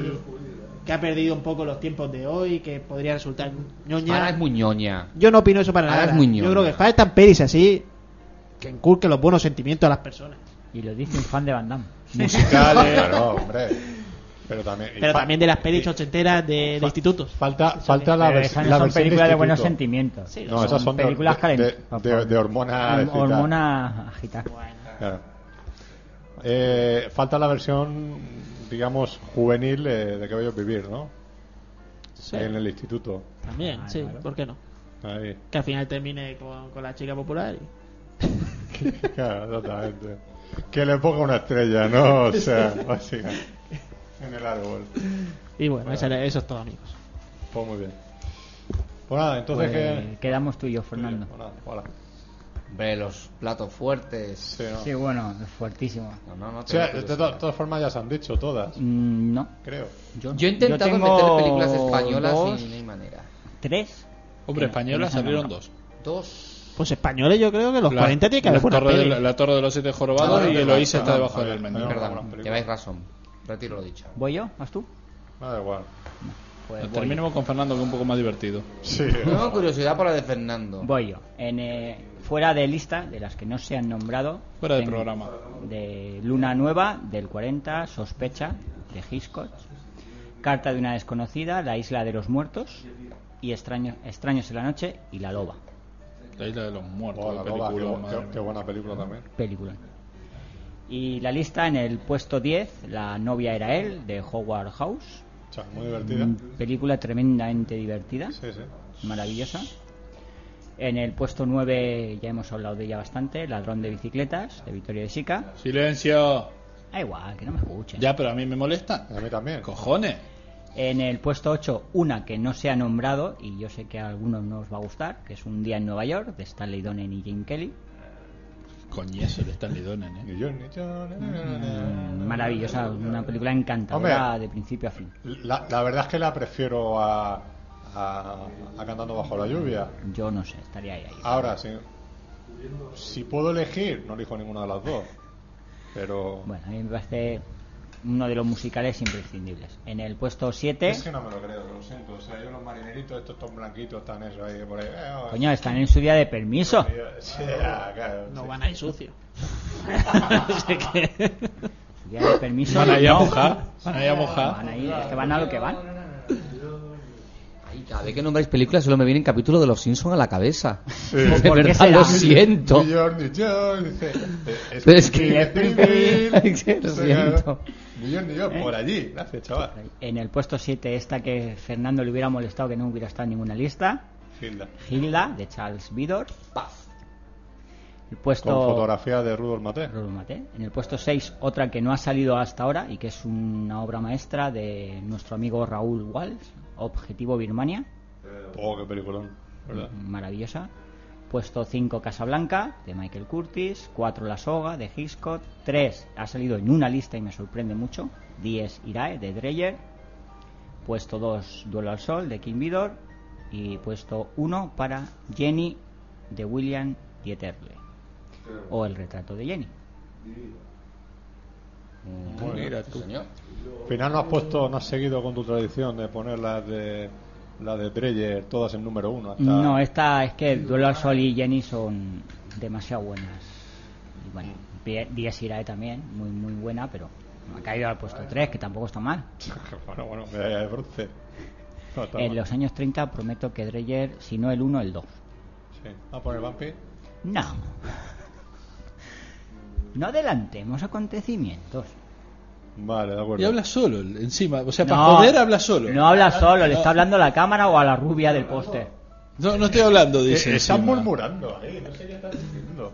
S8: que ha perdido un poco los tiempos de hoy, que podría resultar ñoña.
S11: Ahora es muy ñoña.
S8: Yo no opino eso para
S11: Ahora
S8: nada.
S11: es muy ñoña.
S8: Yo creo que faltan pelis así que inculquen los buenos sentimientos a las personas.
S3: Y lo dice un fan de Van Damme.
S2: musicales. Claro, hombre. Pero también. y
S8: Pero
S2: fa-
S8: también de las pelis ochenteras de, de institutos.
S2: Falta, falta la,
S3: Pero
S2: vers-
S3: Eh, esas
S2: la
S3: no son
S2: versión
S3: películas de, buenos
S2: instituto.
S3: sentimientos.
S8: Sí,
S2: No, esas son de-
S3: películas
S2: de-
S3: calen-
S2: de- de- de hormona
S3: Horm-
S2: excitada.
S3: hormona agitada.
S2: Claro. Eh, falta la versión, digamos, juvenil eh, de que voy a vivir, ¿no?
S8: Sí.
S2: En el Ah, instituto.
S8: También, sí, ¿por qué no?
S2: Ahí.
S8: Que al final termine con, con la chica popular. y-
S2: Claro, exactamente. Que le ponga una estrella, ¿no? O sea, básicamente. En el árbol.
S8: Y, bueno, esa- eso es todo, amigos.
S2: Pues muy bien. Pues nada, entonces
S3: Pues,
S2: que.
S3: quedamos tú y yo, Fernando.
S2: Pues nada, hola.
S11: Ve los platos fuertes.
S2: Sí, no.
S3: Sí, bueno, fuertísimo.
S11: No, no, no
S2: O sea, de
S11: tengo
S2: to-
S11: curiosidad.
S2: todas, formas ya se han dicho todas,
S3: Mm, no,
S2: creo.
S11: Yo he intentado
S3: tengo
S11: meter películas españolas
S3: dos.
S11: y no hay manera.
S3: tres.
S6: Hombre,
S3: Que no-
S6: españolas
S3: que no se han
S6: salieron
S3: nombrado.
S6: dos.
S11: Dos.
S8: Pues españoles, yo creo que los
S6: La-
S8: 40 tiene que haber
S6: la,
S8: buenas
S6: torre de,
S8: pelis.
S6: la, la Torre de los Siete Jorobados
S2: Ah,
S6: y
S2: no,
S6: Eloísa
S2: no,
S6: está
S2: no,
S6: debajo
S2: no,
S6: del
S2: no,
S6: menú.
S2: no,
S11: Perdón,
S2: películas.
S11: lleváis razón. Retiro lo dicho.
S3: ¿Voy yo? ¿Vas tú?
S2: Nada, igual.
S3: Pues voy.
S6: Terminemos con Fernando, que es un poco más divertido.
S2: Sí.
S11: No, curiosidad por la de Fernando.
S3: Voy yo. En, eh, fuera de lista, de las que no se han nombrado.
S6: Fuera de
S3: tengo
S6: programa.
S3: De Luna Nueva, del 40, Sospecha, de Hitchcock. Carta de una desconocida, La Isla de los Muertos. Y Extraños, Extraños en la Noche y La Loba.
S6: La isla de los muertos.
S2: Buah, la
S6: qué
S2: loba, qué,
S6: película,
S2: bu-
S6: madre
S2: qué-
S6: mía.
S2: qué buena película también.
S3: Película. Y la lista en el puesto 10, La novia era él, de Howard House.
S2: O sea, muy divertida.
S3: Mm. Película tremendamente divertida.
S2: Sí, sí.
S3: maravillosa. En el puesto 9 ya hemos hablado de ella bastante, Ladrón de Bicicletas, de Victoria de Sica.
S6: Silencio.
S3: Da igual, que no me escuchen.
S6: Ya, pero a mí me molesta.
S2: A mí también.
S6: Cojones.
S3: En el puesto 8, una que no se ha nombrado, y yo sé que a algunos no os va a gustar, que es Un día en Nueva York, de Stanley Donen y Jim Kelly.
S6: Coñazo de Stanley Donen, eh.
S2: Ni yo, ni yo, ni-
S3: Mm, Maravillosa, una película encantadora
S2: Hombre.
S3: de principio a fin.
S2: La, la verdad es que la prefiero a, a, a Cantando Bajo la Lluvia.
S3: Yo no sé, estaría ahí. ahí.
S6: Ah.
S2: Ahora, si, si puedo elegir, no elijo ninguna de las dos. Pero.
S3: Bueno, a mí me parece uno de los musicales imprescindibles. En el puesto 7...
S2: Es que no me lo creo, lo siento. O sea, yo los marineritos, estos tan blanquitos, tan eso ahí, por ahí. eh, oh,
S3: Coño, están en su día de permiso.
S2: sí, sí, ah, claro,
S8: No
S2: sí.
S8: van a ir sucios.
S3: Su día de permiso...
S6: Van ahí a
S3: no.
S6: mojar. Van ahí a
S3: Van
S6: mojar.
S3: ahí, es que van a lo que van.
S11: Ay, cada vez que nombráis películas solo me viene el capítulo de Los Simpsons a la cabeza.
S3: ¿Por
S11: De
S3: qué
S11: verdad,
S3: será?
S11: lo siento.
S2: New York, New York, dice. eh,
S11: Pero es que-
S2: Springfield,
S11: Ay, que lo
S2: o sea,
S11: siento.
S2: New York, New York, por allí. Gracias, chaval.
S3: En el puesto 7 esta que Fernando le hubiera molestado que no hubiera estado en ninguna lista.
S2: Hilda.
S3: Hilda, de Charles Vidor.
S11: Paz.
S3: El puesto...
S2: Con fotografía de Rudolf Maté.
S3: Rolo Mate. En el puesto 6 otra que no ha salido hasta ahora y que es una obra maestra de nuestro amigo Raúl Walsh, Objetivo Birmania.
S2: Oh, qué peliculón. ¿verdad?
S3: maravillosa. Puesto 5 Casablanca de Michael Curtis, 4 La Soga de Hitchcock, 3 ha salido en una lista y me sorprende mucho, 10 Irae de Dreyer, puesto 2 Duelo al Sol de King Vidor y puesto 1 para Jenny de William Dieterle. o El retrato de Jenny.
S2: Mira tú. Al final no has puesto, no has seguido con tu tradición de poner las de las de Breyer todas en número uno. hasta-
S3: No, esta es que Duelo al Sol y Jenny son demasiado buenas. Y bueno, Die- Díaz Irae también, muy muy buena, pero ha caído al puesto 3, que tampoco está mal.
S2: bueno, bueno, medalla de bronce. No, está
S3: En
S2: mal.
S3: los años 30 prometo que Dreyer, si no el 1, el 2.
S2: Sí. ¿Va a poner Bumpy?
S3: No. No adelantemos acontecimientos.
S2: Vale, de acuerdo.
S6: Y habla solo, el- encima. O sea, para joder habla solo.
S3: No habla solo, le está
S6: No.
S3: hablando a la cámara o a la rubia del póster.
S6: No, no estoy hablando, dice.
S2: Eh, estás
S6: encima.
S2: murmurando ahí, no sé qué estás diciendo.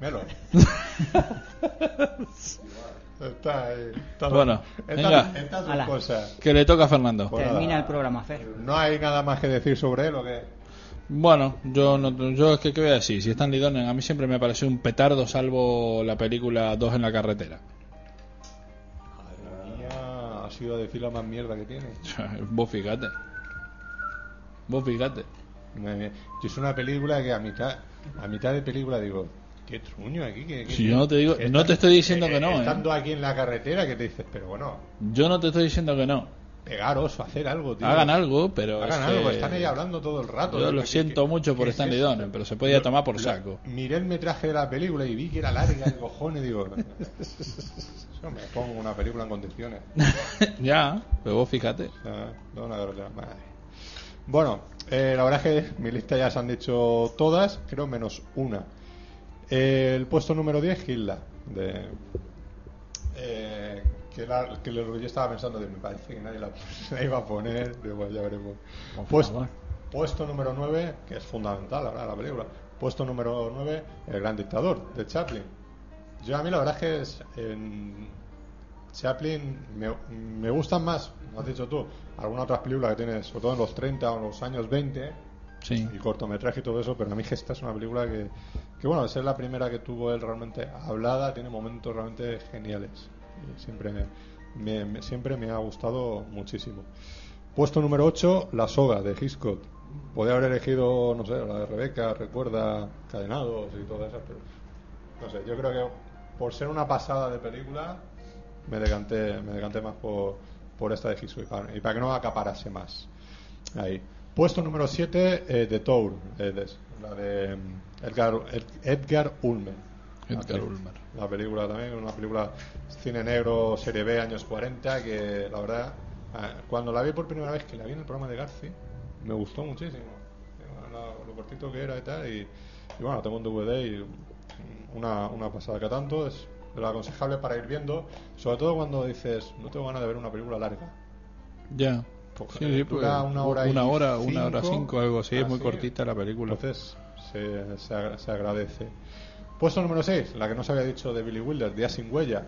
S2: Melo. está, eh, está,
S6: Bueno,
S2: está,
S6: venga.
S2: está sus
S3: Ala.
S2: cosas.
S6: Que le toca a Fernando.
S2: Pues nada.
S3: Termina el programa, Fer.
S2: No hay nada más que decir sobre él o qué.
S6: Bueno, yo no, yo es que qué voy a decir, si están Lidonen a mí siempre me pareció un petardo salvo la película Dos en la carretera.
S2: Ya ha sido de fila más mierda que tiene.
S6: Vos fíjate. Vos fíjate.
S2: Madre mía. Yo es una película que a mitad, a mitad de película digo, qué truño aquí. ¿Qué, qué-
S6: Si yo no te digo,
S2: qué
S6: no
S2: están-
S6: te estoy diciendo
S2: eh,
S6: que no, eh.
S2: Estando aquí en la carretera que te dices, pero bueno,
S6: Yo no te estoy diciendo que no.
S2: pegaros, hacer algo, tío.
S6: Hagan algo, pero
S2: Hagan
S6: es
S2: algo,
S6: que
S2: están ahí hablando todo el rato.
S6: Yo
S2: de
S6: lo
S2: que-
S6: siento
S2: que-
S6: mucho por
S2: ¿qué es
S6: Stanley
S2: esto?
S6: Donen, pero se podía tomar por saco.
S2: Miré el metraje de la película y vi que era larga de cojones, digo. Yo me pongo una película en condiciones.
S6: ya, pero vos fíjate.
S2: Ah, no, no, no, no, madre. Bueno, eh, la verdad es que mi lista ya se han dicho todas, creo menos una. Eh, el puesto número 10, Hilda. De, eh, que, la, que lo- yo estaba pensando, de, me parece que nadie la, la iba a poner, digo, bueno, ya veremos.
S3: Por
S2: Pues-
S3: favor.
S2: Puesto número 9, que es fundamental ahora la película. Puesto número 9, El Gran Dictador, de Chaplin. Yo a mí la verdad es que es, en Chaplin me, me gustan más, lo has dicho tú, alguna otras películas que tiene, sobre todo en los 30 o en los años 20,
S6: Sí.
S2: y cortometraje y todo eso, pero a mí que esta es una película que, que bueno, al ser la primera que tuvo él realmente hablada, tiene momentos realmente geniales. Y siempre me, me- me- siempre me ha gustado muchísimo. Puesto número 8, La soga de Hitchcock. Podría haber elegido, no sé, la de Rebeca, Recuerda, Cadenados y todas esas, pero no sé, yo creo que por ser una pasada de película, me decanté, me decanté más por, por esta de Hitchcock y para, y para que no acaparase más. Ahí. Puesto número 7, eh, The Tour, eh, de- la de mm, Edgar, Ed- Edgar Ulmer.
S6: Edgar
S2: La-
S6: Ulmer.
S2: La película también, una película cine negro, serie B, años 40, que la verdad, ah, cuando la vi por primera vez, que la vi en el programa de Garci, me gustó muchísimo. Lo, lo cortito que era y tal, y, y bueno, tengo un DVD y una, una pasada que tanto, es lo aconsejable para ir viendo, sobre todo cuando dices, no tengo ganas de ver una película larga.
S6: Ya.
S2: Porque
S6: Sí, sí,
S2: eh, dura
S6: pues,
S2: una hora y
S6: una hora, una hora
S2: cinco, Ah,
S6: cinco, algo así, es muy
S2: así.
S6: cortita la película.
S2: Entonces, se, se, agra- se agradece. Puesto número 6, la que no se había dicho de Billy Wilder, Día sin huella.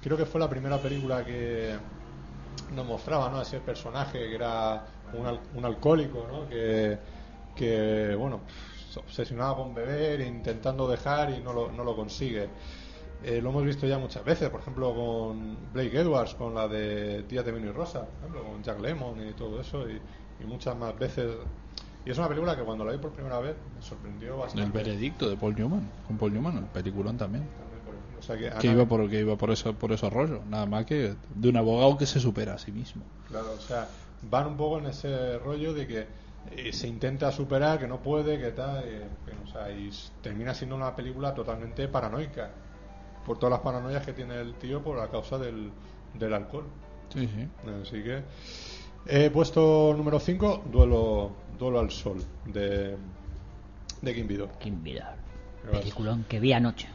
S2: Creo que fue la primera película que nos mostraba, ¿no? Ese personaje que era un, al- un alcohólico, ¿no? Que, que, bueno, se obsesionaba con beber, intentando dejar y no lo, no lo consigue. Eh, lo hemos visto ya muchas veces, por ejemplo, con Blake Edwards, con la de Tía de Vino y Rosa, por ejemplo, con Jack Lemmon y todo eso, y, y muchas más veces. Y es una película que cuando la vi por primera vez me sorprendió
S6: El
S2: bastante.
S6: veredicto de Paul Newman, con Paul Newman, el peliculón también.
S2: O sea que,
S6: Que
S2: Ana-
S6: iba por que iba por eso por esos rollos, nada más que de un abogado que se supera a sí mismo.
S2: Claro, o sea, van un poco en ese rollo de que eh, se intenta superar, que no puede, que tal, eh, que, o sea, y s- termina siendo una película totalmente paranoica, por todas las paranoias que tiene el tío por la causa del, del alcohol.
S6: Sí, sí.
S2: Así que, eh, puesto número 5, duelo, duelo al sol, de, de Kim Vidor.
S3: Kim Vidal.
S2: Gracias.
S3: Peliculón que vi anoche.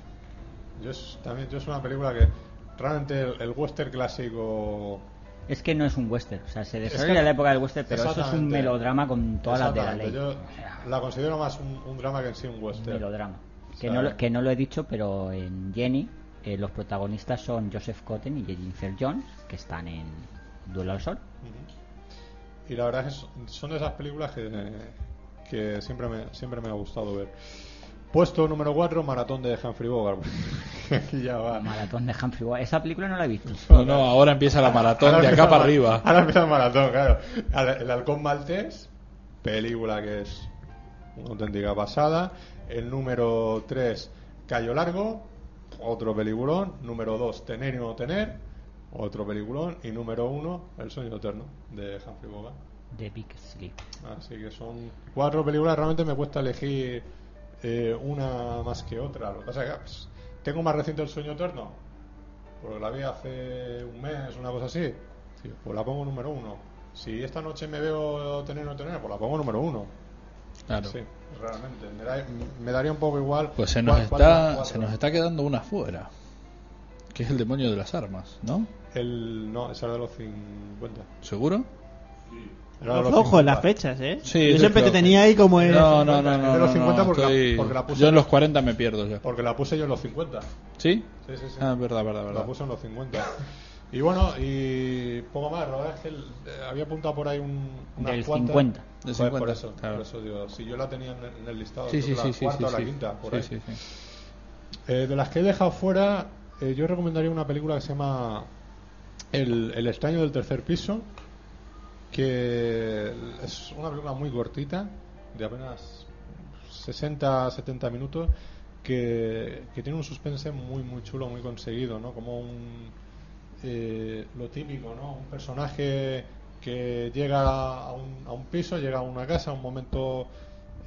S2: Yo es, también, yo es una película que realmente el, el western clásico
S3: Es que no es un western, o sea, se
S2: Es
S3: desarrolla
S2: que-
S3: en la época del western, pero eso es un
S2: Exactamente.
S3: melodrama con todas las de la ley.
S2: Exactamente, Yo la considero más un, un drama que en sí un western.
S3: melodrama. Que
S2: sea, eh.
S3: no, lo, que no lo he dicho, pero en Jenny eh, los protagonistas son Joseph Cotten y Jennifer Jones, que están en Duelo al Sol.
S2: Ujú. Y la verdad es que son de esas películas que, que siempre, me, siempre me ha gustado ver. Puesto número 4, Maratón de Humphrey Bogart. Aquí ya va.
S3: Maratón de Humphrey Bogart. Esa película no la he visto.
S6: No, no, ahora empieza la maratón
S2: Ahora
S6: de
S2: empieza
S6: acá para
S2: el ma-
S6: arriba.
S2: Ahora empieza el maratón, claro. Ahora, El Halcón Maltés, película que es una auténtica pasada. El número 3, Cayo Largo, otro peliculón. Número 2, Tener y no tener, otro peliculón. Y número 1, El sueño eterno, de Humphrey Bogart.
S3: The Big Sleep.
S2: Así que son cuatro películas. Realmente me cuesta elegir eh, una más que otra. Lo que pasa es que pues, tengo más reciente El sueño eterno, porque la vi hace un mes, una cosa así. Sí, Pues la pongo número 1. Si esta noche me veo tener o no tener, pues la pongo número 1.
S6: Claro.
S2: Sí, realmente. Me, da- me daría un poco igual.
S6: Pues se nos,
S2: cuál- cuál de las
S6: está,
S2: cuatro.
S6: se nos está quedando una fuera. Que es el demonio de las armas, ¿no?
S2: El, no, esa era de los 50.
S6: ¿Seguro?
S2: Era de los
S8: flojo en
S2: 50.
S8: las fechas, ¿eh?
S6: Sí,
S8: Yo
S6: sí,
S8: siempre te
S6: creo que-
S8: tenía ahí como el-
S6: No, no, no,
S2: Es de
S6: no,
S2: los
S6: no,
S2: 50 porque la-
S6: estoy-
S2: porque la puse-
S6: Yo en los 40 me pierdo ya.
S2: Porque la puse yo en los 50.
S6: ¿Sí?
S2: Sí, sí, sí.
S6: Ah, verdad, verdad,
S2: La
S6: verdad.
S2: puso en los 50. Y bueno, y poco más. La verdad es que eh, había apuntado por ahí un, unas
S6: Del
S2: cuantas.
S6: 50.
S2: Joder,
S6: Del 50,
S2: por eso,
S6: claro.
S2: por eso digo, Si yo la tenía en el, en el listado,
S6: Sí,
S2: creo
S6: sí,
S2: que la
S6: sí, sí,
S2: cuarta
S6: sí,
S2: o la
S6: sí.
S2: quinta, por
S6: Sí,
S2: ahí.
S6: sí, sí.
S2: Eh, de las que he dejado fuera, eh, yo recomendaría una película que se llama El, el extraño del tercer piso, que es una película muy cortita, de apenas 60, 70 minutos, que, que tiene un suspense muy, muy chulo, muy conseguido, ¿no? Como un, eh, lo típico, ¿no? Un personaje que llega a un, a un piso, llega a una casa, a un momento,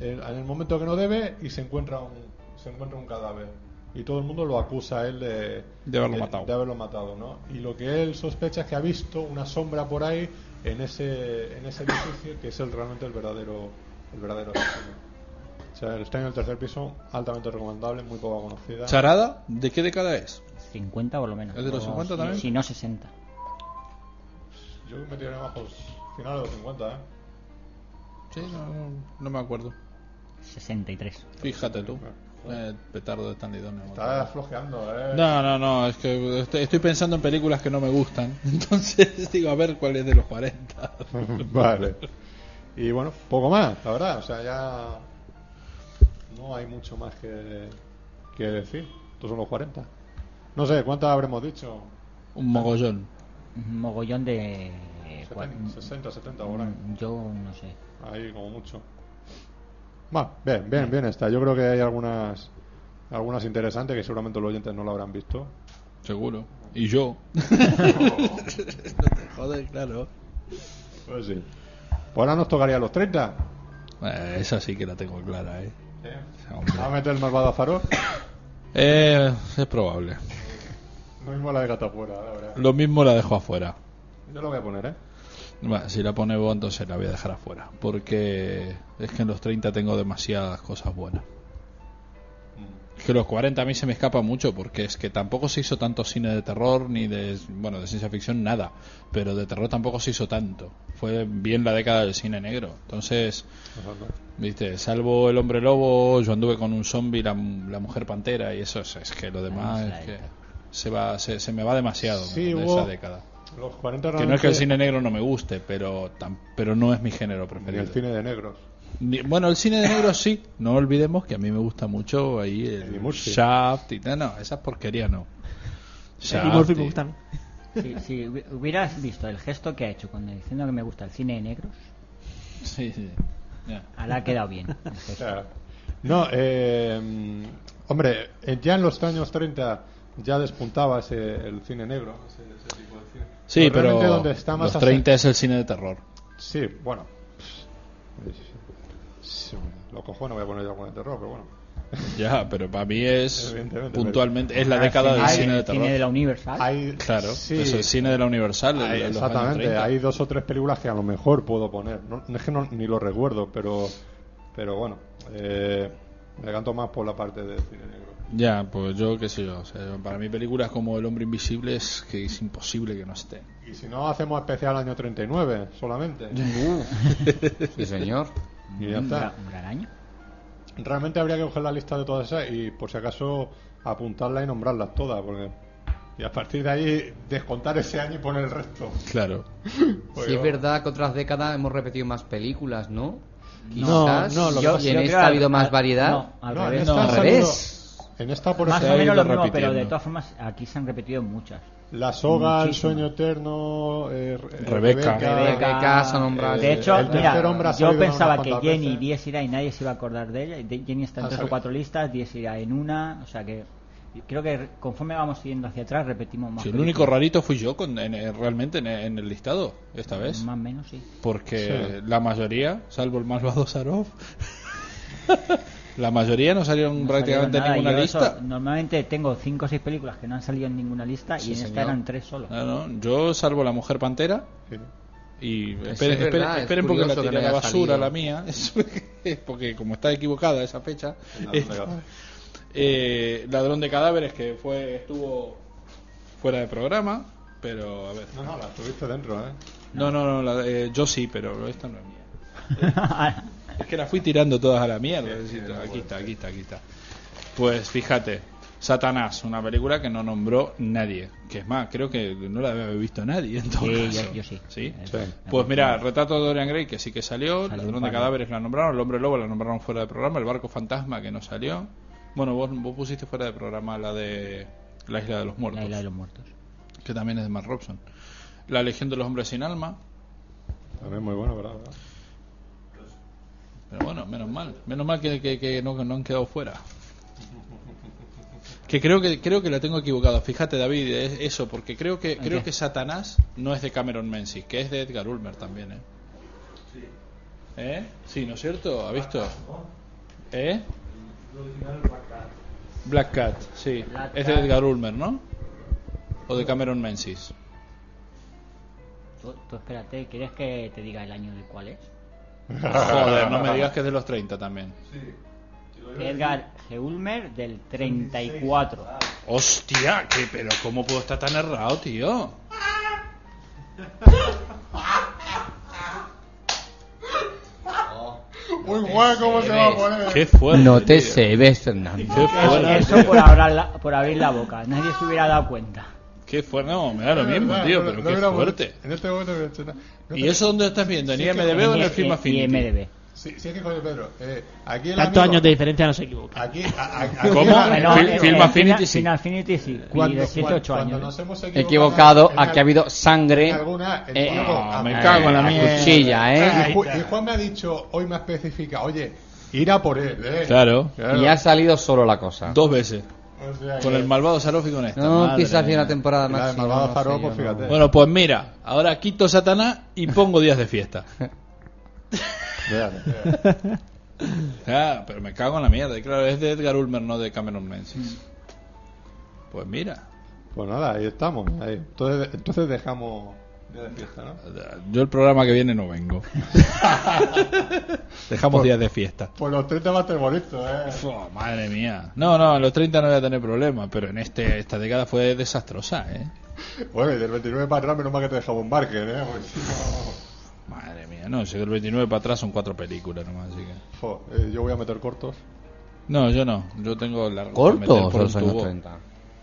S2: eh, en el momento que no debe y se encuentra un, se encuentra un cadáver. Y todo el mundo lo acusa a él de,
S6: De haberlo matado.
S2: de haberlo matado, ¿no? Y lo que él sospecha es que ha visto una sombra por ahí en ese, en ese edificio que es el, realmente el verdadero, el verdadero asesino. O sea, el extraño del tercer piso, altamente recomendable, muy poco conocida.
S6: ¿Charada? ¿De qué década es?
S3: 50 por lo menos.
S6: ¿Es de los
S3: O
S6: 50
S3: si-
S6: también?
S3: Si no 60.
S2: Yo me tiré más por finales de los 50, ¿eh?
S6: Sí, no, no me acuerdo.
S3: 63.
S6: Fíjate tú. Eh, petardo de Stanley Donen.
S2: Está flojeando, ¿eh?
S6: No, no, no, es que estoy, estoy pensando en películas que no me gustan. Entonces digo, a ver cuál es de los 40.
S2: vale. Y bueno, poco más, la verdad. O sea, ya no hay mucho más que, que decir. Estos son los 40. No sé, ¿cuántas habremos dicho?
S6: Un mogollón.
S3: Un mogollón de. eh,
S2: 60, 70 por
S3: Mm.
S2: ahí.
S3: Yo no sé.
S2: Ahí como mucho. Va, bien, bien, bien está. Yo creo que hay algunas algunas interesantes que seguramente los oyentes no lo habrán visto.
S6: Seguro. Y yo. Joder, claro.
S2: Pues sí. Pues ahora nos tocaría los 30.
S6: Eh, esa sí que la tengo clara, ¿eh?
S2: ¿Va a meter el malvado Faro?
S6: Eh, es probable.
S2: Lo mismo la de gato afuera, la verdad.
S6: Lo mismo la dejo afuera.
S2: Yo lo voy a poner, ¿eh?
S6: Bueno, si la pone vos, entonces la voy a dejar afuera. Porque es que en los 30 tengo demasiadas cosas buenas. Es que los 40 a mí se me escapa mucho porque es que tampoco se hizo tanto cine de terror ni de, bueno, de ciencia ficción, nada. Pero de terror tampoco se hizo tanto. Fue bien la década del cine negro. Entonces, viste, salvo El Hombre Lobo, yo anduve con un zombie, la, la Mujer Pantera y eso es, es que lo demás
S2: no sé la
S6: es que se, va, se, se me va demasiado
S2: Sí,
S6: de
S2: hubo-
S6: esa década.
S2: Los 40
S6: Que no es que el
S2: realmente-
S6: cine negro no me guste, pero, tam- pero no es mi género preferido.
S2: el cine de negros.
S6: Ni- bueno, el cine de negros sí. No olvidemos que a mí me gusta mucho ahí el Shaft y tal. No, esas porquerías no. Shaft y-
S3: Si, si hubi- hubieras visto el gesto que ha hecho cuando diciendo que me gusta el cine de negros,
S6: Sí, sí. Ya.
S3: ahora ha quedado bien. el gesto.
S2: No, eh, mm, hombre, eh, ya en los años 30 ya despuntaba ese, el cine negro. ese- ese tipo de cine.
S6: Sí, pero
S2: realmente donde está más
S6: los
S2: ase-
S6: 30 es el cine de terror.
S2: Sí, bueno. pff, sí, Los cojones voy a poner yo con el terror, pero bueno.
S6: Ya, pero para mí es
S2: Evidentemente,
S6: puntualmente
S2: pero-
S6: es la
S2: Ah,
S6: década
S2: sí,
S6: del
S2: hay
S6: cine de
S2: el
S6: terror.
S2: cine de la
S3: Universal.
S2: Hay-
S6: Claro,
S2: sí.
S6: es el cine de la
S2: Hay-
S6: Universal. el- los años
S2: exactamente,
S6: 30.
S2: hay dos o tres películas que a lo mejor puedo poner. No, es que no- ni lo recuerdo, pero, pero bueno. eh, me canto más por la parte de cine negro.
S6: Ya, pues yo qué sé yo. o sea, para mí películas como El Hombre Invisible es que es imposible que no esté.
S2: Y si no, hacemos especial año 39 solamente.
S11: Sí, señor.
S2: Y ya
S3: Un
S2: está.
S3: gra- un gran año.
S2: Realmente habría que coger la lista de todas esas y por si acaso apuntarlas y nombrarlas todas. porque Y a partir de ahí descontar ese año y poner el resto.
S6: Claro.
S2: Pues
S11: Sí, es
S2: yo-
S11: verdad que otras décadas hemos repetido más películas, ¿no?
S2: No,
S11: Quizás.
S2: no, lo que
S11: Yo-
S2: pasa-
S11: y en
S2: yo creo
S11: esta ha
S2: al-
S11: habido más
S2: al-
S11: variedad.
S3: no, al
S2: No, en este
S3: revés.
S2: esta
S11: No,
S2: ha
S11: al
S2: salido-
S11: revés.
S2: En esta por
S3: Más
S2: eso
S3: o
S2: ha
S3: menos
S2: ido
S3: lo mismo, pero de
S2: repitiendo.
S3: todas formas, aquí se han repetido muchas.
S2: La soga,
S6: Muchísimo.
S2: el sueño eterno, eh, Re-
S6: Rebeca.
S11: Rebeca, son hombres.
S3: De hecho,
S2: el
S3: mira,
S2: tercer hombre ha salido
S3: yo
S2: en unas
S3: pensaba que
S2: cuantas
S3: Jenny
S2: veces.
S3: 10 irá y nadie se iba a acordar de ella. De- Jenny está
S2: Ha
S3: en tres
S2: salido.
S3: o cuatro listas, 10 irá en una. O sea que creo que conforme vamos yendo hacia atrás repetimos más.
S6: Si el
S3: películas.
S6: único rarito fui yo con, en- en- realmente en, en el listado, esta vez.
S3: Más o menos, sí.
S6: Porque la mayoría, salvo el malvado Sarov, la mayoría no salieron
S3: No
S6: prácticamente en
S3: salieron nada.
S6: ninguna
S3: Yo eso-
S6: lista.
S3: normalmente tengo 5 o 6 películas que no han salido en ninguna lista
S6: Sí,
S3: y en esta
S6: señor.
S3: eran 3 solo.
S6: No, no, Yo salvo la mujer pantera.
S2: Sí.
S6: Y esperen,
S11: es
S6: esperen-
S11: verdad, es
S6: esperen porque la
S11: curioso que
S6: tiré
S11: no
S6: a la
S11: haya
S6: basura,
S11: salido.
S6: la mía. es porque como está equivocada esa fecha.
S12: Ladrón de
S6: está-
S12: cadáveres.
S6: eh, ladrón de cadáveres que fue estuvo fuera de programa. Pero a ver.
S2: No, no, la tuviste dentro, ¿eh?
S6: No, no, no, la- eh, yo sí, pero esta no es mía. Es que la fui tirando todas a la mierda. es decir, aquí está, aquí está, aquí está. Pues fíjate, Satanás, una película que no nombró nadie. Que es más, creo que no la había visto nadie. En todo
S3: Sí, yo-
S6: caso.
S3: yo sí. Eh,
S6: Pues mira, Retrato de Dorian Gray, que sí que salió.
S3: Salió
S6: Ladrón
S3: un
S6: de
S3: par.
S6: cadáveres la nombraron. El hombre lobo la nombraron fuera de programa. El barco fantasma, que no salió. Bueno, vos, vos pusiste fuera de programa la de La Isla de los Muertos.
S3: La Isla de los Muertos.
S6: Que también es de Mark Robson. La Legión de los Hombres sin Alma.
S2: También muy bueno, ¿eh? ¿verdad?
S6: Pero bueno, menos mal. Menos mal que, que- que no, que no han quedado fuera. Que creo que creo que la tengo equivocada. Fíjate, David, es eso, porque creo que creo
S3: qué?
S6: que Satanás no es de Cameron Menzies, que es de Edgar Ulmer también, ¿eh? ¿Eh? Sí, ¿no es cierto? ¿Ha visto? ¿Eh? Black Cat, sí.
S3: Black
S6: Es de
S3: Cat.
S6: Edgar Ulmer, ¿no? O de Cameron Menzies.
S3: Tú, tú espérate, ¿quieres que te diga el año de cuál es?
S6: Joder, no me digas que es de los 30 también.
S3: Edgar G. Ulmer del 34.
S6: Hostia, que pero ¿cómo puedo estar tan errado, tío?
S2: Muy guay, ¿cómo se va a poner?
S6: Qué fuerte.
S11: No te
S6: tío.
S11: se ves, Fernando.
S6: Qué fuerte.
S3: Eso por, abrar la- por abrir la boca. Nadie se hubiera dado cuenta.
S6: Qué fuerte. No, me da lo
S2: Es
S6: mismo,
S2: verdad,
S6: tío,
S2: no-
S6: pero
S2: no
S6: qué
S2: hubiera-
S6: fuerte.
S2: En este momento hubiera hecho nada. No
S6: ¿Y
S2: te-
S6: eso dónde lo estás viendo? ¿En
S2: Sí, es que-
S6: IMDB o en el
S3: Y-
S6: Film
S3: y
S6: Affinity?
S3: IMDB.
S2: Sí, sí, es que José Pedro, eh, aquí el
S8: Tantos
S2: amigo-
S8: años de diferencia no se equivoca.
S2: Aquí, a- a- aquí
S6: ¿Cómo?
S2: el amigo-
S6: Bueno, Fil-
S3: eh,
S6: Film
S3: eh,
S6: Affinity
S3: Fina-
S6: sí.
S3: Film Affinity sí. y
S2: cuando-
S3: de 7
S2: cuando-
S3: 8
S2: cuando
S3: años.
S2: nos hemos
S11: Equivocado,
S2: en
S11: aquí ha
S2: al-
S11: habido sangre.
S2: en alguna, el
S11: eh,
S2: tío-
S6: Ah, me
S2: a-
S6: cago en la
S11: a
S6: mierda.
S11: cuchilla,
S2: Ah, Y,
S11: ¿eh?
S2: Ju- y Juan me ha dicho, hoy me especifica, oye, ir a por él, ¿eh?
S6: Claro,
S2: Claro.
S11: Y ha salido solo la cosa.
S6: dos veces.
S2: O sea
S6: Con
S2: que-
S6: el malvado Sarofi con esta.
S11: No,
S6: madre
S11: quizás bien
S6: mía.
S11: la
S2: La
S11: temporada
S2: del
S11: máxima.
S2: malvado
S11: no sé
S2: Faro,
S11: yo,
S2: pues
S11: no.
S2: fíjate.
S6: Bueno, pues mira, ahora quito Satanás y pongo días de fiesta. Ah, pero me cago en la mierda. Y claro, es de Edgar Ulmer, no de Cameron Menzies. Pues mira,
S2: Pues nada, ahí estamos. ahí. Entonces, entonces dejamos día de fiesta, ¿no?
S6: yo el programa que viene no vengo. Dejamos días de fiesta.
S2: Pues los 30 va a estar bonito, ¿eh?
S6: Fua, madre mía. No, no, en los 30 no voy a tener problema, pero en este esta década fue desastrosa, ¿eh?
S2: Bueno, y del 29 para atrás, menos mal que te dejamos un marker, ¿eh? Porque si no,
S6: Madre mía, no, si del 29 para atrás son cuatro películas nomás, así que...
S2: jo, eh, yo voy a meter cortos
S6: No, yo no, yo tengo la
S11: Corto, solo son los
S6: los
S11: 30.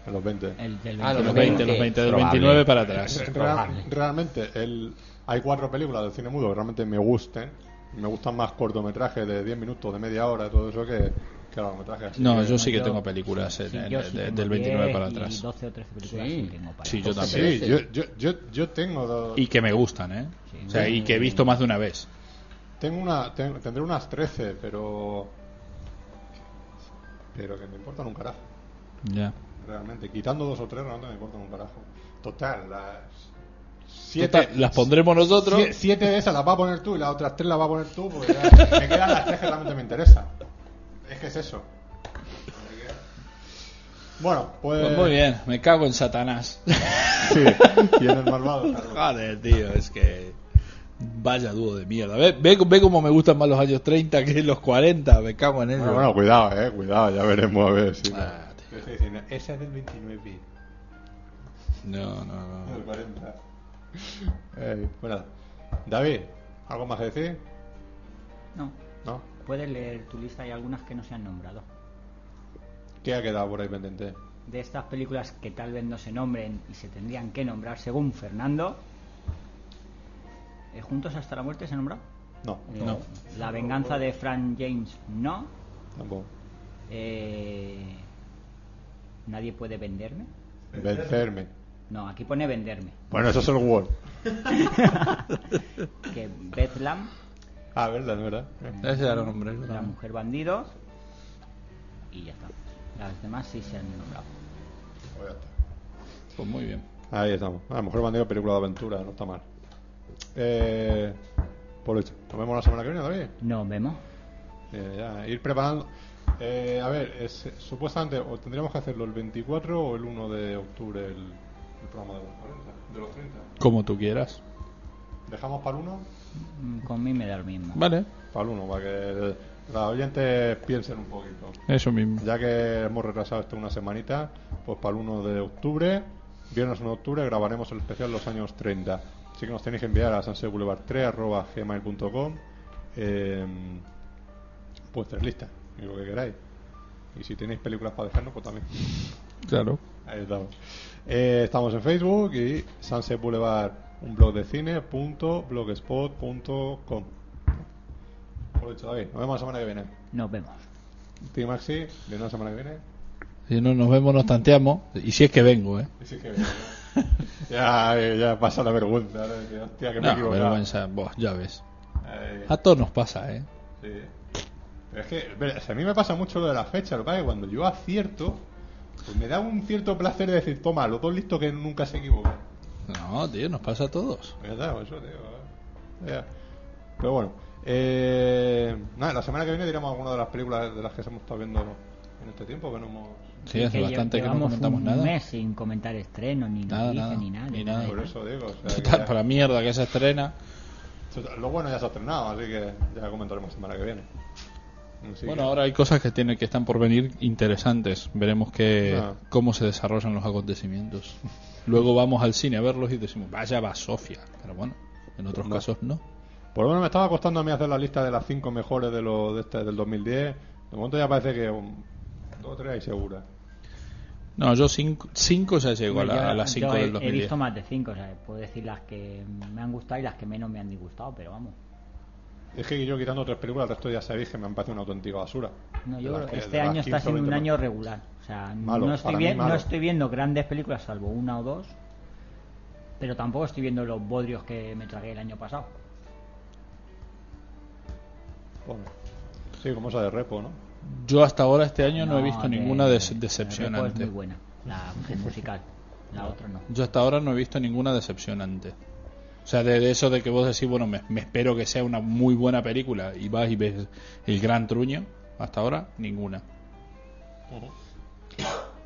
S2: en los 20.
S3: El del
S11: Ah,
S3: 20.
S11: los
S6: 20, los 20, del 29 para atrás.
S2: Real- realmente, el, hay cuatro películas del cine mudo que realmente me gusten. Me gustan más cortometrajes de 10 minutos, de media hora, todo eso que, que largometrajes. así
S6: No,
S2: que-
S6: yo sí que
S3: Yo-
S6: tengo películas en-
S3: Sí,
S6: en-
S3: yo sí
S6: de-
S3: tengo
S6: del 29
S3: 10
S6: para
S3: y
S6: atrás.
S3: 12 o 13 películas
S11: Sí.
S3: sí. tengo para
S6: Sí, yo también.
S2: Sí, yo, yo, yo, yo tengo. do-
S6: Y que me gustan, ¿eh? O sea, y que he visto más de una vez.
S2: Tengo una, ten- tendré unas 13, pero. Pero que me importan un carajo,
S6: Ya.
S2: realmente. Quitando dos o tres, realmente me importan un carajo. Total, las.
S6: Total, las pondremos nosotros.
S2: Sie- siete de esas las vas a poner tú y las otras tres las vas a poner tú, porque ya me quedan las tres que realmente me interesan. Es que es eso. Bueno, pues.
S6: Pues muy bien, me cago en Satanás.
S2: Sí, y en el malvado. claro.
S6: Joder, tío, es que. Vaya dúo de mierda. Ve, ve, ve cómo me gustan más los años 30 que los 40. Me cago en él.
S2: Bueno, bueno, cuidado, eh, cuidado, ya veremos a ver si.
S6: Ah, tío.
S2: Esa es del 29.
S6: No, no, no.
S2: 40. Eh, bueno, David, ¿algo más que decir?
S3: No,
S2: ¿No?
S3: puedes leer tu lista, hay algunas que no se han nombrado.
S2: ¿Qué ha quedado por ahí pendiente?
S3: De estas películas que tal vez no se nombren y se tendrían que nombrar según Fernando. eh, Juntos hasta la muerte se nombró.
S2: No,
S6: No.
S3: La venganza de Frank James, no.
S2: tampoco.
S3: Eh, Nadie puede venderme.
S2: Vencerme.
S3: No, aquí pone venderme.
S2: Bueno, eso es el Word.
S3: que Bethlam,
S2: Ah, verdad, verdad.
S6: Ese era el nombre.
S3: la mujer bandido y ya está. Las demás sí se han nombrado.
S6: Pues muy bien.
S2: Ahí estamos. A lo mejor bandido película de aventura, no está mal. Eh, por hecho, ¿nos vemos la semana que viene también?
S3: Nos vemos.
S2: ya, ir preparando. Eh, a ver, es- supuestamente o tendríamos que hacerlo el 24 o el 1 de octubre el, el programa de los 40, de los 30.
S6: Como tú quieras.
S2: ¿Dejamos para el 1?
S3: Mm, Con mí me da lo mismo.
S6: Vale.
S2: Para el 1, para que los oyentes piensen un poquito.
S6: Eso mismo.
S2: Ya que hemos retrasado esto una semanita, pues para el 1 de octubre, viernes 1 de octubre, grabaremos el especial Los Años 30. Así que nos tenéis que enviar a sansebulevar3.gmail.com eh, vuestras listas y lo que queráis. Y si tenéis películas para dejarnos, pues también.
S6: Claro.
S2: Ahí estamos. Eh, estamos en Facebook y Sunset Boulevard, un blog de cine, punto blogspot.com. Por lo dicho, David, nos vemos la semana que viene.
S3: Nos vemos.
S2: Team Maxi, de una semana que viene.
S6: Si no nos vemos, nos tanteamos. Y si es que vengo, ¿eh?
S2: Y sí que- ya, eh, ya pasa la vergüenza. ¿no? Que, hostia, que me he
S6: No,
S2: equivocado.
S6: vergüenza. Ah. Buah, ya ves.
S2: Eh,
S6: A todos nos pasa, ¿eh?
S2: sí. Pero es que ver, o sea, a mí me pasa mucho lo de la fecha. Lo que pasa es que cuando yo acierto, pues me da un cierto placer de decir, toma, los dos listos que nunca se equivocan.
S6: No, tío, nos pasa a todos.
S2: Ya está, pues eso, tío. Ya. Pero bueno, eh, nada, la semana que viene diremos alguna de las películas de las que hemos estado viendo en este tiempo que no hemos.
S6: Sí, hace
S3: Que lle-
S6: bastante que no
S3: llevamos
S6: comentamos
S3: un
S6: nada.
S3: mes sin comentar estreno, ni
S6: Nada,
S3: noticias,
S6: nada,
S3: ni nada.
S6: ni nada.
S2: Por eso digo, o sea, que
S6: Total,
S2: ya-
S6: para mierda que se estrena.
S2: lo bueno ya se ha estrenado, así que ya comentaremos la semana que viene. Así
S6: Bueno,
S2: que-
S6: ahora hay cosas que tienen que están por venir interesantes. Veremos que,
S2: Ah.
S6: cómo se desarrollan los acontecimientos. Luego vamos al cine a verlos y decimos, vaya va Sofía. Pero bueno, en otros
S2: No.
S6: casos no.
S2: Por lo menos me estaba costando a mí hacer la lista de las 5 mejores de lo, de este, del 2010. De momento ya parece que um, dos o tres hay seguras.
S6: No, yo cinco, cinco ya llego a, la-
S3: Yo-
S6: a las 5
S3: yo he-
S6: del
S3: He
S6: 2010.
S3: visto más de 5, o sea, puedo decir las que me han gustado y las que menos me han disgustado, pero vamos.
S2: Es que yo quitando tres películas, el resto ya sabéis que me han parecido una auténtica basura.
S3: No,
S2: De
S3: yo
S2: las
S3: creo-
S2: que- de
S3: este
S2: las
S3: año está
S2: 15 o
S3: siendo un
S2: 20
S3: año regular. O sea,
S2: Malo,
S3: no, estoy
S2: para mí
S3: bien, no
S2: malo.
S3: estoy viendo grandes películas salvo una o dos, pero tampoco estoy viendo los bodrios que me tragué el año pasado.
S2: Bueno. Sí, como esa de repo, ¿no?
S6: Yo hasta ahora este año no, he
S3: No,
S6: visto
S3: de-
S6: ninguna
S3: de-
S6: des-
S3: de- de- Es muy
S6: decepcionante.
S3: buena, la musical. La otra no.
S6: Yo hasta ahora no he visto ninguna decepcionante. O sea, de, de eso de que vos decís, bueno, me, me espero que sea una muy buena película y vas y ves el gran truño, hasta ahora ninguna.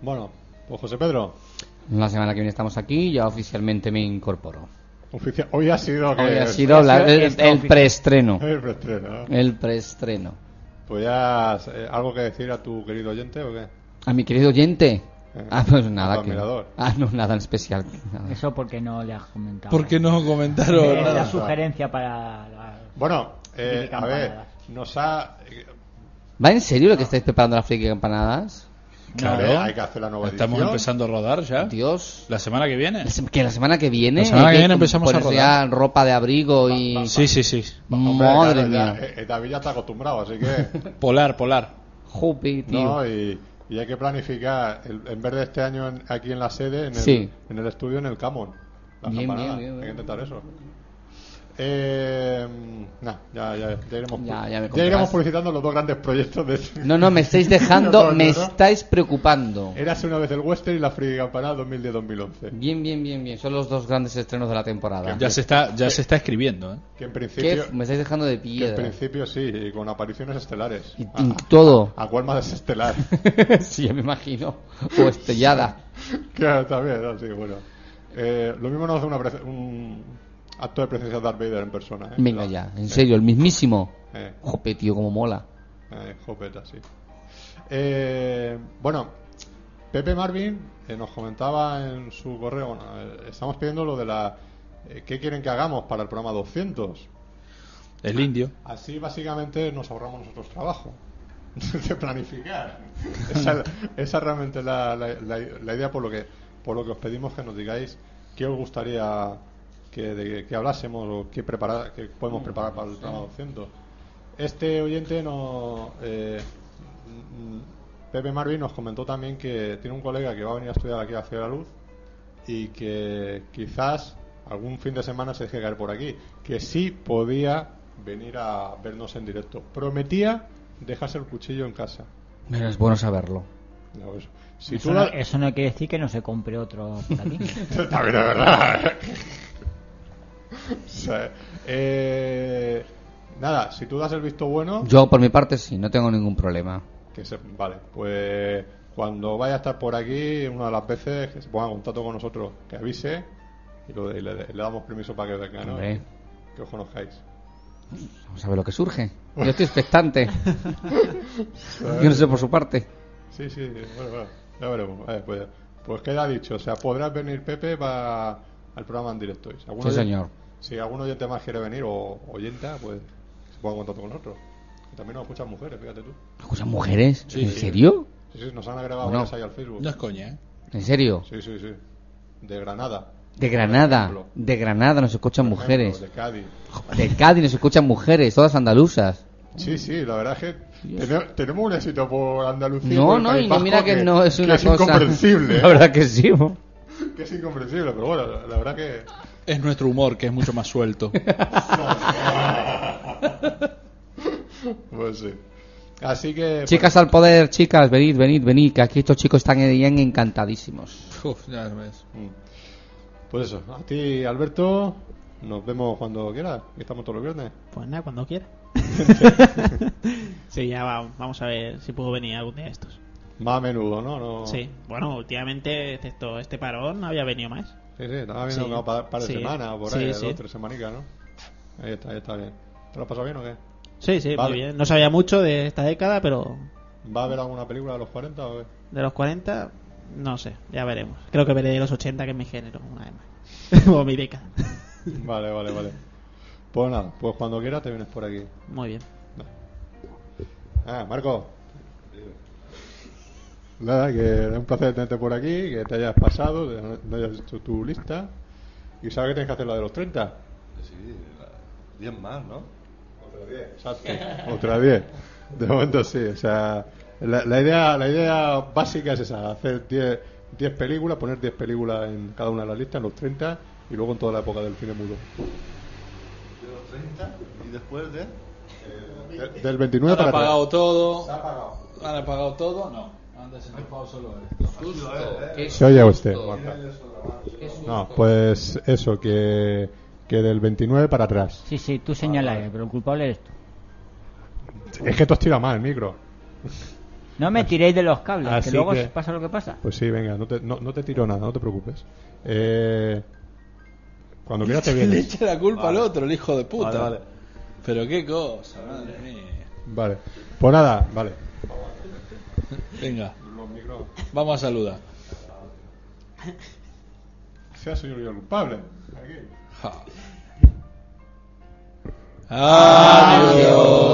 S2: Bueno, pues José Pedro,
S11: La semana que viene estamos aquí, ya oficialmente me incorporo.
S2: oficia- hoy ha sido. que-
S11: Hoy ha sido la- el, el preestreno.
S2: El preestreno. ¿no?
S11: El preestreno.
S2: Pues ya, eh, ¿algo que decir a tu querido oyente o qué?
S11: A mi querido oyente. Ah, pues nada.
S2: tu
S11: que-
S2: admirador.
S11: ah, no, nada en especial. Nada.
S3: Eso porque no le has comentado.
S6: ¿Por qué no comentaron
S3: Es la
S6: nada?
S3: sugerencia para la-
S2: Bueno, eh,
S3: Típica
S2: a ver,
S3: campanada.
S2: nos ha. eh,
S11: ¿Va en serio lo que estáis preparando las friki campanadas?
S2: hombre, hay que hacer la nueva
S6: Estamos
S2: edición.
S6: empezando a rodar ya.
S11: Dios.
S6: La semana que viene.
S11: La sem- Que la semana que viene.
S6: La semana
S11: hay
S6: que viene empezamos a
S11: ponerse
S6: rodar.
S11: ya ropa de abrigo y.
S6: Sí, sí, sí.
S2: Hombre,
S11: Madre
S2: claro, ya,
S11: mía.
S2: eh, eh, David ya está acostumbrado, así que.
S6: Polar, polar.
S11: Jupi, tío.
S2: no, y, y hay que planificar, el- en vez de este año en- aquí en la sede, en el,
S11: Sí.
S2: en el estudio, en el Camon. La
S11: Bien,
S2: campanada.
S11: bien, bien, bien.
S2: Hay que intentar eso. Eh, nah, ya, ya, ya iremos,
S11: Ya,
S2: pu-
S11: ya me
S2: iremos
S11: contarás.
S2: publicitando los dos grandes proyectos de este-
S11: No, no, me estáis
S2: Yo
S11: dejando,
S2: no, Eh.
S11: me
S2: yo no.
S11: estáis preocupando.
S2: Érase una vez el western y la friki campanada 2010-2011.
S11: Bien, bien, bien, bien. Son los dos grandes estrenos de la temporada.
S6: Ya se está, ya se está escribiendo. ¿eh?
S2: Que en
S11: ¿Qué?
S2: principio,
S11: Me estáis dejando de
S2: que en
S11: piedra.
S2: principio sí, y con apariciones estelares.
S11: Y,
S2: Ah,
S11: y todo.
S2: ¿A cuál más estelar?
S11: sí, ya me imagino. O estellada.
S2: Claro, también, ¿no? Sí, bueno. Eh, lo mismo nos hace una prece- un acto de presencia de Darth Vader en persona. ¿eh?
S11: Venga
S2: Claro.
S11: ya, en serio, el mismísimo.
S2: Eh,
S11: Jope, tío, como mola.
S2: eh, Jopeta, sí. Eh, bueno, Pepe Marvin eh, nos comentaba en su correo, bueno, eh, estamos pidiendo lo de la... eh, ¿Qué quieren que hagamos para el programa 200?
S6: El indio.
S2: Así básicamente nos ahorramos nosotros trabajo de planificar. Esa, esa es realmente la, la- la- la idea por lo que por lo que os pedimos que nos digáis qué os gustaría que, de- que hablásemos o qué, preparar, qué podemos preparar para el programa 200. Este oyente no... eh, mm, Pepe Marvin nos comentó también que tiene un colega que va a venir a estudiar aquí a Ciudad de la Luz y que quizás algún fin de semana se deje caer por aquí, que sí podía venir a vernos en directo. Prometía dejarse el cuchillo en casa.
S11: Pero es bueno saberlo.
S2: Ya ves. Si
S3: eso,
S2: tú
S3: no,
S2: la-
S3: eso no quiere decir que no se compre otro por aquí.
S2: También es verdad. O sea, eh, nada, si tú das el visto bueno,
S11: Yo, por mi parte, sí, no tengo ningún problema.
S2: que se, vale, pues cuando vaya a estar por aquí, una de las veces que se ponga en contacto con nosotros, que avise y, lo- y le, le damos permiso para que venga, ¿no?
S11: Hombre.
S2: Que os conozcáis.
S11: Vamos a ver lo que surge. Yo estoy expectante. Yo no sé por su parte.
S2: Sí, sí, bueno, bueno, ya veremos. Vale, pues, pues queda dicho, o sea, podrás venir Pepe para al programa en directo. Y Si algún
S11: Sí,
S2: oyen-
S11: señor.
S2: Si algún oyente más quiere venir o oyenta, pues se ponga en contacto con nosotros. Que También nos escuchan mujeres, fíjate tú.
S11: ¿Escuchan mujeres?
S2: Sí,
S11: ¿En
S2: sí.
S11: serio?
S2: Sí, sí, nos han agregado
S11: Bueno.
S2: varias ahí al Facebook.
S6: No es coña, ¿eh?
S11: ¿En serio?
S2: Sí, sí, sí. De Granada.
S11: De
S2: Por
S11: Granada.
S2: ejemplo.
S11: De Granada nos escuchan
S2: Por ejemplo,
S11: mujeres.
S2: De Cádiz.
S11: De Cádiz nos escuchan mujeres, todas andaluzas.
S2: Sí, sí, la verdad es que tene- tenemos un éxito por Andalucía.
S11: No,
S2: por el
S11: no, y
S2: País Vasco
S11: mira que no es
S2: que
S11: una cosa.
S2: incomprensible. ¿eh?
S11: La verdad que sí. mo.
S2: Que es incomprensible, pero bueno, la, la verdad que.
S6: Es nuestro humor, que es mucho más suelto.
S2: Pues sí. Así que.
S11: Chicas al poder, chicas, venid, venid, venid, que aquí estos chicos están bien encantadísimos.
S6: Uf, ya ves.
S2: Pues eso, a ti, Alberto, nos vemos cuando quieras, que estamos todos los viernes.
S8: Pues nada, cuando quiera. sí, ya va- vamos a ver si puedo venir algún día de estos.
S2: Más a menudo, ¿no? No-
S8: Sí, bueno, últimamente, excepto este parón, no había venido más.
S2: Sí, sí, estaba viendo
S8: Sí.
S2: que un par, par de
S8: Sí.
S2: semanas o por
S8: Sí,
S2: ahí,
S8: sí.
S2: dos, tres semanicas, ¿no? Ahí está, ahí está bien. ¿Te lo has pasado bien o qué?
S8: Sí, sí,
S2: Vale.
S8: muy bien. No sabía mucho de esta década, pero
S2: ¿Va a haber alguna película de los 40 o qué?
S8: de los 40, no sé, ya veremos. Creo que veré de los 80, que es mi género, una vez más. o mi década.
S2: Vale, vale, vale. Pues nada, pues cuando quieras te vienes por aquí.
S8: Muy bien.
S2: Ah, Marco. Nada, que es un placer tenerte por aquí, que te hayas pasado, que no- no hayas hecho tu lista. Y sabes que tienes que hacer la de los 30.
S12: Sí, la- 10 más, ¿no?
S2: Otra 10, exacto. Otra 10. De momento sí, o sea, la, la idea, la idea básica es esa, hacer 10, 10 películas, poner 10 películas en cada una de las listas, en los 30, y luego en toda la época del cine mudo.
S12: De los 30 y después de...
S2: De- Del 29
S6: ¿Han
S2: para atrás.
S6: apagado todo? ¿Han apagado todo? No. Antes han apagado solo esto.
S2: Se oye usted, Marta. No, pues eso, que, que del 29 para atrás.
S3: Sí, sí, tú señala,
S6: Ah,
S3: eh, pero el culpable eres tú.
S2: Es que tú has tirado mal el micro.
S3: No me tiréis de los cables,
S2: Así
S3: que luego
S2: que-
S3: pasa lo que pasa.
S2: Pues sí, venga, no te, no, no te tiro nada, no te preocupes. Eh, cuando quieras te
S6: Le
S2: vienes.
S6: echa la culpa al otro, el hijo de puta.
S2: Vale, vale.
S6: Pero qué cosa, madre mía.
S2: Vale. Pues nada, vale.
S6: Venga, vamos a saludar.
S2: Sea señor yo el culpable. Ah,
S6: Ah, Ja. Adiós.